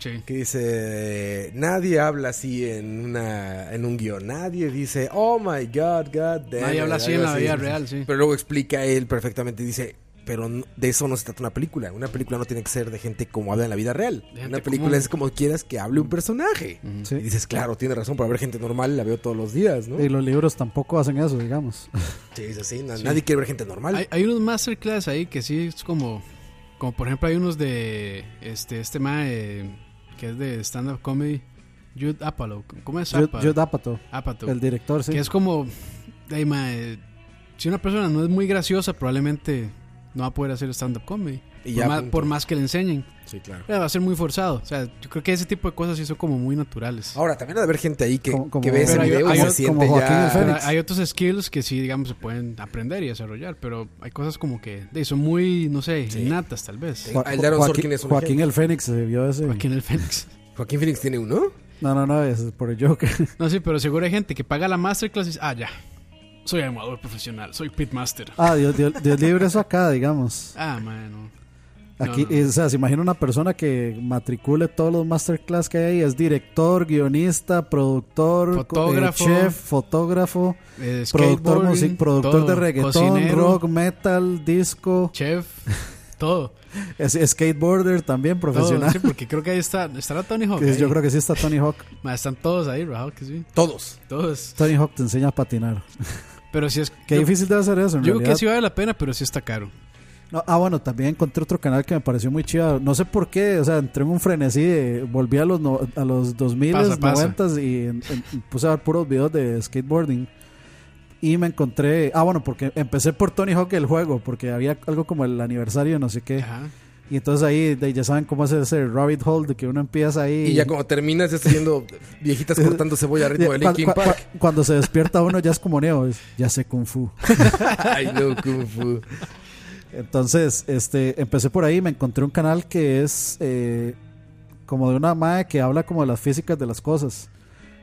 Sí.
Que dice, nadie habla así en una en un guión. Nadie dice, oh my god, god damn.
Nadie
it",
habla así
algo
en la vida real, sí.
Pero luego explica él perfectamente y dice, pero no- de eso no se trata una película. Una película no tiene que ser de gente como habla en la vida real.
gente
Una película
común.
es como quieras que hable un personaje.
Sí.
Y dices, claro, tiene razón, para ver gente normal la veo todos los días, ¿no?
Y los libros tampoco hacen eso, digamos.
Sí, es así. na- Nadie quiere ver gente normal.
Hay, hay unos masterclass ahí que sí es como, como por ejemplo hay unos de este este mae que es de stand up comedy, Jude Apatow, ¿cómo es
Jude-
Apa?
Jude Apatow,
Apatow.
el director, sí.
Que es como, "Ey, mae, si una persona no es muy graciosa probablemente no va a poder hacer stand up comedy.
Y
por,
ya,
más,
punto.
por más que le enseñen,
Sí, claro.
Eh, va a ser muy forzado. O sea, yo creo que ese tipo de cosas sí son como muy naturales.
Ahora, también ha de haber gente ahí que,
Como- como-
que ve ese
Pero hay-
video
hay
y se
otro-
siente
como Joaquín
ya...
el Fénix.
Pero hay otros skills que sí, digamos, se pueden aprender y desarrollar, pero hay cosas como que de, son muy, no sé, innatas tal vez.
Jo- el Darren Sorkin es un
Joaquín
genio.
el Fénix se vio ese.
Aquí en el Fénix.
Joaquín Phoenix tiene uno.
No, no, no, es por el Joker.
No, sí, pero seguro hay gente que paga la masterclass y dice, ah, ya, soy animador profesional, soy pitmaster.
Ah, Dios, Dios, Dios libre eso acá, digamos.
Ah, mano.
Aquí,
No, no, no.
o sea, se imagina una persona que matricule todos los masterclass que hay ahí. Es director, guionista, productor,
Fotógrafo.
eh, chef, fotógrafo,
Eh,
productor,
skateboarding,
music, productor
todo.
de reggaetón,
Cocinero.
rock, metal, disco,
Chef, todo.
es- skateboarder también
todo
profesional.
sí, porque creo que ahí está, estará Tony Hawk.
Yo creo que sí está Tony Hawk.
Están todos ahí, Rahul, que sí.
Todos.
Todos.
Tony Hawk te enseña a patinar.
Pero sí es...
Qué
yo-
difícil debe ser eso, en
Yo creo que
realidad.
sí vale la pena, pero sí está caro.
No, ah, bueno, también encontré otro canal que me pareció muy chido. No sé por qué, o sea, entré en un frenesí, de- volví a los, no- a los 2000,
Pasa, pasa.
90 y en- en- puse a ver puros videos de skateboarding. Y me encontré. Ah, bueno, porque empecé por Tony Hawk el juego, porque había algo como el aniversario, no sé qué.
Ajá.
Y entonces ahí de- ya saben cómo es ese rabbit hole de que uno empieza ahí.
Y ya cuando terminas, ya estás viendo viejitas cortando cebolla al ritmo de
Cu-
Linkin
cu-
Park.
cu- cuando se despierta uno ya es como Neo, es, ya sé Kung Fu.
Ay, no, Kung Fu.
Entonces, este, empecé por ahí, me encontré un canal que es eh, como de una madre que habla como de las físicas de las cosas.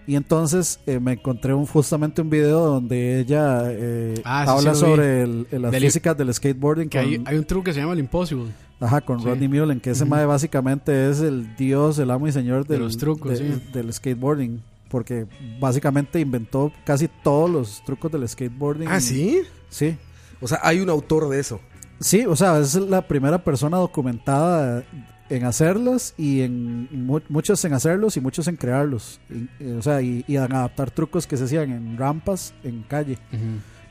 Y entonces eh, me encontré un, justamente un video donde ella eh,
Ah, sí,
habla
sí lo vi.
sobre el- el- las
Del-
físicas del skateboarding
Que
con,
hay, hay un truco que se llama el Impossible.
ajá, con
sí.
Rodney Mullen, que ese mae básicamente es el dios, el amo y señor
De
del,
los trucos,
de-
sí.
del skateboarding. Porque básicamente inventó casi todos los trucos del skateboarding.
Ah, ¿sí?
Sí.
O sea, hay un autor de eso.
Sí, o sea, es la primera persona documentada en hacerlas y en mu- muchos en hacerlos y muchos en crearlos. Y- y, o sea, y, y en adaptar trucos que se hacían en rampas, en calle.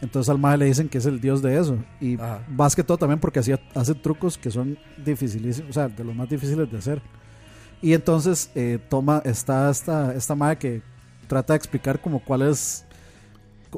Entonces al mae le dicen que es el dios de eso. Y
Ajá.
más que todo también porque hacía, hace trucos que son dificilísimos, o sea, de los más difíciles de hacer. Y entonces eh, toma, está esta, esta madre que trata de explicar como cuál es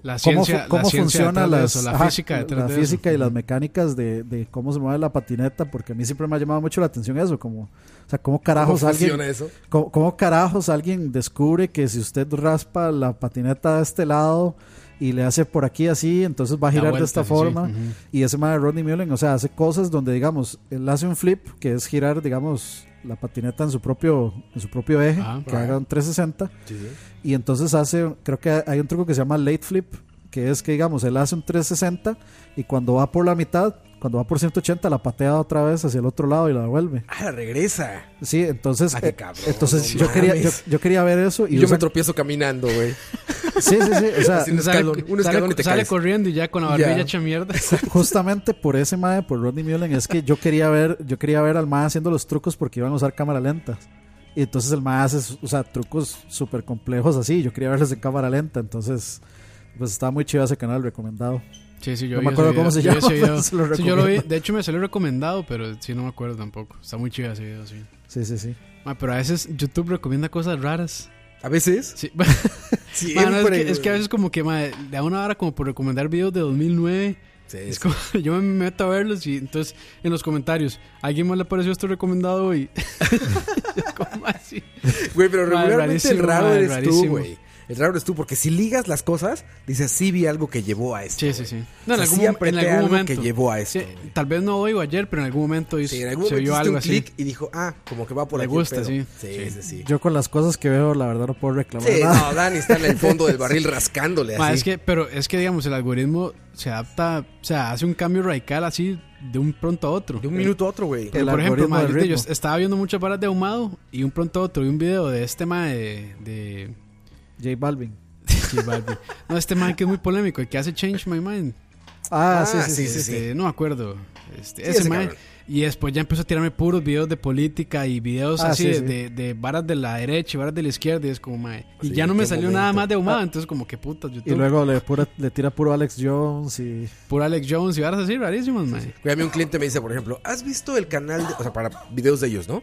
La
cómo,
ciencia,
fu- cómo
la ciencia
funciona
detrás de
las,
eso, la
ajá,
física detrás
la
de
física
eso.
y las mecánicas de, de cómo se mueve la patineta, porque a mí siempre me ha llamado mucho la atención eso, como, o sea, cómo
¿Cómo
Ah,
carajos alguien,
funciona eso?
cómo, cómo carajos alguien descubre que si usted raspa la patineta de este lado y le hace por aquí así, entonces va a
Da
girar de
vueltas,
esta
sí,
forma.
sí, ujú.
Y ese madre Rodney Mullen, o sea, hace cosas donde, digamos, él hace un flip, que es girar, digamos, la patineta en su propio, en su propio eje,
Ajá.
que haga un 360.
Sí, sí.
Y entonces hace, creo que hay un truco que se llama late flip, que es que digamos, él hace un 360 y cuando va por la mitad, cuando va por 180 la patea otra vez hacia el otro lado y la devuelve.
Ah, la regresa.
Sí, entonces,
Ah, qué
eh,
cabrón,
entonces
no
yo quería yo,
mames.
yo quería ver eso y
yo me
usan-
tropiezo caminando, güey.
Sí, sí, sí, o sea,
Así, un escalón, un escalón y te
sale
caes.
corriendo y ya con la barbilla
Ya.
hecha mierda.
justamente por ese mae, por Rodney Mullen, es que yo quería ver, yo quería ver al mae haciendo los trucos porque iban a usar cámara lenta. Y entonces el mae hace, o sea, trucos súper complejos así. Yo quería verlos en cámara lenta, entonces pues estaba muy chido ese canal recomendado.
Sí, sí, yo
no
vi
me
ese
acuerdo cómo se
video,
llama.
yo vi ese
pero
video.
se lo
Sí, yo lo vi.
recomiendo.
De hecho, me salió recomendado, pero sí, no me acuerdo tampoco. Está muy chido ese video, sí.
Sí, sí, sí.
Ma, pero a veces YouTube recomienda cosas raras.
¿A veces?
Sí.
Siempre,
Ma, no, es, que, es
güey.
que a veces como que ma, le da una hora como por recomendar videos de 2009. es como, yo me meto a verlos y entonces en los comentarios, ¿a alguien más le pareció esto recomendado hoy? ¿Cómo así?
Güey, pero
Ma,
regularmente el
rarísimo,
raro
ma,
eres tú,
rarísimo.
güey. El raro eres tú, porque si ligas las cosas, dices, sí vi algo que llevó a esto.
Sí, sí, sí.
No,
No, en algún mom- en algún
algo
momento.
que llevó a esto.
Sí, tal vez no hoy o ayer, pero en algún momento hizo-
Sí, en algún
se
momento
vio
hiciste
algo
un
así.
clic y dijo, ah, como que va por
Le
aquí el
gusta,
pedo.
sí.
Sí, sí, sí.
Yo con las cosas que veo, la verdad no puedo reclamar
Sí,
nada.
no, Dani está en el fondo del barril rascándole
Ma,
así.
es que, pero es que, digamos, el algoritmo se adapta, o sea, hace un cambio radical así de un pronto a otro. De
un minuto a otro, güey.
El
por ejemplo,
algoritmo
ma,
del
yo, te- yo
ritmo.
estaba viendo muchas varas de ahumado y un pronto a otro vi un video de este ma de... de
J Balvin.
J Balvin. no, este ma que es muy polémico, el que hace Change My Mind.
Ah, sí, sí, sí, sí,
Este, No me acuerdo. Este,
Sí,
ese
ese
ma-
cabrón.
y después ya empezó a tirarme puros videos de política y videos
Ah,
así
sí,
de,
sí.
de- de varas de la derecha y varas de la izquierda. Y es como, mae. Y
Sí,
ya no me
qué
salió nada
momento. Ah.
más de ahumado. Entonces, como, que putas, YouTube.
Y luego le, pura- le tira puro Alex Jones y...
Puro Alex Jones y varas así rarísimas, mae.
Güey, a mí un cliente me dice, por ejemplo, ¿has visto el canal, de- o sea, para videos de ellos, no?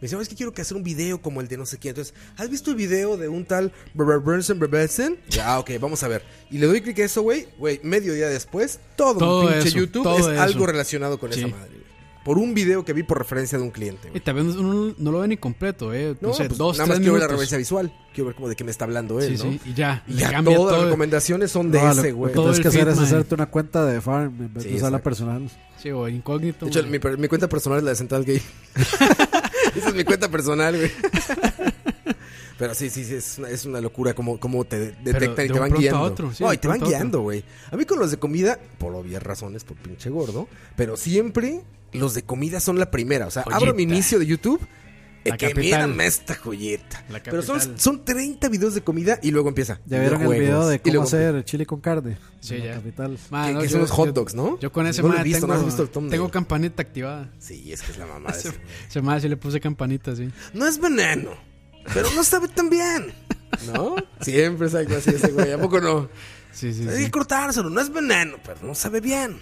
Me dice, "Oh, es que quiero que hacer un video como el de no sé quién. Entonces, ¿has visto el video de un tal Berbersen Berbersen? Ah, ok, vamos a ver. Y le doy clic a eso, güey. Güey, medio día después, todo,
Todo
un pinche
eso,
YouTube
todo
es
eso.
algo relacionado con
Sí.
esa madre. güey. Por un video que vi por referencia de un cliente,
Y
güey.
tal vez uno no lo ve ni completo, ¿eh? No, sé,
pues,
dos,
nada más
tres
quiero ver la
minutos.
referencia visual. Quiero ver como de qué me está hablando él,
Sí,
¿no?
sí, y ya.
Y
le
ya
cambia
todas las
todo.
recomendaciones son de
No, lo-
ese,
lo,
güey.
que
Todo
tienes
el
que hacer
feed,
es
mae.
hacerte una cuenta de farm en vez
Sí,
de usar la
exacto.
personal.
Sí, o incógnito.
De hecho,
mae.
mi, per- mi cuenta personal es la de Central Gay. Esa es mi cuenta personal, güey. Pero sí, sí, sí, es una, es una locura cómo, cómo te detectan y
de
te
un
van
pronto a
guiando.
otro, sí,
No, y
de un
te van
pronto a otro.
guiando, güey. A mí con los de comida, por obvias razones, por pinche gordo, pero siempre los de comida son la primera. O sea, abro mi
Joyita.
inicio de YouTube. eh,
La
que
capital.
miran esta joyeta.
La
Pero son,
capital.
son 30 videos de comida y luego empieza.
¿Ya vieron el
videojuegos,
video de
y luego
cómo hacer chile con carne?
Sí,
En la
ya.
capital.
Mae,
que-
no,
que
yo-
son los hot
yo-
dogs, ¿no?
Yo con ese
No lo he
mae
visto, no
tengo,
has visto el thumbnail.
tengo campanita activada.
Sí, es que es la mamada.
Ese,
ese, güey.
ese mae sí le puse campanita, sí.
no es veneno, pero no sabe tan bien. ¿No? Siempre sabe así ese güey, ¿a poco no?
Sí, sí,
Hay que
sí.
cortárselo, no es veneno, pero no sabe bien.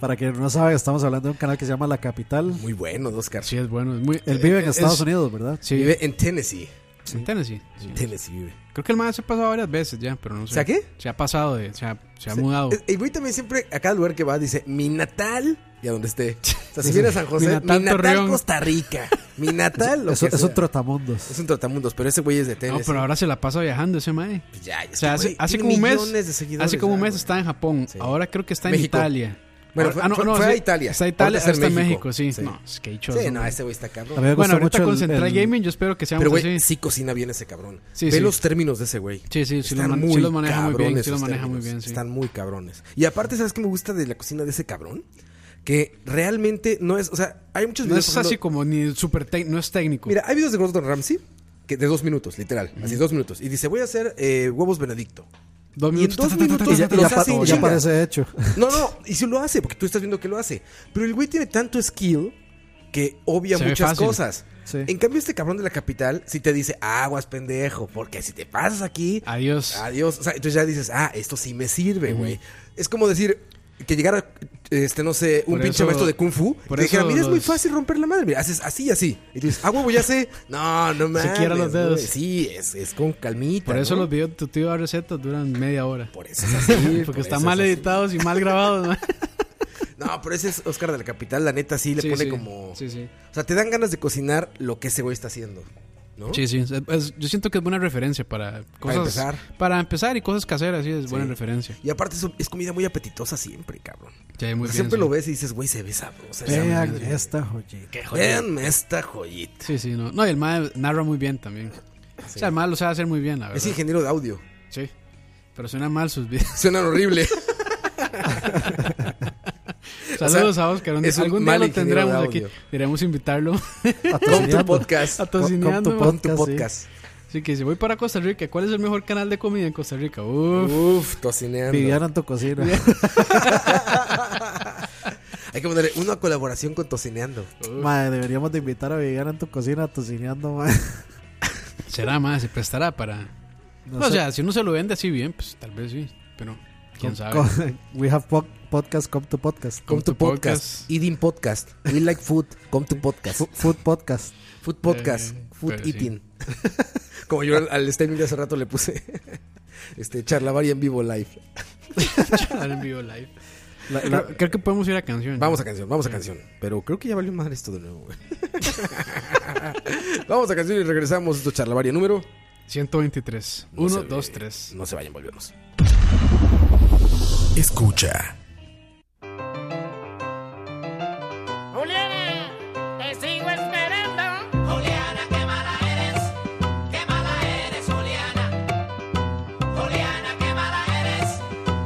Para que no saben, estamos hablando de un canal que se llama La Capital.
Muy bueno, Oscar.
Sí, es bueno. Es muy,
Él vive en
Eh, es-
Estados Unidos, ¿verdad?
Sí,
Vive en Tennessee.
en Tennessee. sí.
En Tennessee vive.
Creo que el mae se ha pasado varias veces ya, pero no sé.
¿Se ha qué?
Se ha pasado, de, se ha, se ha mudado.
Es- Eh, Y güey también siempre a cada lugar que va dice mi natal y a donde esté. O sea, si viene a San José, mi
Mi
natal,
natal, Torreón.
Costa Rica. Mi natal, lo
Eso-
que
es
sea.
un trotamundos.
Es un trotamundos, pero ese güey es de
No,
Tennessee.
pero ahora se la pasa viajando ese mae.
Pues Ya, ya
O sea, hace,
güey
hace
tiene
como un mes.
millones de seguidores,
Hace como un
ya,
mes
güey.
estaba en Japón.
Sí.
Ahora creo que está en
México.
Italia.
Bueno,
Ahora-
fue-
ah, no,
fue-
no,
fue
sí,
a Italia.
Está en
Ahorita
Italia,
está
ahora
en
está en
México.
México, sí.
Sí.
No, es que he
Sí, no, ese güey está cabrón.
A mí me
Bueno,
gusta
ahorita
mucho
con
el-
Central
el-
Gaming yo espero que sea
Pero,
algo
güey,
así.
sí cocina bien ese cabrón.
Sí,
Ve
sí.
los términos de ese güey.
Sí, sí, sí los
Están
man- sí
muy
los maneja muy bien,
cabrones
sí los
sus
maneja muy
términos.
bien, sí.
Están muy cabrones. Y aparte, ¿sabes qué me gusta de la cocina de ese cabrón? Que realmente no es... O sea, hay muchos
No
videos...
es
por
así
ejemplo-
como ni súper técnico, no es técnico.
Mira, hay videos de Gordon Ramsay que de dos minutos, literal. Así, dos minutos. Y dice, voy a hacer eh, huevos benedicto.
dos
y en
minutos.
dos
ta, ta, ta,
minutos
ta,
Y ya,
ta,
los
ya
hace
pa-
en
ya
chinga.
parece hecho.
No, no, y si lo hace, porque tú estás viendo que lo hace. Pero el güey tiene tanto skill que obvia
Se ve
muchas
fácil.
cosas.
Sí.
En cambio, este cabrón de la capital, si te dice, aguas, pendejo, porque si te pasas aquí,
Adiós.
adiós. O sea, entonces ya dices, ah, esto sí me sirve, güey. Es como decir que llegara, este, no sé, un
Por
pinche
eso-
maestro de Kung Fu, y
por
te dijera,
eso
mira, es muy
los-
fácil romper la madre, mira, haces así y así. Y tú dices, ah, huevo, ya sé. No, no mames.
quiebran los
güey.
dedos.
Sí, es, es con calmita.
Por eso
¿no?
los videos de tu tío dar recetas duran media hora.
Por eso es así. por
Porque
pues eso
están mal
es así.
editados y mal grabados. ¿no?
No, pero ese es Oscar de la Capital, la neta sí le
Sí,
pone
sí.
como.
Sí, sí.
O sea, te dan ganas de cocinar lo que ese güey está haciendo. ¿No?
Sí, sí. es- es- yo siento que es buena referencia para cosas.
empezar.
para empezar y cosas caseras, sí, es buena referencia.
Y aparte es, es comida muy apetitosa siempre, cabrón.
Sí, muy bien,
siempre
sí.
lo ves y dices, güey, se ve sabrosa. esa
Vean
madre.
esta joyita.
Véanme esta joyita.
Sí, sí, no. No, y el mae narra muy bien también. O sea, el mae lo sabe hacer muy bien, la verdad.
Es ingeniero de audio.
Sí. Pero suena mal sus videos.
Suenan horrible.
Saludos a Oscar.
es un
algún día
mal
lo
ingeniero de
tendremos
audio.
aquí. Deberíamos invitarlo. A
Tocineando. podcast.
A Tocineando.
Con tu Con tu podcast, Ah, podcast. sí.
Así que si voy para Costa Rica, ¿cuál es el mejor canal de comida en Costa Rica? Uf,
Uf, tocineando.
Viviana
en tu cocina.
Hay que ponerle una colaboración con Tocineando.
Madre, deberíamos de invitar a Viviana en tu cocina tocineando, madre.
será más, se prestará para.
No
No, O
sé.
sea, si uno se lo vende así bien, pues tal vez sí. Pero quién sabe.
Con- We have po- podcast, come to podcast.
Come to podcast. Eating podcast. We like food. Come to podcast.
Fu- Food podcast.
Food podcast.
Eh,
food
pero sí.
eating. Como yo al, al streaming de hace rato le puse este charlavaria en vivo live.
Ahora en vivo live.
La-
Creo-
la-
creo, que podemos ir a canción.
Vamos
¿no?
a canción, vamos a
Sí.
canción. Pero creo que ya valió madre esto de nuevo, güey. vamos a canción y regresamos. Esto es charlavaria número
123.
No
1,
se ve.
2, 3.
No se vayan, volvemos.
Escucha.
Juliana, te sigo esperando. Juliana, qué mala eres. Qué mala eres, Juliana. Juliana, qué mala eres.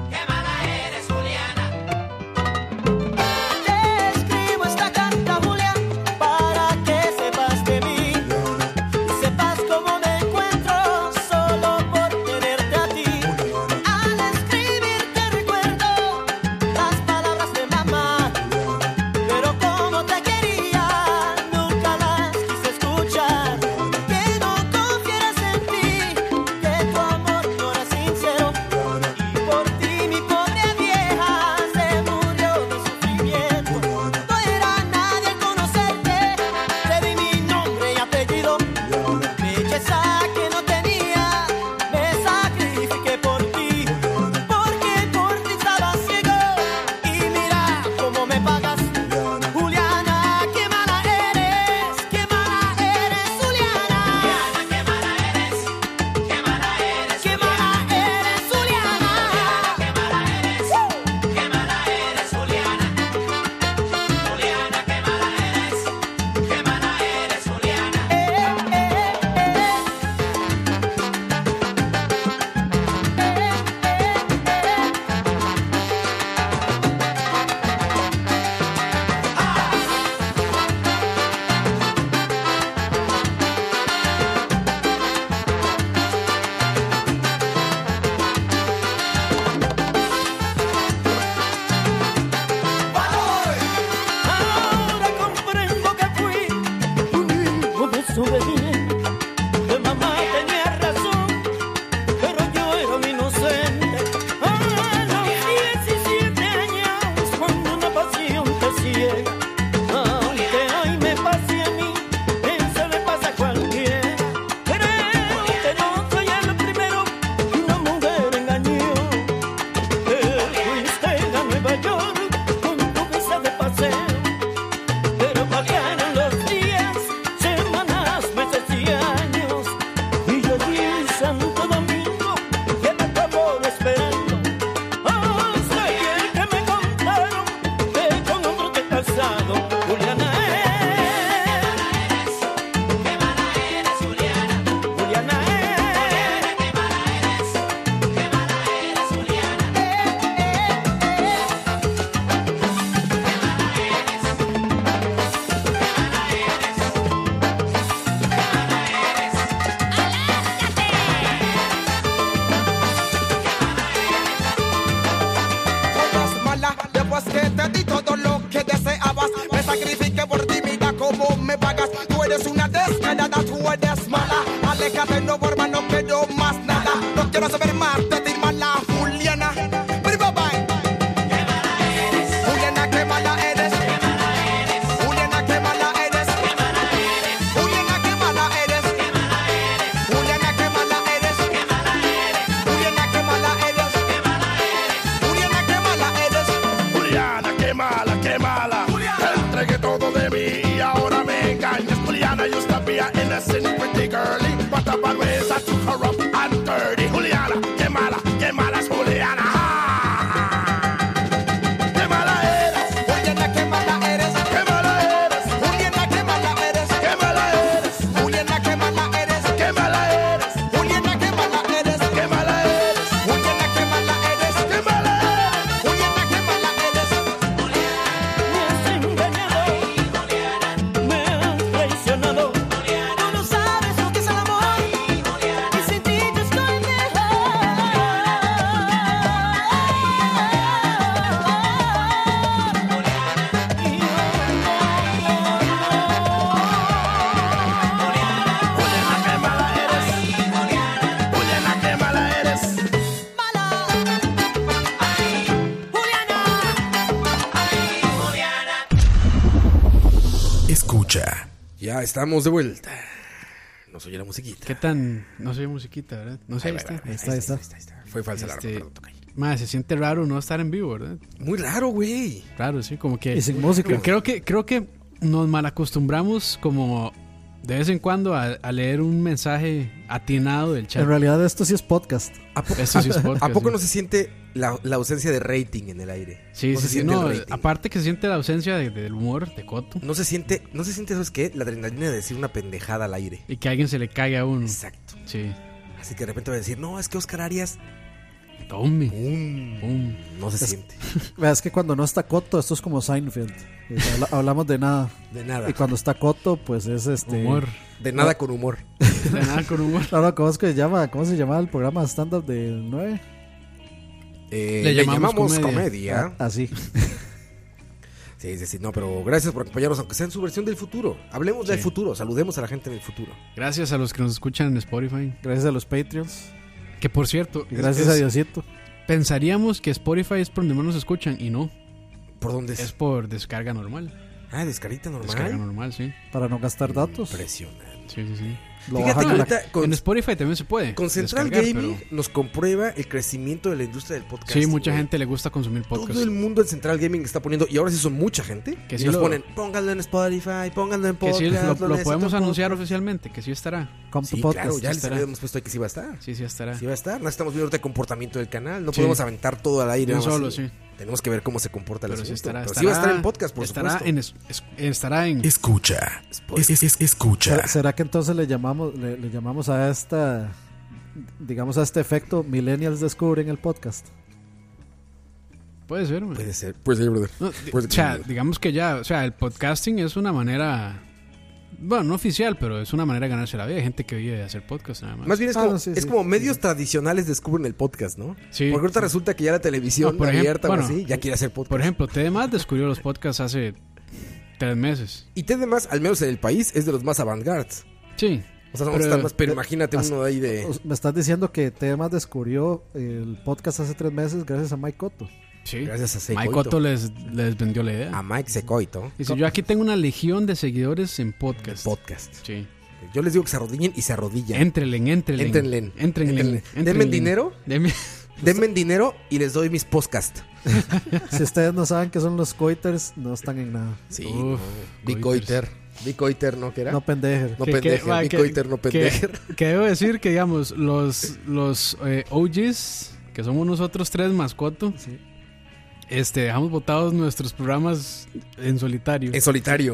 Qué mala eres, Juliana. Te escribo esta carta, Julián, para que sepas de mí. Y sepas cómo me encuentro solo por tenerte a ti. Al escribirte recuerdo las palabras de mamá. Pero como te quería, nunca las quise escuchar. Que no confieras en ti, que tu amor no era sincero. Y por ti, mi pobre vieja se murió de sufrimiento. No era nadie al conocerte, te di mi nombre y apellido. Belleza que no tenía, me sacrifiqué por ti. Porque por ti estaba ciego, y mira cómo me pagas. Juliana, qué mala eres, qué mala eres, Juliana. Juliana, qué mala eres, qué mala eres, qué mala eres, Juliana. Qué mala eres, qué mala eres, Juliana. Juliana, qué mala eres, qué mala eres, Juliana. Ahora comprendo que fui un hijo desobediente. Que mamá tenía razón, pero yo era un inocente. A los 17 años, cuando una pasión te ciega, aunque hoy me pase a mí, eso le pasa a cualquiera. Creo que no soy el primero que una mujer engañó. Te fuiste a Nueva York con tu visa de paseo. Pero pasaron los días, semanas, meses y años. Y yo vi en Santo Domingo que me acabó esperando. Hasta ayer Oh, que me contaron que con otro te he casado. Juliana E, es. Qué mala eres, Juliana. Juliana E, es. Qué mala eres. Qué mala eres, Juliana.
Eras mala, después que te di todo lo que deseabas. Me sacrifiqué por ti, mira cómo me pagas. Tú eres una descarada, tú eres mala. Aléjate, no, forma, no quiero más nada. No quiero saber más de ti, mala Juliana. Prima, bye. Juliana, qué mala eres. Juliana, qué mala eres. Juliana, qué mala eres. Juliana, qué mala eres. Juliana, qué mala eres. Juliana, qué mala eres.
Juliana, qué mala, qué mala. Te entregué todo de mí y ahora me engañas. Juliana used to be an innocent, pretty girly, but the bad ways I took her up and dirty. Juliana, qué mala, qué mala es Juliana. Qué mala eres,
Juliana, qué mala eres.
qué mala eres,
Juliana, qué mala eres.
qué mala eres,
Juliana, qué mala eres.
qué mala eres,
Juliana, qué mala eres.
qué mala eres,
Juliana, qué mala eres.
qué mala eres.
Juliana, qué mala eres.
Ya estamos de vuelta. Nos oye la musiquita.
¿Qué tan? No soy musiquita, ¿verdad? No sé,
Ahí
ahí
va,
está. Este,
ahí va, ahí está, ahí está, ahí está. Fue falsa alarma, perdón,
Madre, se siente raro no estar en vivo, ¿verdad?
Muy raro, güey.
Raro, sí, como que.
Y sin música.
Creo que, creo que nos malacostumbramos como de vez en cuando a, a leer un mensaje atinado del chat.
En realidad esto sí es podcast.
Eso sí es podcast,
¿A poco
sí.
no se siente la, la ausencia de rating en el aire?
Sí,
no
sí,
se
sí,
siente
no,
el rating.
aparte que se siente la ausencia de- del humor de Coto.
No se siente, no se siente, ¿sabes qué? La adrenalina de decir una pendejada al aire.
Y que a alguien se le caiga a uno.
Exacto.
Sí.
Así que de repente va a decir, no, es que Oscar Arias
Tome.
no se
Es-
siente.
Vea, es que cuando no está Coto, esto es como Seinfeld. Es- habla- hablamos de nada.
De nada.
Y cuando está Coto, pues es este.
Humor.
De nada con humor.
De nada con humor.
Ahora, ¿cómo es que se llama? ¿Cómo se llama el programa stand-up del 9?
Eh,
Le
le
llamamos
llamamos,
comedia.
comedia.
Ah, así.
sí, sí, sí, no, pero gracias por acompañarnos, aunque sea en su versión del futuro. Hablemos del futuro, saludemos a la gente del futuro.
Gracias a los que nos escuchan en Spotify.
Gracias a los Patreons.
Que por cierto.
Y gracias a Diosito.
Pensaríamos que Spotify es por donde más nos escuchan y no.
¿Por dónde
es? Es por descarga normal.
Ah, descarita normal.
Descarga normal, sí.
Para no gastar datos.
Impresionante.
Sí, sí, sí.
Lo
Mm, Fíjate
bajan
que
a la-
ahorita con,
en Spotify también se puede.
con Central
descargar,
Gaming
pero-
nos comprueba el crecimiento de la industria del podcast. Eh,
Sí, mucha
güey.
gente le gusta consumir podcasts.
Todo el mundo en Central Gaming está poniendo, y ahora sí son mucha gente,
Que
y
sí
nos
lo-
ponen, pónganlo en Spotify, pónganlo en
Que
podcast.
sí, lo, lo
necesito
podemos
en
anunciar oficialmente, que sí estará.
Sí, claro, ya les habíamos puesto que sí va a estar.
Sí, sí estará.
Sí va a estar. No estamos viendo ahorita el comportamiento del canal. No
Sí.
podemos aventar todo al aire.
De un
nada más.
solo, sí.
Tenemos que ver cómo se comporta el
Pero sí
asunto.
estará,
Pero
estará.
sí va a estar en podcast, por
estará
supuesto.
En es- es- estará en...
Escucha.
Es- es-
¿Será, será que entonces le llamamos, le, le llamamos a esta, digamos a este efecto, Millennials descubren el podcast?
Puede ser, güey.
Puede ser. Puede ser, brother.
No, di- o sea, digamos que ya, o sea, el podcasting es una manera... Bueno, no oficial, pero es una manera de ganarse la vida. Hay gente que vive de hacer podcast nada más.
Más bien es
Ah,
como,
no, sí,
es
sí.
como medios tradicionales descubren el podcast, ¿no?
Sí.
Porque ahorita resulta que ya la televisión
No, por ejem-
abierta
bueno,
o así ya quiere hacer podcast.
Por ejemplo, TDMás descubrió los podcasts hace tres meses.
Y TD más, al menos en el país, es de los más avant
Sí.
O sea, vamos a
Pero- eh,
estar más, pero imagínate
As-
uno ahí de.
os- Me estás diciendo que Temas descubrió el podcast hace tres meses gracias a Mike Cotto.
Sí.
Gracias a Ah, Secoito.
Mike Cotto les, les vendió la idea.
A Mike Secoito.
Dice, yo aquí tengo una legión de seguidores en podcast.
Podcast.
Sí.
Yo les digo que se arrodillen y se arrodillan.
Entrenlen, entrenlen.
Entrenlen.
Entrenlen.
Entrenlen.
Entrenlen.
Denme dinero.
Denme-
Denme dinero y les doy mis podcasts.
Si ustedes no saben qué son los coiters, no están en nada.
Sí.
Uf,
Bicoiter. Bicoiter, ¿no? ¿Qué era?
No pendejer.
No
Que- que-
pendejer.
va, que-
Bicoiter, no
que-
pendejer.
Que, debo decir que, digamos, los, los eh, OGs, que somos nosotros tres más Coto, este, dejamos botados nuestros programas en solitario.
En solitario.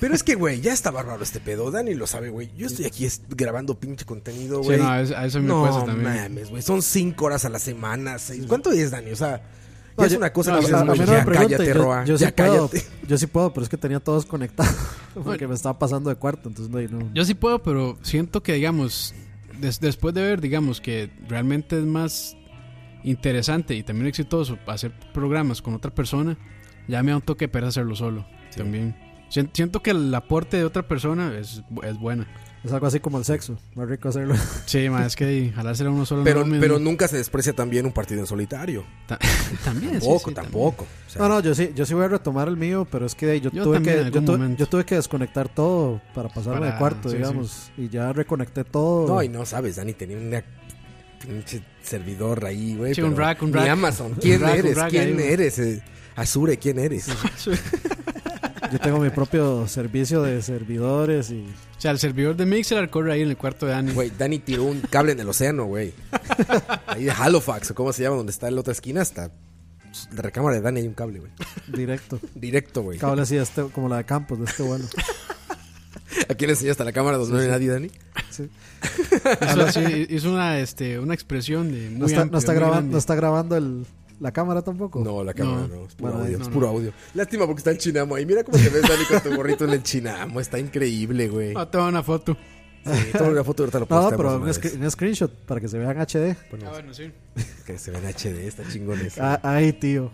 Pero es que, güey, ya está bárbaro este pedo. Dani lo sabe, güey. Yo estoy aquí es- grabando pinche contenido,
Sí,
güey.
no, a eso- a eso me
No
cuesta también.
mames, güey. Son cinco horas a la semana, seis. ¿Cuánto es, Dani? O sea, ya es una cosa
no,
que
a- a-
dices,
a
güey,
mí no me
ya
pregunten,
cállate,
yo-
Roa.
Yo, sí
ya
puedo,
cállate.
yo sí puedo, pero es que tenía todos conectados porque me estaba pasando de cuarto, entonces no, y no.
Yo sí puedo, pero siento que, digamos, des- después de ver, digamos, que realmente es más interesante y también exitoso hacer programas con otra persona, ya me da un toque de pereza hacerlo solo. También. Sien- Siento que el aporte de otra persona es, bu- es bueno.
Es algo así como el sexo, más rico hacerlo.
Sí, más es que jalárselo a uno solo.
Pero,
no es lo
pero
mismo.
nunca se desprecia también un partido en solitario.
Ta- también, sí,
Tampoco,
sí, también. Ah,
tampoco. O sea,
No, no, yo sí, yo sí voy a retomar el mío, pero es que de ahí yo,
Yo
tuve
también
que
en
yo,
algún
tuve-
momento.
yo tuve que desconectar todo para pasarme de
Para-
cuarto,
sí,
digamos, y ya reconecté todo.
No, y no sabes, Dani tenía una pinche servidor ahí, güey.
Sí, un
pero
rack, un
ni
rack.
Amazon.
Un
¿Quién
rack, un
eres?
rack ahí,
¿Quién
güey.
eres? eh? Azure, ¿quién eres?
Yo tengo mi propio servicio de servidores y
O sea, el servidor de Mixer corre ahí en el cuarto de Dani.
Güey, Dani tiró un cable en el océano, güey. Ahí de Halifax, o cómo se llama, donde está en la otra esquina, hasta la recámara de Dani hay un cable, güey.
directo.
Directo, güey.
Cable así de este, como la de Campos, de este vuelo.
¿A quién le enseñaste la cámara donde no hay nadie, Dani?
Sí.
Hizo, así- hizo una, este, una expresión de muy
No está,
amplia,
no está
muy
grabando,
grande.
no está grabando el, la cámara tampoco.
No, la cámara no, es puro
Bueno,
audio,
no,
es
no.
puro audio. Lástima porque está en Chinamo ahí. Mira cómo te ves, Dani, con tu gorrito en el Chinamo. Está increíble, güey.
Ah, toma una foto.
Sí, toma una foto y ahorita lo
No,
postamos.
pero
una
un,
vez.
scre- un screenshot para que se vean HD.
Ah, bueno, sí.
Que se ve en HD, está chingón eso.
Ah, Ay, tío.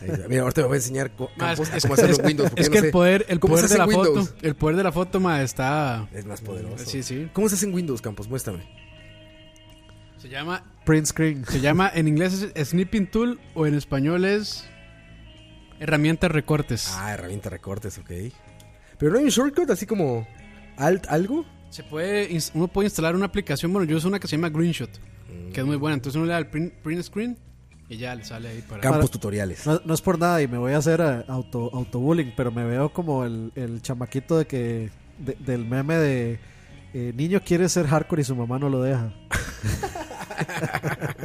Ahí está. Mira, ahorita me voy a enseñar co-
Ma, es
Campos,
que,
a
es
cómo
que-
hacerlo
es
en Windows. porque
es
yo
que
no
el
sé
poder, el
cómo
poder
se
de la
hace en Windows.
foto, el poder de la foto ma, está
Es más poderoso.
Sí, sí.
¿Cómo se hace en Windows, Campos? Muéstrame.
Se llama
Print screen.
se llama en inglés es snipping tool o en español es herramienta recortes.
Ah, herramienta recortes, ok. Pero no hay un shortcut así como alt algo.
Se puede, ins- uno puede instalar una aplicación, bueno, yo uso una que se llama Greenshot, que es muy buena. Entonces uno le da el print, print screen y ya le sale ahí para...
Para- No, no es por nada y me voy a hacer eh, auto autobullying, pero me veo como el, el chamaquito de que de- del meme de eh, niño quiere ser hardcore y su mamá no lo deja.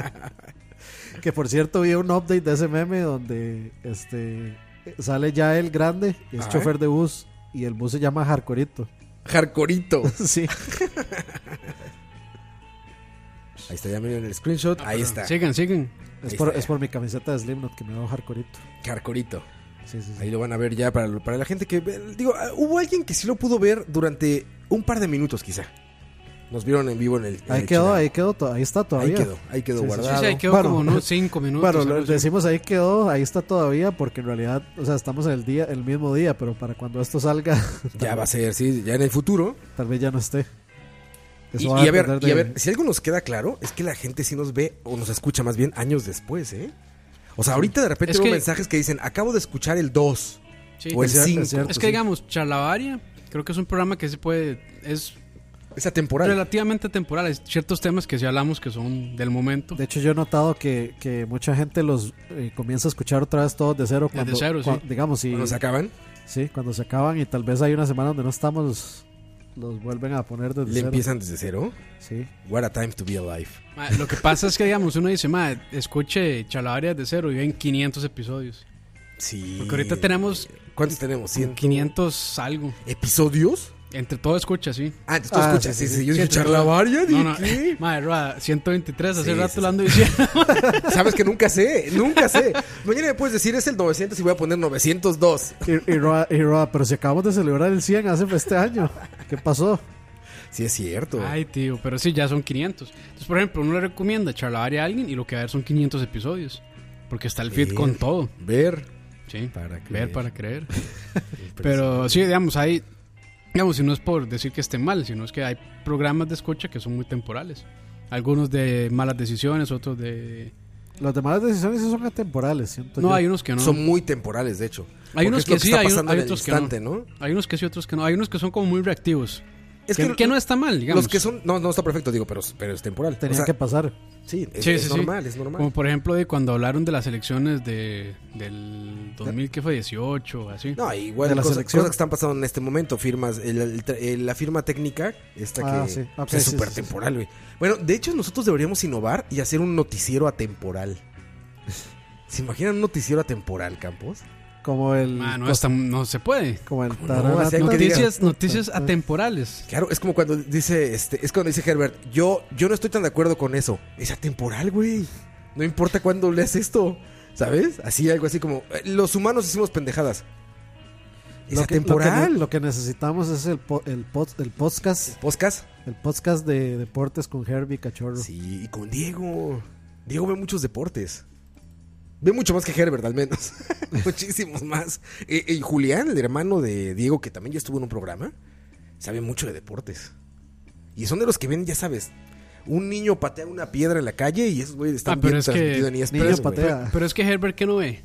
que por cierto vi un update de ese meme donde este sale ya el grande, es
Ajá.
chofer de bus y el bus se llama Hardcoreito.
Hardcoreito.
sí.
Ahí está, ya me dieron el screenshot.
Ah,
ahí
pero
está.
sigan, sigan.
Es por,
Este.
es por mi camiseta de Slimnot que me veo Hardcoreito.
Hardcoreito.
Sí, sí, sí.
Ahí lo van a ver ya para, para la gente que... ve- Digo, ah, hubo alguien que sí lo pudo ver durante un par de minutos quizá. Nos vieron en vivo en el... en
Ahí
el
quedó,
Chilango.
ahí quedó, to- ahí está todavía.
quedó, ahí quedó guardado.
Sí, sí, ahí quedó como unos cinco minutos,
Bueno,
algo
lo
así.
decimos ahí quedó, ahí está todavía, porque en realidad, o sea, estamos en el día, el mismo día, pero para cuando esto salga,
Ya va a ser, sí, ya en el futuro.
tal vez ya no esté.
Y,
Eso va
y a ver,
depender
y a
de-
ver, si algo nos queda claro, es que la gente sí nos ve o nos escucha más bien años después, ¿eh? O sea, ahorita de repente
Es
veo
que-
mensajes que dicen, acabo de escuchar el 2
Sí.
o el
Es
5.
cierto, es que digamos, Charlavaria, creo que es un programa que se puede. Es.
Es atemporal.
Relativamente temporal. Hay ciertos temas que sí hablamos que son del momento.
De hecho, yo he notado que, que mucha gente los eh, comienza a escuchar otra vez todos de cero.
Desde
Cuando,
cero,
cua-
sí.
Digamos, si,
Cuando se acaban.
Sí, cuando se acaban y tal vez hay una semana donde no estamos, los vuelven a poner desde
Le
cero.
empiezan desde cero.
Sí.
What a time to be alive.
Ma, Lo que pasa es que, digamos, uno dice, ma, escuche Charlavaria de cero y ven 500 episodios.
Sí.
Porque ahorita tenemos.
¿Cuántos tenemos?
Como 500 algo.
¿Episodios?
Entre todo escucha, sí.
Ah, entre todo Ah, escucha, sí, sí, sí. sí. Yo dije, ¿Charlavaria?
No,
¿Dije
no.
qué?
Ma, Roa, 123, hace
Sí,
rato
sí,
lo ando diciendo.
Sabes que nunca sé, nunca sé. Mañana me puedes decir es el 900 y voy a poner 902.
Y, y Roa- y Roa, pero si acabamos de celebrar el 100 hace este año, ¿qué pasó?
Sí, es cierto.
Ay, tío, pero sí, ya son 500. Entonces, por ejemplo, uno le recomienda charlar a alguien y lo que va a ver son 500 episodios. Porque está el feed
Ver,
con todo.
Ver.
Sí,
para
ver para creer. pero sí, digamos, hay. Digamos, si no es por decir que esté mal, sino es que hay programas de escucha que son muy temporales. Algunos de malas decisiones, otros de.
Los demás decisiones sí son atemporales, siento
No,
yo.
hay unos que no.
Pues Son muy temporales, de hecho.
Ah. Hay unos que, sí, hay, un- hay otros
otros
que no. Hay unos que sí, otros que no. Hay unos que son como muy reactivos.
Es
que,
que-
que no está mal, digamos.
Los que son. No, no está perfecto, digo, pero, pero es temporal.
Tenía
O sea,
que pasar.
Sí, es,
Sí,
es
sí, sí.
normal, es normal.
Como por ejemplo de cuando hablaron de las elecciones de, del 2000, que fue 18, así.
No, igual
de
cosas, cosas que están pasando en este momento, firmas, el- el- el- la firma técnica, esta
Ah,
que
sí. Ah,
o sea,
sí,
es
sí,
súper
sí, sí.
temporal, güey. Bueno, de hecho nosotros deberíamos innovar y hacer un noticiero atemporal. ¿Se imaginan un noticiero atemporal, Campos?
Como el.
Ah, no, está- no se puede.
Como el
No, así pues hay que Ah, diga.
noticias, noticias atemporales.
Claro, es como cuando dice, este, es cuando dice Herbert, yo, yo no estoy tan de acuerdo con eso. Es atemporal, güey. No importa cuándo leas esto, ¿sabes? Así, algo así como, eh, los humanos hicimos pendejadas. Es
Lo que, lo, que,
atemporal.
ne- lo que necesitamos es el, po- el, pod- el podcast. ¿El
podcast?
El podcast de deportes con Herbie Cachorro.
Sí, y con Diego. Diego ve muchos deportes. Ve mucho más que Herbert, al menos. Muchísimos más. Eh, eh, Julián, el hermano de Diego, que también ya estuvo en un programa, sabe mucho de deportes. Y son de los que ven, ya sabes, un niño patea una piedra en la calle y esos güeyes están
Ah, pero
bien
es que.
transmitidos en E ESPN, güey.
Pero, pero es que Herbert, ¿qué no ve?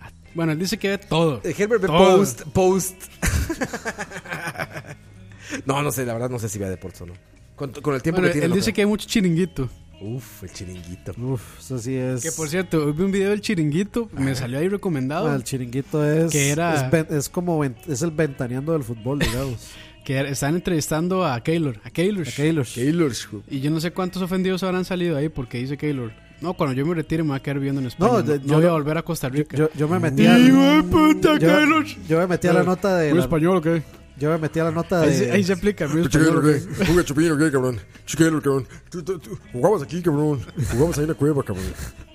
Ah, Bueno, él dice que ve todo.
Eh, Herbert ve
Todo.
post, post. no, no sé, la verdad no sé si vea deportes o no. Con, con el tiempo
Bueno,
que tiene.
él
no
dice que hay mucho chiringuito.
creo. Uf, el chiringuito.
Uf, eso sí es.
Que por cierto, hoy vi un video del chiringuito, me salió ahí recomendado.
Ah, el chiringuito es.
Que era-
Es, ven- es como. ven- es el ventaneando del fútbol, digamos.
que están entrevistando a Keylor, a Keylor. Y yo no sé cuántos ofendidos habrán salido ahí porque dice Keylor. No, cuando yo me retire me voy a quedar viviendo en España. No,
No, de-
no
yo-
voy a volver a Costa Rica.
Yo, yo me metí al- yo, yo me metí a la nota de.
¿Un
la-
español o qué?
Yo me metí a la nota
Ahí,
de.
se- ahí se aplica. ¿un español o
Chiquero,
qué?
¿qué? Juega chupino, ¿qué, cabrón? Chiquero, cabrón. Tú, tú, tú, Jugabas aquí, cabrón. Jugabas ahí en la cueva, cabrón.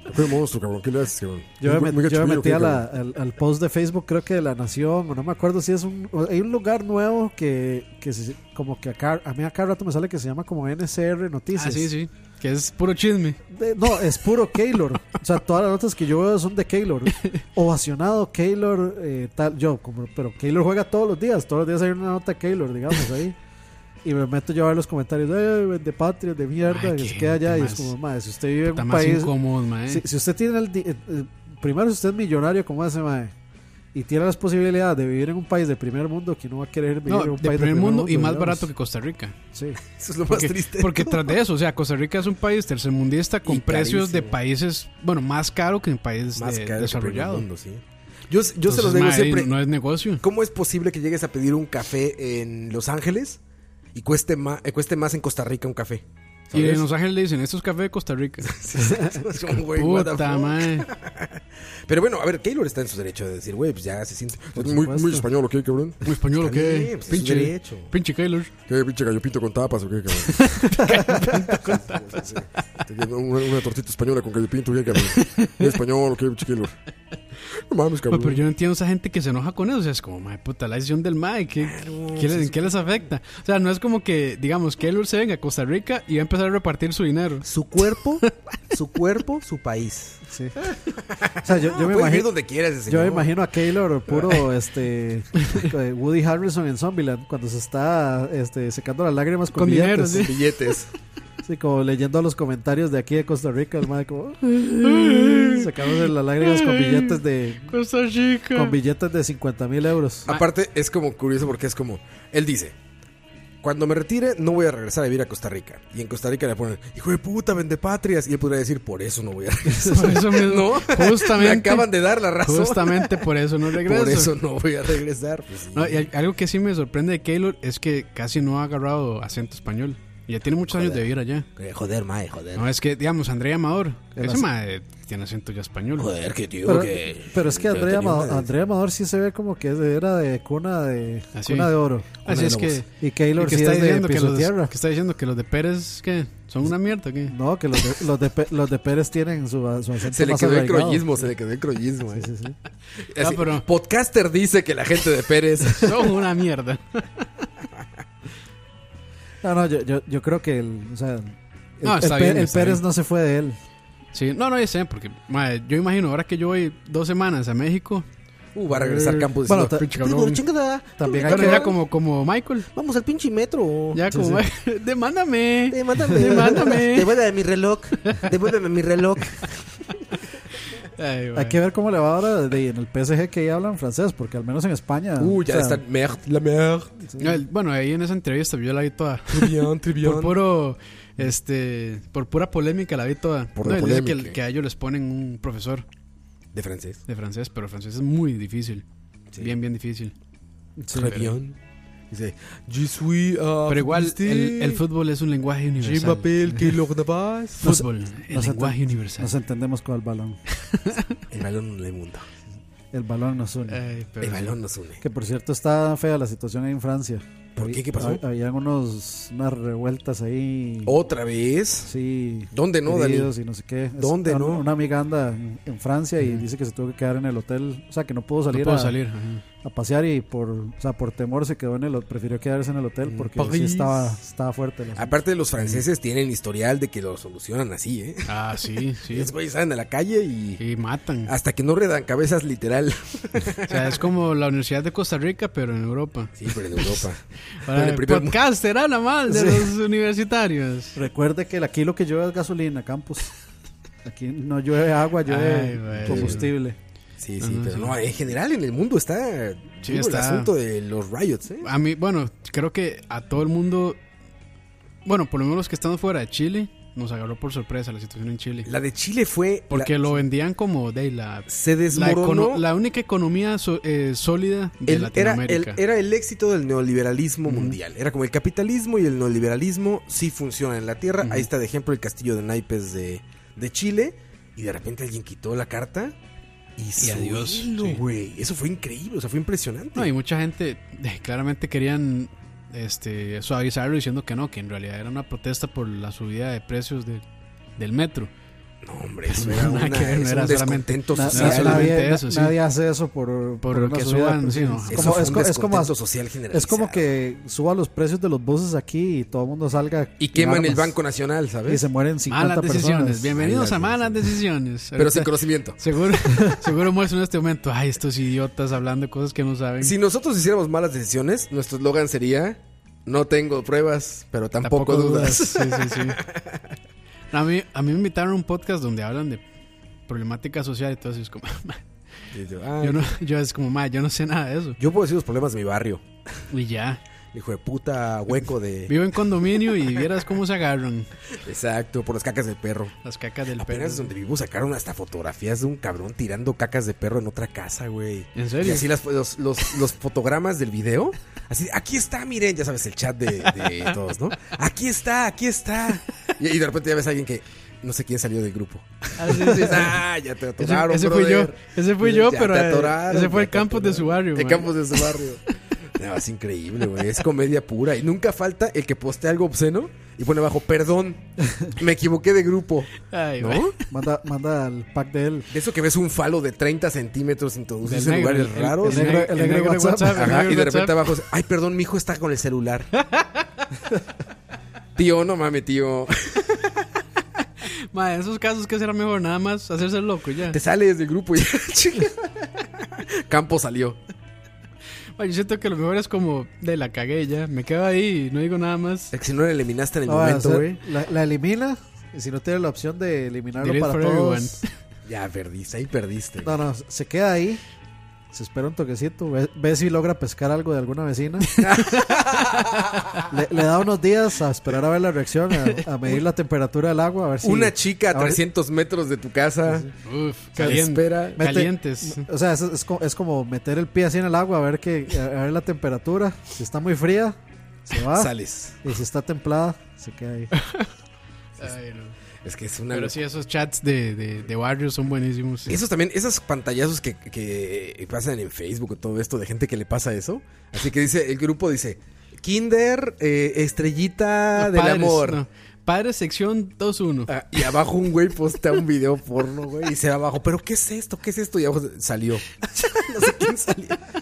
La cueva monstruo, cabrón. ¿Qué le haces, cabrón?
Yo me,
Juega- juega
yo me
chupino,
metí
¿qué,
a la-
cabrón?
al, al post de Facebook, creo que de La Nación, o no me acuerdo si es un... o- Hay un lugar nuevo que, que se- como que acá, a mí acá rato me sale que se llama como NCR Noticias.
Ah, sí, sí. Que es puro chisme.
De- no, es puro Keylor. O sea, todas las notas que yo veo son de Keylor. Ovacionado, Keylor, eh, tal. Yo, como, pero Keylor juega todos los días. Todos los días hay una nota de Keylor, digamos, ahí. Y me meto yo a ver los comentarios de, de patria, de mierda,
Ay,
que
qué
se queda allá. Y es
más-
como, madre, si usted vive en
puta,
un
más
país.
incómodo, mae.
si, si usted tiene el. di- eh, eh, primero, si usted es millonario, como ese, madre. y tiene las posibilidades de vivir en un país de primer mundo que no va a querer vivir
No,
en
de
un
primer,
país de
mundo, y más
digamos.
barato que Costa Rica.
Sí.
Eso es lo más
Porque-
triste.
Porque tras de eso, o sea, Costa Rica es un país tercermundista con
Y
precios de
carísimo.
países, bueno, más caro que en países
Más
pues, de-
caro que
desarrollados.
primer mundo, sí. Yo, yo se
Entonces,
los digo
madre,
siempre.
No es negocio.
¿Cómo es posible que llegues a pedir un café en Los Ángeles y cueste más, cueste más en Costa Rica un café?
Y
¿Sabes?
en Los Ángeles le dicen, esto es café de Costa Rica.
Es como, güey, Pues, what the
Puta
fuck.
madre.
Pero bueno, a ver, Keylor está en su derecho de decir, güey, pues ya se siente.
Es muy, muy español, ¿o qué, cabrón?
Muy español, ¿o
Está
qué?
bien, pues, es un
pinche,
derecho.
pinche Keylor.
¿Qué pinche gallo pinto con tapas o qué, cabrón? Sí, sí. una, una tortita española con gallo pinto, ¿qué, cabrón? Muy español, ¿o qué, pinche Keylor? No mames, cabrón.
Ma, Pues, pero yo no entiendo a esa gente que se enoja con eso. O sea, es como, madre puta, la decisión del MAE, ¿qué, qué les, ¿en qué les afecta? O sea, no es como que, digamos, Keylor se venga a Costa Rica y va a empezar a repartir su dinero.
Su cuerpo, su cuerpo, su país.
Sí. O sea, yo, yo me
Puede
imagino.
vivir donde quiera ese
Yo
señor.
me imagino a Keylor puro este eh, Woody Harrison en Zombieland cuando se está este, secando las lágrimas con,
Con dinero,
billetes.
sí.
Billetes.
Sí, como leyendo los comentarios de aquí de Costa Rica, el madre como secándose las lágrimas con billetes de
Costa Rica.
con billetes de 50 mil euros.
Aparte, es como curioso porque es como. Él dice: Cuando me retire, no voy a regresar a vivir a Costa Rica. Y en Costa Rica le ponen: Hijo de puta, vende patrias. Y él podría decir: Por eso no voy a regresar.
Por eso mismo.
¿No?
Justamente.
Me acaban de dar la razón.
Justamente por eso no regreso.
Por eso no voy a regresar. Pues sí.
No, y al- algo que sí me sorprende de Keylor es que casi no ha agarrado acento español. Y Ya tiene muchos años de vivir allá.
Eh, Joder, mae, joder.
No, es que, digamos, Andrea Amador,
El
ese
ac-
mae tiene acento ya español.
Joder, que tío,
Pero,
que.
pero es que
yo
Andrea
tenía
Amador,
una-
Andrea Amador sí se ve como que era de cuna de
Así.
cuna de oro. Cuna
Así
de
es que.
lobos. y Keylor
y que
sí
está
es de
diciendo que
piso
los,
tierra.
Que está diciendo que los de Pérez, ¿qué? ¿Son una mierda? o ¿Qué?
No, que los de, los de, Pe- los de Pérez tienen su, su acento
Se le
más
quedó el
arraigado.
crollismo, se le quedó el crollismo. eh.
Ah,
Así,
pero-
Podcaster dice que la gente de Pérez.
Son una mierda.
No, no, yo, yo, yo creo que el, o sea, el,
No,
el
está
Pe-
bien,
el
está
Pérez
bien.
no se fue de él.
Sí, no, no, ya sé, porque mae, yo imagino ahora que yo voy dos semanas a México.
Uh, va a regresar Campos
Bueno,
diciendo,
ta-
Pinche
Digo,
cabrón.
chingada.
También hay
Pero
que-
ya como, como Michael.
Vamos al pinche metro.
Ya como. Demándame.
Eh,
Demándame.
Demándame.
Devuélveme mi reloj. Devuélveme mi reloj.
Ay, mae.
Hay que ver cómo le va ahora de- en el PSG que ya hablan francés, porque al menos en España.
Uh,
o
ya
sea,
está. Merde, la merde.
No, el- Bueno, ahí en esa entrevista yo la vi toda.
Trivian,
Por
trivian.
puro. Este, por pura polémica la vi toda.
Por
No,
la
y dice que,
polémica.
que a ellos les ponen un profesor
De francés.
de francés, pero el francés es muy difícil. Bien, bien difícil.
Ah,
sí.
Trivian. Dice, je suis... ah,
Pero igual,
futboliste,
el, el fútbol es un lenguaje
Je
universal.
m'appelle Keylor Navas.
Fútbol, el
nos
lenguaje
enten-
universal.
Nos entendemos con el balón.
El balón del mundo.
El balón nos une.
Ay, pero-
El balón nos une.
Que por cierto está fea la situación ahí en Francia.
¿Por
Hab-
qué? ¿Qué pasó?
hab- Habían unos, unas revueltas ahí.
¿Otra vez?
Sí.
¿Dónde no, Dani?
heridos y no sé qué. Es-
¿Dónde
una-
no?
Una amiga anda en, en Francia y dice que se tuvo que quedar en el hotel. O sea, que no pudo
No
salir,
puedo
a,
salir. ajá.
a pasear y por, o sea, por temor se quedó en el prefirió quedarse en el hotel porque
París. Ah.
sí estaba, estaba fuerte. el asunto.
Aparte, los franceses tienen historial de que lo solucionan así, ¿eh?
Ah, sí, sí.
Los güeyes salen a la calle y...
Y matan.
Hasta que no redan cabezas, literal.
O sea, es como la Universidad de Costa Rica, pero en Europa.
Sí, pero en Europa. Pero en
Para
el primer mundo.
podcast era nada más de los universitarios.
Recuerde que el- aquí lo que llueve es gasolina, Campus. Aquí no llueve agua,
Ay,
llueve
güey.
combustible.
Sí, sí,
no,
pero
sí.
no, en general en el mundo está
Sí,
duro el
está.
asunto de los riots, ¿eh?
A mí, bueno, creo que a todo el mundo, bueno, por lo menos los que están fuera de Chile, nos agarró por sorpresa la situación en Chile.
La de Chile fue...
Porque
la-
lo vendían como de la,
se
la,
desmoronó...
econo- la única economía so- eh, sólida de
El- era, el,
Latinoamérica.
era el éxito del neoliberalismo mundial. Era como el capitalismo y el neoliberalismo sí funciona en la tierra. Ahí está de ejemplo el castillo de naipes de, de Chile. Y de repente alguien quitó la carta. Y,
adiós,
suelo,
sí.
güey. Eso fue increíble, o sea, fue impresionante.
No, y mucha gente eh, claramente querían este, suavizarlo diciendo que no, que en realidad era una protesta por la subida de precios de- del metro.
No, hombre, eso
No,
era,
nada
una,
que ver, no
es
era
un
solamente-
descontento
Na-
sí,
na-
social.
sí,
nadie,
solamente eso, sí.
nadie hace eso por,
Por
una
que
subida de
suban, sí, no.
precios.
Eso
Es como,
fue
es,
un
co- es como,
descontento social
es como
generalizado.
que suban los precios de los buses aquí y todo el mundo salga.
Y
con
queman
armas.
el Banco Nacional, ¿sabes?
Y se mueren 50
Malas decisiones.
personas.
Bienvenidos a
Malas
malas decisiones.
Pero sin
Ahorita-
conocimiento.
Seguro, seguro muestro en este momento. Ay, estos idiotas hablando cosas que no saben.
Si nosotros hiciéramos malas decisiones, nuestro eslogan sería: No tengo pruebas, pero tampoco, dudas.
Sí, sí, sí. A mí, a mí me invitaron a un podcast donde hablan de problemática social y todo eso. y es como,
Y yo, ah,
Yo, no- yo es como, ma, yo no sé nada de eso.
Yo puedo decir los problemas de mi barrio.
Y ya.
Hijo de puta hueco de.
Vivo en condominio y vieras cómo se agarran
Exacto, por las cacas del perro.
las cacas del perro.
Apenas donde vivo sacaron hasta fotografías de un cabrón tirando cacas de perro en otra casa, güey.
¿En serio?
Y así las- los, los- los fotogramas del video. Así, aquí está, miren, ya sabes, el chat de, de todos, ¿no? Aquí está, aquí está. Y, y de repente ya ves a alguien que no sé quién salió del grupo.
Ah, sí, sí, sí.
Ah, ya te
Ese,
atoraron,
ese fui yo,
brother.
ese fui yo,
Ya
pero
te
eh,
atoraron,
ese fue
ya
el
te
campus de su barrio.
El
ma.
campus de su barrio. No, es increíble, güey. Es comedia pura. Y nunca falta el que postea algo obsceno y pone abajo, perdón, me equivoqué de grupo.
Ay,
¿No?
güey.
Manda, al pack de él. De eso que ves un falo de 30 centímetros introducido
Del
en
negro,
Pues lugares
el-
raros.
el negro- el El negro negro de WhatsApp. WhatsApp, el
Ajá,
negro
y de
de
repente
WhatsApp.
abajo, ay, perdón, mi hijo está con el celular. tío, no mames, tío.
Ma, en esos casos, ¿qué será mejor? Nada más hacerse el loco y ya.
Te sales del grupo y Chinga. Campo salió.
Ma, yo siento que lo mejor es como, de la cagué y ya, me quedo ahí y no digo nada más.
Es que si no la eliminaste en el
Ah,
momento,
o sea,
güey.
La, la elimina y si no tiene la opción de eliminarlo
Delete
para
for
todos.
Ya perdiste, ahí perdiste. güey.
No, no, se queda ahí. Se espera un toquecito. Ve, ve si logra pescar algo de alguna vecina. le, le da unos días a esperar a ver la reacción, a, a medir la temperatura del agua. A ver si,
Una chica a
ver-
300 metros de tu casa.
Uf,
Se
calien-
espera.
mete-
calientes.
O sea, es, es co- es como meter el pie así en el agua, a ver, que, a ver la temperatura. Si está muy fría, se va.
Sales.
Y si está templada, se queda ahí.
Ay, no.
Es que es una
Pero sí, esos chats de, de, de barrios son buenísimos.
Esos también, esos pantallazos que, que pasan en Facebook, todo esto de gente que le pasa eso. Así que dice, el grupo dice, Kinder, eh, estrellita
No,
del
padres,
amor.
no. Padres, sección 2-1.
Ah, Y abajo un güey postea un video porno, güey, y se va abajo, pero ¿qué es esto? ¿Qué es esto? Y abajo salió.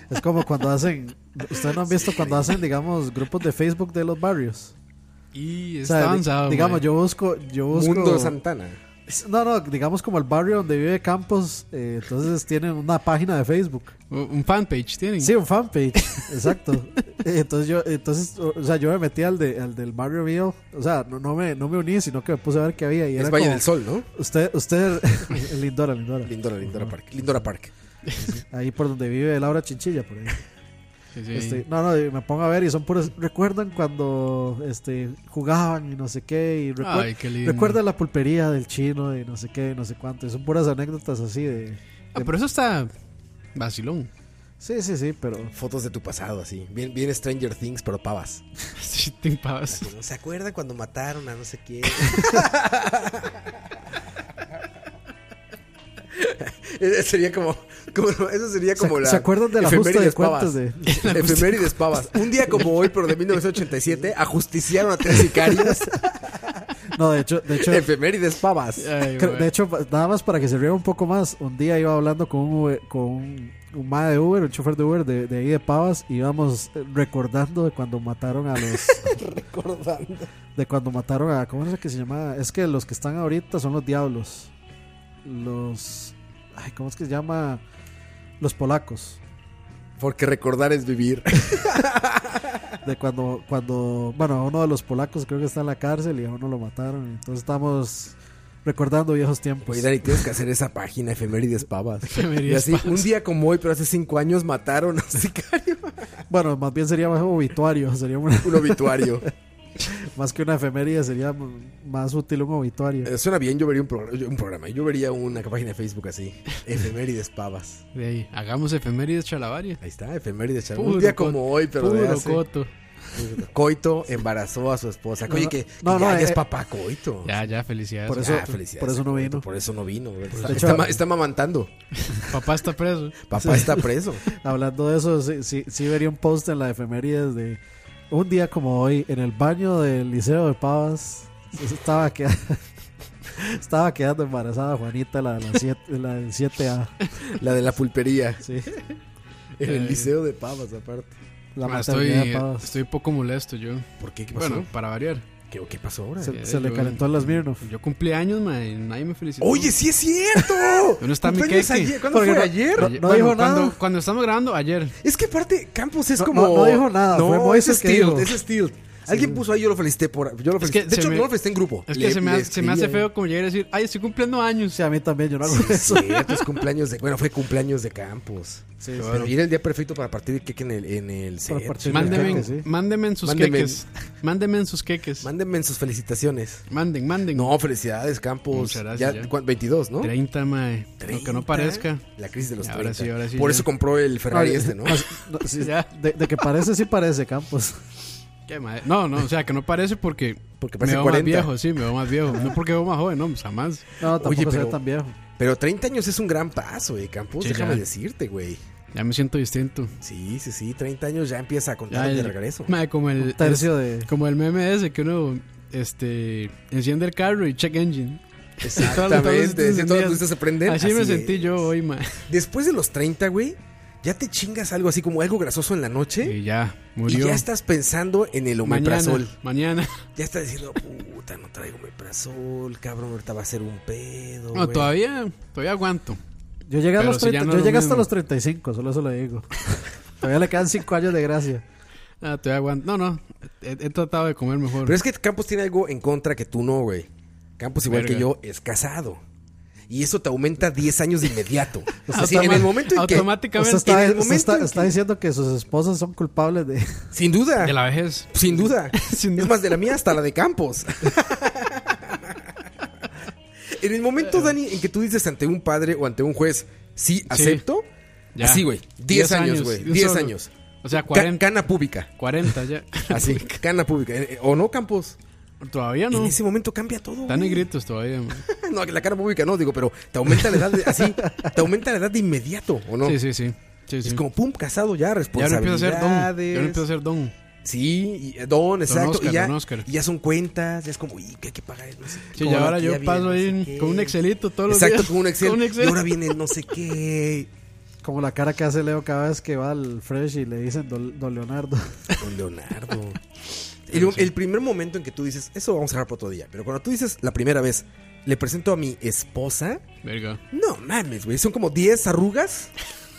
Es como cuando hacen. Ustedes no han visto cuando hacen, digamos, grupos de Facebook de los barrios.
Y
O
está
sea, di-
avanzado.
Digamos,
mae.
yo busco, yo busco.
Mundo Santana.
No, no, digamos como el barrio donde vive Campos, eh, entonces tienen una página de Facebook.
Un fanpage tienen.
Sí, un fanpage, exacto. Eh, Entonces yo, entonces, o o sea, yo me metí al, de, al del barrio mío, o sea, no, no me, no me uní, sino que me puse a ver qué había. Y
Es
era
Valle
como-
del Sol, ¿no?
Usted, usted, Lindora, Lindora.
Lindora, Lindora Park. Lindora Park.
Ahí por donde vive Laura Chinchilla, por ahí.
Sí, sí.
Este, no, no, y me pongo a ver y son puros. ¿Recuerdan cuando este, jugaban y no sé qué? Y recuer-
Ay, qué lindo.
Recuerda la pulpería del chino y no sé qué, y no sé cuánto. Y son puras anécdotas así de.
Ah, pero eso está vacilón.
Sí, sí, sí, pero.
Fotos de tu pasado, así. Bien, bien Stranger Things, pero pavas.
Sí, te empavas.
¿Se acuerdan cuando mataron a no sé quién? Eh, sería como, como- Eso sería como
¿Se-
la.
se acuerdan de la justa de
efemérides
cuentas
pavas?
de-
La justa
Efemérides pavas. Un día como hoy, pero de 1987, ajusticiaron a tres sicarias.
No, de hecho. De hecho
Efemérides pavas.
Ay,
Creo-
güey.
De hecho, nada más para que se ría un poco más, un día iba hablando con un, Uber- con un, un mae de Uber, un chofer de Uber de, de ahí de Pavas, y íbamos eh, recordando de cuando mataron a los...
Recordando.
de cuando mataron a... ¿Cómo es que se llama? Es que los que están ahorita son los diablos. Los... Ay, ¿Cómo es que se llama? Los polacos.
Porque recordar es vivir.
De cuando, cuando... Bueno, a uno de los polacos creo que está en la cárcel y a uno lo mataron. Entonces estamos recordando viejos tiempos.
Oye, Dani, tienes que hacer esa página, Efemérides pavas.
Efemérides
y así,
pavas.
un día como hoy, pero hace cinco años mataron a un sicario.
Bueno, más bien sería más obituario. Sería una-
Un obituario.
Más que una efeméride sería m- más útil un obituario.
Eh, Suena bien, yo vería un, progr- yo- un programa. Yo vería una página de Facebook así. Efemérides pavas.
De ahí, hagamos efemérides chalabaria.
Ahí está, efemérides. chaval.
Puro
Un día
co-
como hoy, pero de
puro
hace-
coto.
Coito embarazó a su esposa.
No,
Oye,
no,
que, que ya,
no, no,
ya es
eh,
papá Coito.
Ya, ya, felicidades.
Por eso-
Ya, felicidades,
por eso no
Coito,
vino.
Por eso no vino. güey. Está,
De hecho-
está ma- está mamantando.
Papá está preso.
Papá está preso.
Hablando de eso, sí, sí, sí vería un post en la efeméride de un día como hoy, en el baño del Liceo de Pavas, estaba, que- estaba quedando embarazada Juanita, la, de la, siete- la del 7A.
La de la pulpería.
Sí,
En
Ay.
el liceo de pavas, aparte.
la
Ah,
Ma,
maternidad
estoy,
de Pavas.
estoy poco molesto yo.
¿Por qué? ¿Qué pasó?
Bueno, para variar.
¿Qué, qué pasó ahora?
Se, se le calentó a las Mirnov.
Yo cumplí años, ma, y nadie me felicitó.
¡Oye, sí es cierto!
¿Dónde está mi
Cumpleaños
queque?
ayer. ¿Cuándo
Porque
fue?
no-
¿Ayer?
no-
Ayer-
no
bueno,
dijo
cuando,
nada.
Cuando estamos grabando, ayer.
Es que aparte, Campos es
No,
como.
no, no dijo nada, fue Moisés
ese
que
Steel,
dijo.
ese Steel. Alguien puso ahí, yo lo felicité por. Yo lo
Es
felicité.
que
de
se
hecho,
me-
no lo felicité en grupo.
Es que
Le-
se, me
le
hace, se me hace
escribí ahí.
feo como llegar a decir, ay, estoy cumpliendo años.
Sí, a mí también, yo no
Sí, es cierto, es cumpleaños de. Bueno, fue cumpleaños de Campos.
Sí,
Pero
sí.
era el día perfecto para partir el queque en el, en el set.
Mándenme, mándenme en sus
Mándenme-
queques. Mándenme en sus queques.
Mándenme en sus felicitaciones.
Manden, manden.
No, felicidades, Campos.
Muchas gracias,
Ya,
ya.
¿cuán- 22, ¿no?
30, mae. Aunque no
30.
parezca.
La crisis de los
Ahora
30.
sí, ahora sí.
Por
ya.
eso compró el Ferrari
Ay,
este, ¿no?
no, sí, de, de que parece, sí parece, Campos.
Qué mae. No, no, o sea, que no parece porque,
porque
parece
me veo
40.
más viejo, sí, me veo más viejo. No porque veo más joven, no, pues, jamás.
No, tampoco se ve tan viejo.
Pero 30 años es un gran paso, eh, Campos.
Sí,
déjame
ya.
decirte, güey.
Ya me siento distinto.
Sí, sí, sí. 30 años ya empieza a contar
Ya,
de
el-
regreso.
mae, como el,
Un tercio
es- Como el meme ese que uno este, enciende el carro y check engine.
Exactamente, si todas las luces se prenden.
Así, me sentí yo. hoy, ma.
Después de los 30, güey, ya te chingas algo así como algo grasoso en la noche.
Y ya,
Y
murió.
ya estás pensando en el
Mañana,
omeprazol.
mañana.
Ya estás diciendo, puta, no traigo omeprazol, cabrón, ahorita va a ser un pedo.
No,
güey".
todavía, todavía aguanto.
Yo llegué, a
Pero
los
si ya
30
no
yo
es lo
llegué hasta
mismo.
los 35, solo eso lo digo. Todavía le quedan 5 años de gracia.
Ah, todavía aguanto. No, no. He, he tratado de comer mejor.
Pero es que Campos tiene algo en contra que tú no, güey. Campos, igual
Verga.
que yo, es casado. Y eso te aumenta 10 años de inmediato. O sea, sí,
Automa-
en el momento en que.
automáticamente.
Usted está,
en el
usted
momento
está-
en que-
está diciendo que sus esposas son culpables de.
Sin duda.
De la vejez.
Sin duda. Es más, de la mía hasta la de Campos. en el momento, Dani, en que tú dices ante un padre o ante un juez, sí, acepto.
Ya.
Así, güey. 10
Diez
años,
años,
güey.
de un
10
solo.
años.
O sea,
Ca-
40.
cana pública.
40 ya.
Así, cana pública. Eh, eh, ¿O no, Campos?
Todavía no.
En ese momento cambia todo.
Están
güey.
negritos todavía, ma.
No, la cara pública no, digo, pero te aumenta la edad de- así, te aumenta la edad de inmediato, ¿o no?
Sí, sí, sí. Sí,
es
sí.
como pum, casado ya,
Ya no empiezo a
responsabilidades.
ser don. Ya no empiezo a ser don.
Sí, y- eh, don, exacto.
Oscar,
y, ya,
don Oscar.
y ya son cuentas, ya es como, uy, ¿qué hay que pagar? No sé qué,
Sí,
cómo
y ahora
aquí
yo
ya
paso
viene,
ahí
no sé
en-
qué.
con un Excelito todos los
Exacto,
días.
con un Excel.
Con un Excel.
Y ahora viene el no sé qué.
Como la cara que hace Leo cada vez que va al Fresh y le dicen Don, don Leonardo.
Don Leonardo. El, el primer momento en que tú dices, eso vamos a dejar para otro día, pero cuando tú dices la primera vez, le presento a mi esposa,
Verga.
No mames, güey. Son como 10 arrugas.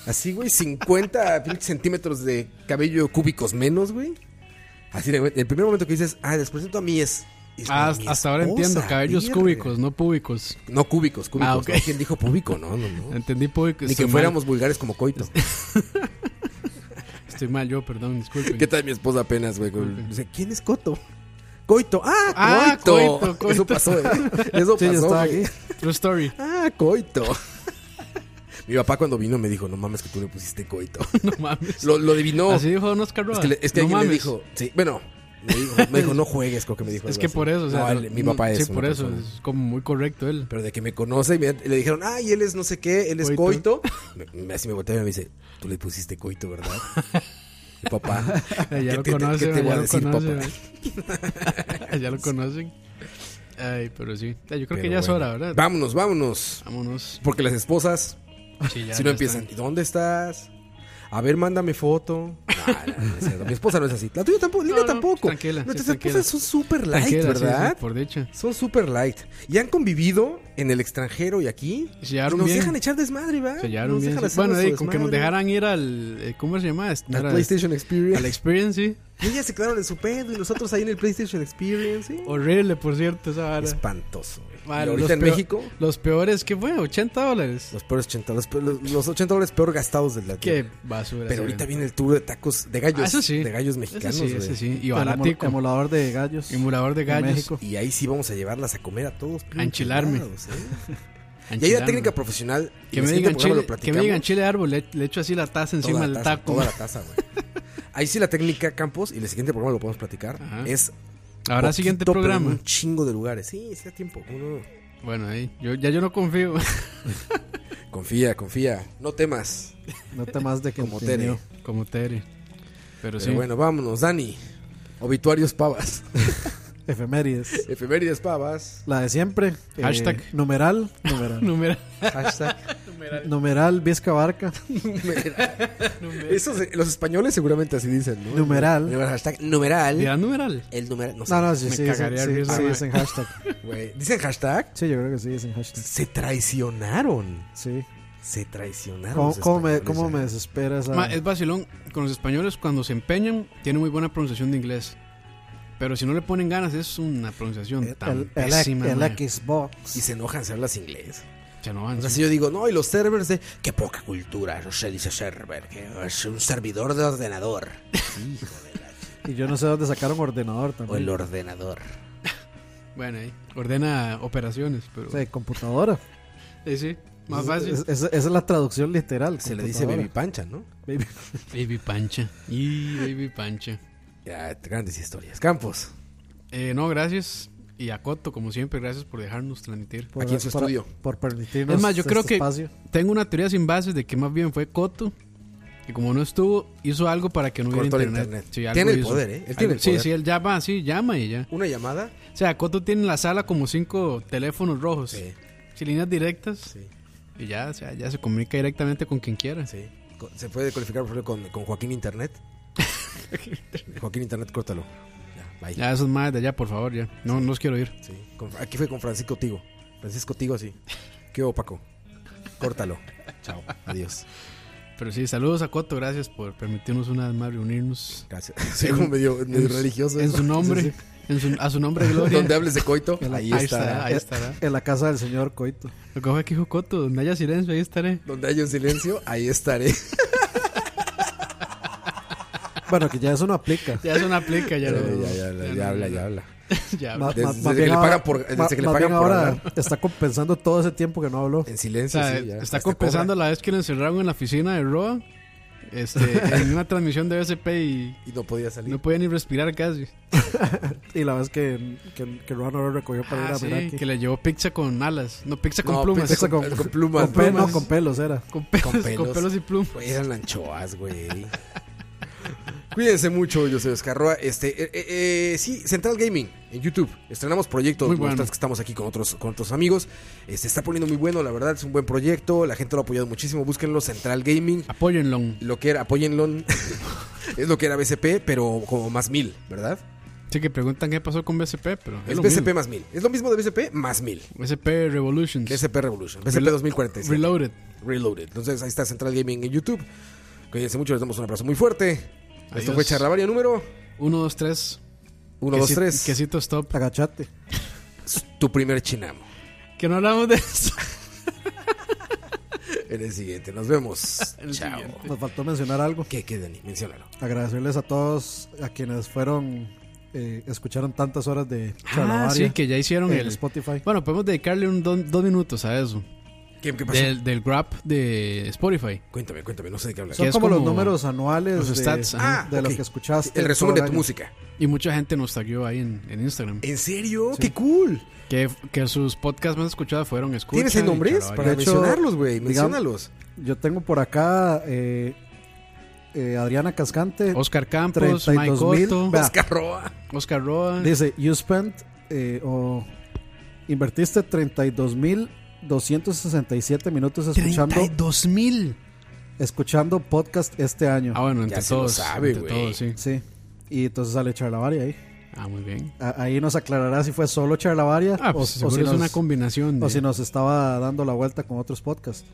Así, güey. 50 pinches centímetros de cabello cúbicos menos, güey. Así, de, güey. El primer momento que dices, ah, les presento a mí es. es
Ah,
mi
hasta, hasta ahora
esposa,
entiendo. Cabellos
verga.
cúbicos, no púbicos.
No cúbicos, cúbicos.
Ah, ok.
¿no? ¿Quién dijo púbico? No, no, no.
Entendí púbicos.
Ni que
estoy
fuéramos vulgares como coito.
Mal, estoy mal yo, perdón, disculpen.
¿Qué tal mi esposa apenas, güey? con- Dice, ¿quién es coto? Coito. ¡Ah,
Ah,
coito!
coito, coito.
Eso pasó, ¿eh? Eso
Sí, yo
pasó,
estaba
güey.
aquí. True story.
Ah, coito. Mi papá cuando vino me dijo, no mames que tú le pusiste coito.
No mames.
Lo, lo adivinó.
Así dijo Don Oscar
Es
Roa.
que, le- es que
No
alguien le
mames.
dijo, sí, bueno, me dijo, me dijo, no juegues, creo que me dijo.
Es
algo
que
así.
por eso, o sea,
No, él- mi papá
no-
es.
Sí,
una
por eso,
persona.
es como muy correcto él.
Pero de que me conoce, y me- le dijeron, ay, él es no sé qué, él es coito. Me- me- así me volteé y me dice, tú le pusiste coito, ¿verdad? Y papá,
Ya
¿qué
lo
te-
conoce,
¿qué te
ya
voy a
lo
decir,
conoce,
papá?
ya lo conocen. Ay, pero sí. Ya, Yo creo que
Pero
ya es
bueno.
hora, ¿verdad?
Vámonos, vámonos.
Vámonos.
Porque las esposas,
Sí, ya,
si no
ya
empiezan,
están.
¿y dónde estás? A ver, mándame foto. Ah, no, no es cierto. Mi esposa no es así. La tuya tampoco, la mía tampoco.
tranquila, sí,
Nuestras
tranquila.
esposas son súper light,
Tranquila, sí, sí,
¿verdad?
por dicha.
Son súper light. Y han convivido en el extranjero y aquí.
Se llevaron
Y nos
bien.
dejan echar desmadre, ¿verdad?
Se llevaron
Nos
bien,
dejan
sí.
hacer
Bueno,
nuestro
ey, con que nos
desmadre.
dejaran ir al. eh, ¿Cómo se llama? Este,
Al
era-
PlayStation Experience.
Al Experience, sí.
Y ellas se quedaron en su pedo y nosotros ahí en el PlayStation Experience. ¿sí?
Horrible, por cierto, esa vara.
Espantoso, güey.
Vale,
y
los
ahorita en
peor-
México,
Los peores, ¿qué fue? 80 dólares.
los peores 80 los, peor- los- los 80 dólares peor gastados del latino.
Qué basura.
Pero ahorita viene el tour de tacos de gallos.
Ah, eso sí.
De gallos mexicanos,
Ese sí,
güey.
ese sí. Y
Pero
baratico.
emo- emulador de gallos.
Emulador de gallos.
Y ahí sí vamos a llevarlas a comer a todos.
A enchilarme.
pinches lados, ¿eh? Y
A
hay la
enchilarme.
técnica profesional. y
Que
en
me,
el siguiente
digan
programa
chile,
lo
que me digan
platicamos.
chile de árbol, le, le echo así la
Toda
taza encima
la
del
taza,
taco.
Toda la taza, güey. Ahí sí la técnica, Campos, y el siguiente programa lo podemos platicar. Es.
Ahora siguiente
poquito, pero
programa.
en un chingo de lugares. Sí, sí, da tiempo. Uno-
Bueno, ahí. Yo, ya yo no confío.
Confía, confía. No temas.
No temas de que
Como
te
Tere.
niego.
Como Tere. Pero,
Pero
Pues sí.
bueno, vámonos, Dani. Obituarios pavas.
Efemérides.
Efemérides pavas.
La de siempre. eh,
Hashtag.
Numeral. Numeral.
Numeral.
Hashtag.
numeral. Numeral Vizca Barca.
Esos, eh, los españoles seguramente así dicen, ¿no?
Numeral.
Hashtag numeral.
¿Dirán numeral?
El numeral. No, sé.
No, no, sí,
Me
sí,
cagaría de
dicen,
risa,
sí, sí,
güey.
dicen hashtag.
Güey, ¿Dicen hashtag?
Sí, yo creo que sí, dicen hashtag.
Se traicionaron.
Sí.
Se traicionaron.
¿Cómo,
los
cómo me,
españoles,
cómo
eh.
me desespera esa...
Ma, es vacilón. Con los españoles, cuando se empeñan, tienen muy buena pronunciación de inglés. Pero si no le ponen ganas, es una pronunciación
Eh,
tan
el- el-
pésima.
el
mae.
Xbox.
Y se enojan si hablas inglés.
Se enojan.
O sea,
sí.
si yo digo, no, y los servers de. Qué poca cultura, no se dice server, que es un servidor de ordenador.
Y yo no sé dónde sacaron ordenador también.
o el ordenador.
Bueno, ahí. Ordena operaciones, pero.
O sea, computadora.
Sí, sí. Más
Es-
fácil.
es- es- esa es la traducción literal.
Se le dice
computadora.
Baby Pancha, ¿no?
Baby-
Baby Pancha. Y Baby Pancha.
Ya, grandes historias. Campos.
Eh, no, gracias. Y a Coto, como siempre, gracias por dejarnos transmitir.
Por- Aquí en su por- estudio. por permitirnos
Es más, yo
este
creo que
espacio.
tengo una teoría sin bases de que más bien fue Coto. Que como no estuvo, hizo algo para que no hubiera
Cortó el
internet.
internet.
Sí, algo
Tiene el
hizo.
poder, ¿eh? Él tiene el
Sí,
poder.
sí, él llama, sí, llama y ya.
Una llamada.
O sea, Coto tiene en la sala como cinco teléfonos rojos.
Sí.
Sí, líneas directas. Y ya, o sea, ya se comunica directamente con quien quiera.
Sí. Co- Se puede calificar, por ejemplo, con, con Joaquín Internet. Joaquín Internet, córtalo. Ya, bye.
Ya, esos más de allá, por favor, ya. No, no os quiero ir.
Sí. Con- aquí fue con Francisco Tigo. Francisco Tigo, así. Qué opaco. Córtalo. Chao. Adiós.
Pero sí, saludos a Coto, gracias por permitirnos una vez más reunirnos.
Gracias. Sí, como medio- medio
en su-
religioso
En
eso.
su nombre,
Sí,
en su- a su nombre gloria.
Donde hables de coito,
En la-
ahí ¿eh? estará.
ahí estará.
Eh, En la casa del señor Coito.
Lo que fue que dijo Coto, donde haya silencio, ahí estaré.
Donde haya un silencio, ahí estaré.
Bueno, que ya eso no aplica.
Ya eso no aplica,
Ya,
ya no.
ya, ya, ya, ya habla, ya habla.
Ya
Ma- ma-
Desde-
habla.
más
desde que
bien
le
ahora-
pagan por-
ma-
desde que le
más
pagan
bien
por
ahora
hablar. Eh,
está compensando todo ese tiempo que no habló.
En
O
silencio,
sea,
sí, ya.
está
Hasta
compensando
cobra.
la vez que lo encerraron en la oficina de Roa. Este, en una transmisión de BSP y,
Y no podía salir.
no podía ni respirar casi.
Y la vez que, que, que Roa no lo recogió para
Ah,
ir a
sí,
Meraki.
que le llevó pizza con alas. No, pizza con
No,
plumas.
pizza con- con plumas.
Con pe- no, con pelos era.
Con pelos, con pelos, y plumas.
Güey, eran lanchoas, güey. Cuídense mucho, yo soy Oscar Roa. Este, eh, eh, eh, sí, Central Gaming en YouTube. Estrenamos proyectos
Muy
muy
bueno.
que estamos aquí con otros, con otros amigos. Eh, Se está poniendo muy bueno, la verdad, es un buen proyecto. La gente lo ha apoyado muchísimo. Búsquenlo, Central Gaming.
Apóyenlo.
Lo que era, apóyenlo. es lo que era BCP, pero como más mil, ¿verdad?
Sí, que preguntan qué pasó con BSP, pero.
Es BCP más mil. Es lo mismo de BCP más mil.
BSP Revolutions.
BCP Revolution. BCP
Relo-
2047.
Reloaded.
Reloaded. Entonces ahí está Central Gaming en YouTube. Cuídense mucho, les damos un abrazo muy fuerte. Esto
Adiós.
fue Charlavaria número
1, 2, 3.
1, 2, 3.
Quesito stop.
Agachate.
Tu primer chinamo.
Que no hablamos de eso.
En el siguiente. Nos vemos. Chao.
Nos faltó mencionar algo.
¿Qué queda, Dani? Menciónalo.
Agradecerles a todos, a quienes fueron, eh, escucharon tantas horas de
Ah,
Charlavaria
sí, que ya hicieron
en
el.
Spotify.
Bueno, podemos dedicarle un don- dos minutos a eso.
¿Qué,
Pues
qué pasó?
Del, del grab de Spotify.
Cuéntame, cuéntame. No sé de qué hablar.
que
Son
es
como, los
como
números anuales
los
de,
stats, ajá. Ah,
de
ok.
lo que escuchaste.
El resumen de
todo el
tu
año.
música.
Y mucha gente nos tagueó ahí en, en Instagram.
Eh.
¿En serio? ¡Qué cool!
Que, que sus podcasts más escuchados fueron Escucha.
¿Tienes ahí
y
nombres?
Charlavaria.
Para
De hecho,
mencionarlos, güey.
digamos-
Menciónalos.
Yo tengo por acá eh, eh, Adriana Cascante.
Oscar Campos,
32,000.
Mike Cotto,
Vea,
Oscar Roa.
Oscar Roa.
Dice, you spent eh, o invertiste 32.267 minutos escuchando,
32 mil.
escuchando podcast este año.
Ah, bueno,
Ya
entre
se lo
todos.
sabe,
entre
güey.
todos, sí.
Sí. Y entonces sale Charlavaria ahí.
Ah, muy bien.
A- ahí nos aclarará si fue solo Charlavaria
Ah,
o,
pues
o
seguro
si
es
nos,
una combinación. de-
o si nos estaba dando la vuelta con otros podcasts.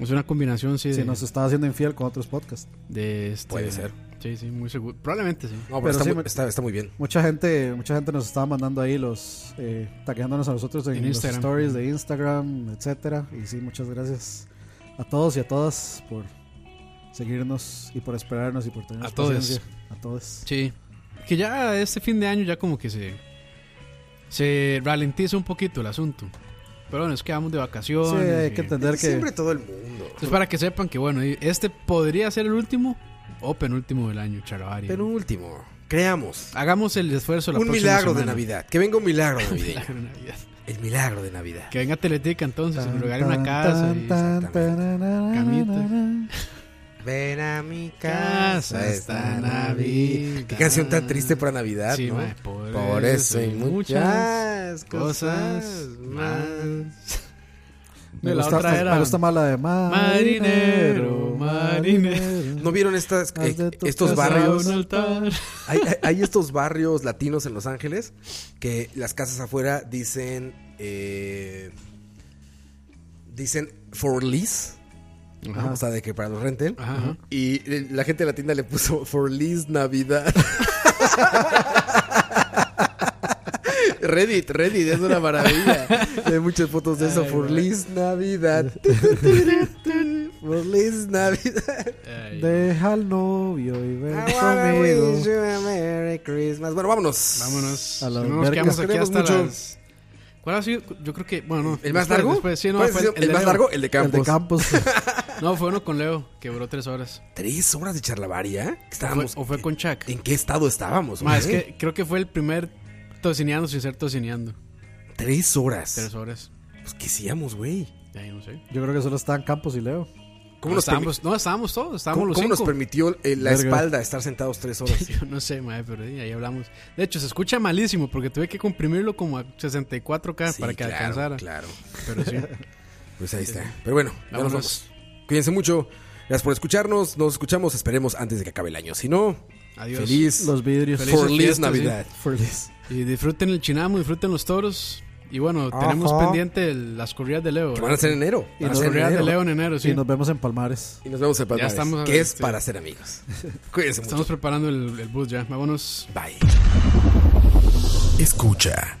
Es una combinación, sí.
Si
de,
nos estaba haciendo infiel con otros podcasts.
de este-
Puede ser.
Sí, sí, muy seguro. Probablemente sí.
No, pero,
Pero
está,
sí
muy,
me-
está- está muy bien.
Mucha gente, mucha gente nos estaba mandando ahí los eh, tagueándonos a nosotros en,
En
los
Instagram.
stories de Instagram, etcétera. Y sí, muchas gracias a todos y a todas por seguirnos y por esperarnos y por tenernos
A todos.
paciencia. A todos.
Sí. Que ya este fin de año ya como que se se ralentiza un poquito el asunto. Pero bueno, es que vamos de vacaciones.
Sí, hay
y-
que entender que
Siempre todo el mundo.
Entonces para que sepan que bueno, y este podría ser el último o penúltimo del año, Charavari.
Penúltimo. Creamos.
Hagamos el esfuerzo la
Un
próxima
milagro de
semana.
Navidad. Que venga un milagro
Un
navideño.
milagro de Navidad.
El milagro de Navidad.
Que venga Teletica entonces, y me regale
Tan,
una casa. y-
tan,
exactamente.
tan, tan,
Camita.
tan,
Ven a mi
casa esta Navidad.
Qué canción tan triste para Navidad,
Sí,
¿no?
mae, por eso
hay
y muchas
muchas
cosas más.
Me,
De la
gusta,
otra
me-
era-
me gusta más la de marinero,
Marinero, marinero.
¿No vieron estas,
Haz
eh,
de tu
estos
casa
barrios?
un altar.
Hay, hay- hay estos barrios latinos en Los Ángeles que las casas afuera dicen. eh, dicen for lease.
Ajá.
O sea, de que para los renten.
Ajá, ajá.
Y eh, la gente de la tienda le puso for lease Navidad. Reddit, Reddit es una maravilla. Hay muchas fotos de eso.
Ay, güey.
Feliz Navidad. Feliz Navidad.
Deja al novio y ven
I wanna
conmigo.
wish you a Merry Christmas. Bueno, vámonos.
Vámonos.
A la
Si no nos
verga.
quedamos aquí
Queremos
hasta
mucho.
las- ¿Cuál ha sido? Yo creo que, bueno, no.
¿El más
después,
largo?
después, sí, no,
¿Cuál ha
fue
sido Pues, el más
Leo.
largo? El de Campos. El de Campos.
no, fue uno con Leo, que duró tres horas.
¿Tres horas de charlavaria? Estábamos-
¿O fue, o fue con Chuck?
¿En qué estado estábamos?
Ma, es
hombre?
que creo que fue el primer tocineando sin ser tocineando.
Tres horas.
Tres horas.
Pues, ¿qué hacíamos, güey?
Ya, yo no sé.
Yo creo que solo estaban Campos y Leo.
¿Cómo
No,
nos permi-
estábamos, no, estábamos todos, estábamos
¿Cómo,
los
cómo nos
cinco.
permitió eh, la
Verga.
espalda estar sentados tres horas?
Yo no sé, madre, pero sí, ahí hablamos. De hecho, se escucha malísimo porque tuve que comprimirlo como a 64K
Sí,
para que
claro,
alcanzara.
claro.
Pero sí.
Pues ahí está. Pero bueno, ya nos
Vámonos.
vamos. Cuídense mucho. Gracias por escucharnos. Nos escuchamos, esperemos, antes de que acabe el año. Si no,
Adiós.
feliz.
Los vidrios.
Feliz
Felices fiestas,
Navidad.
sí. Y disfruten el chinamo, disfruten los toros. Y bueno,
Ajá.
tenemos pendiente el- las corridas de Leo.
Que
¿verdad?
van a ser en enero.
Y
Van a
las
ser en
corridas de
enero.
Leo en enero, sí.
Y nos vemos en Palmares.
Y nos vemos en
Ya
Palmares.
estamos-
que es
sí.
para ser amigos. Cuídense mucho.
Estamos preparando el, el bus ya. Vámonos.
Bye.
Escucha.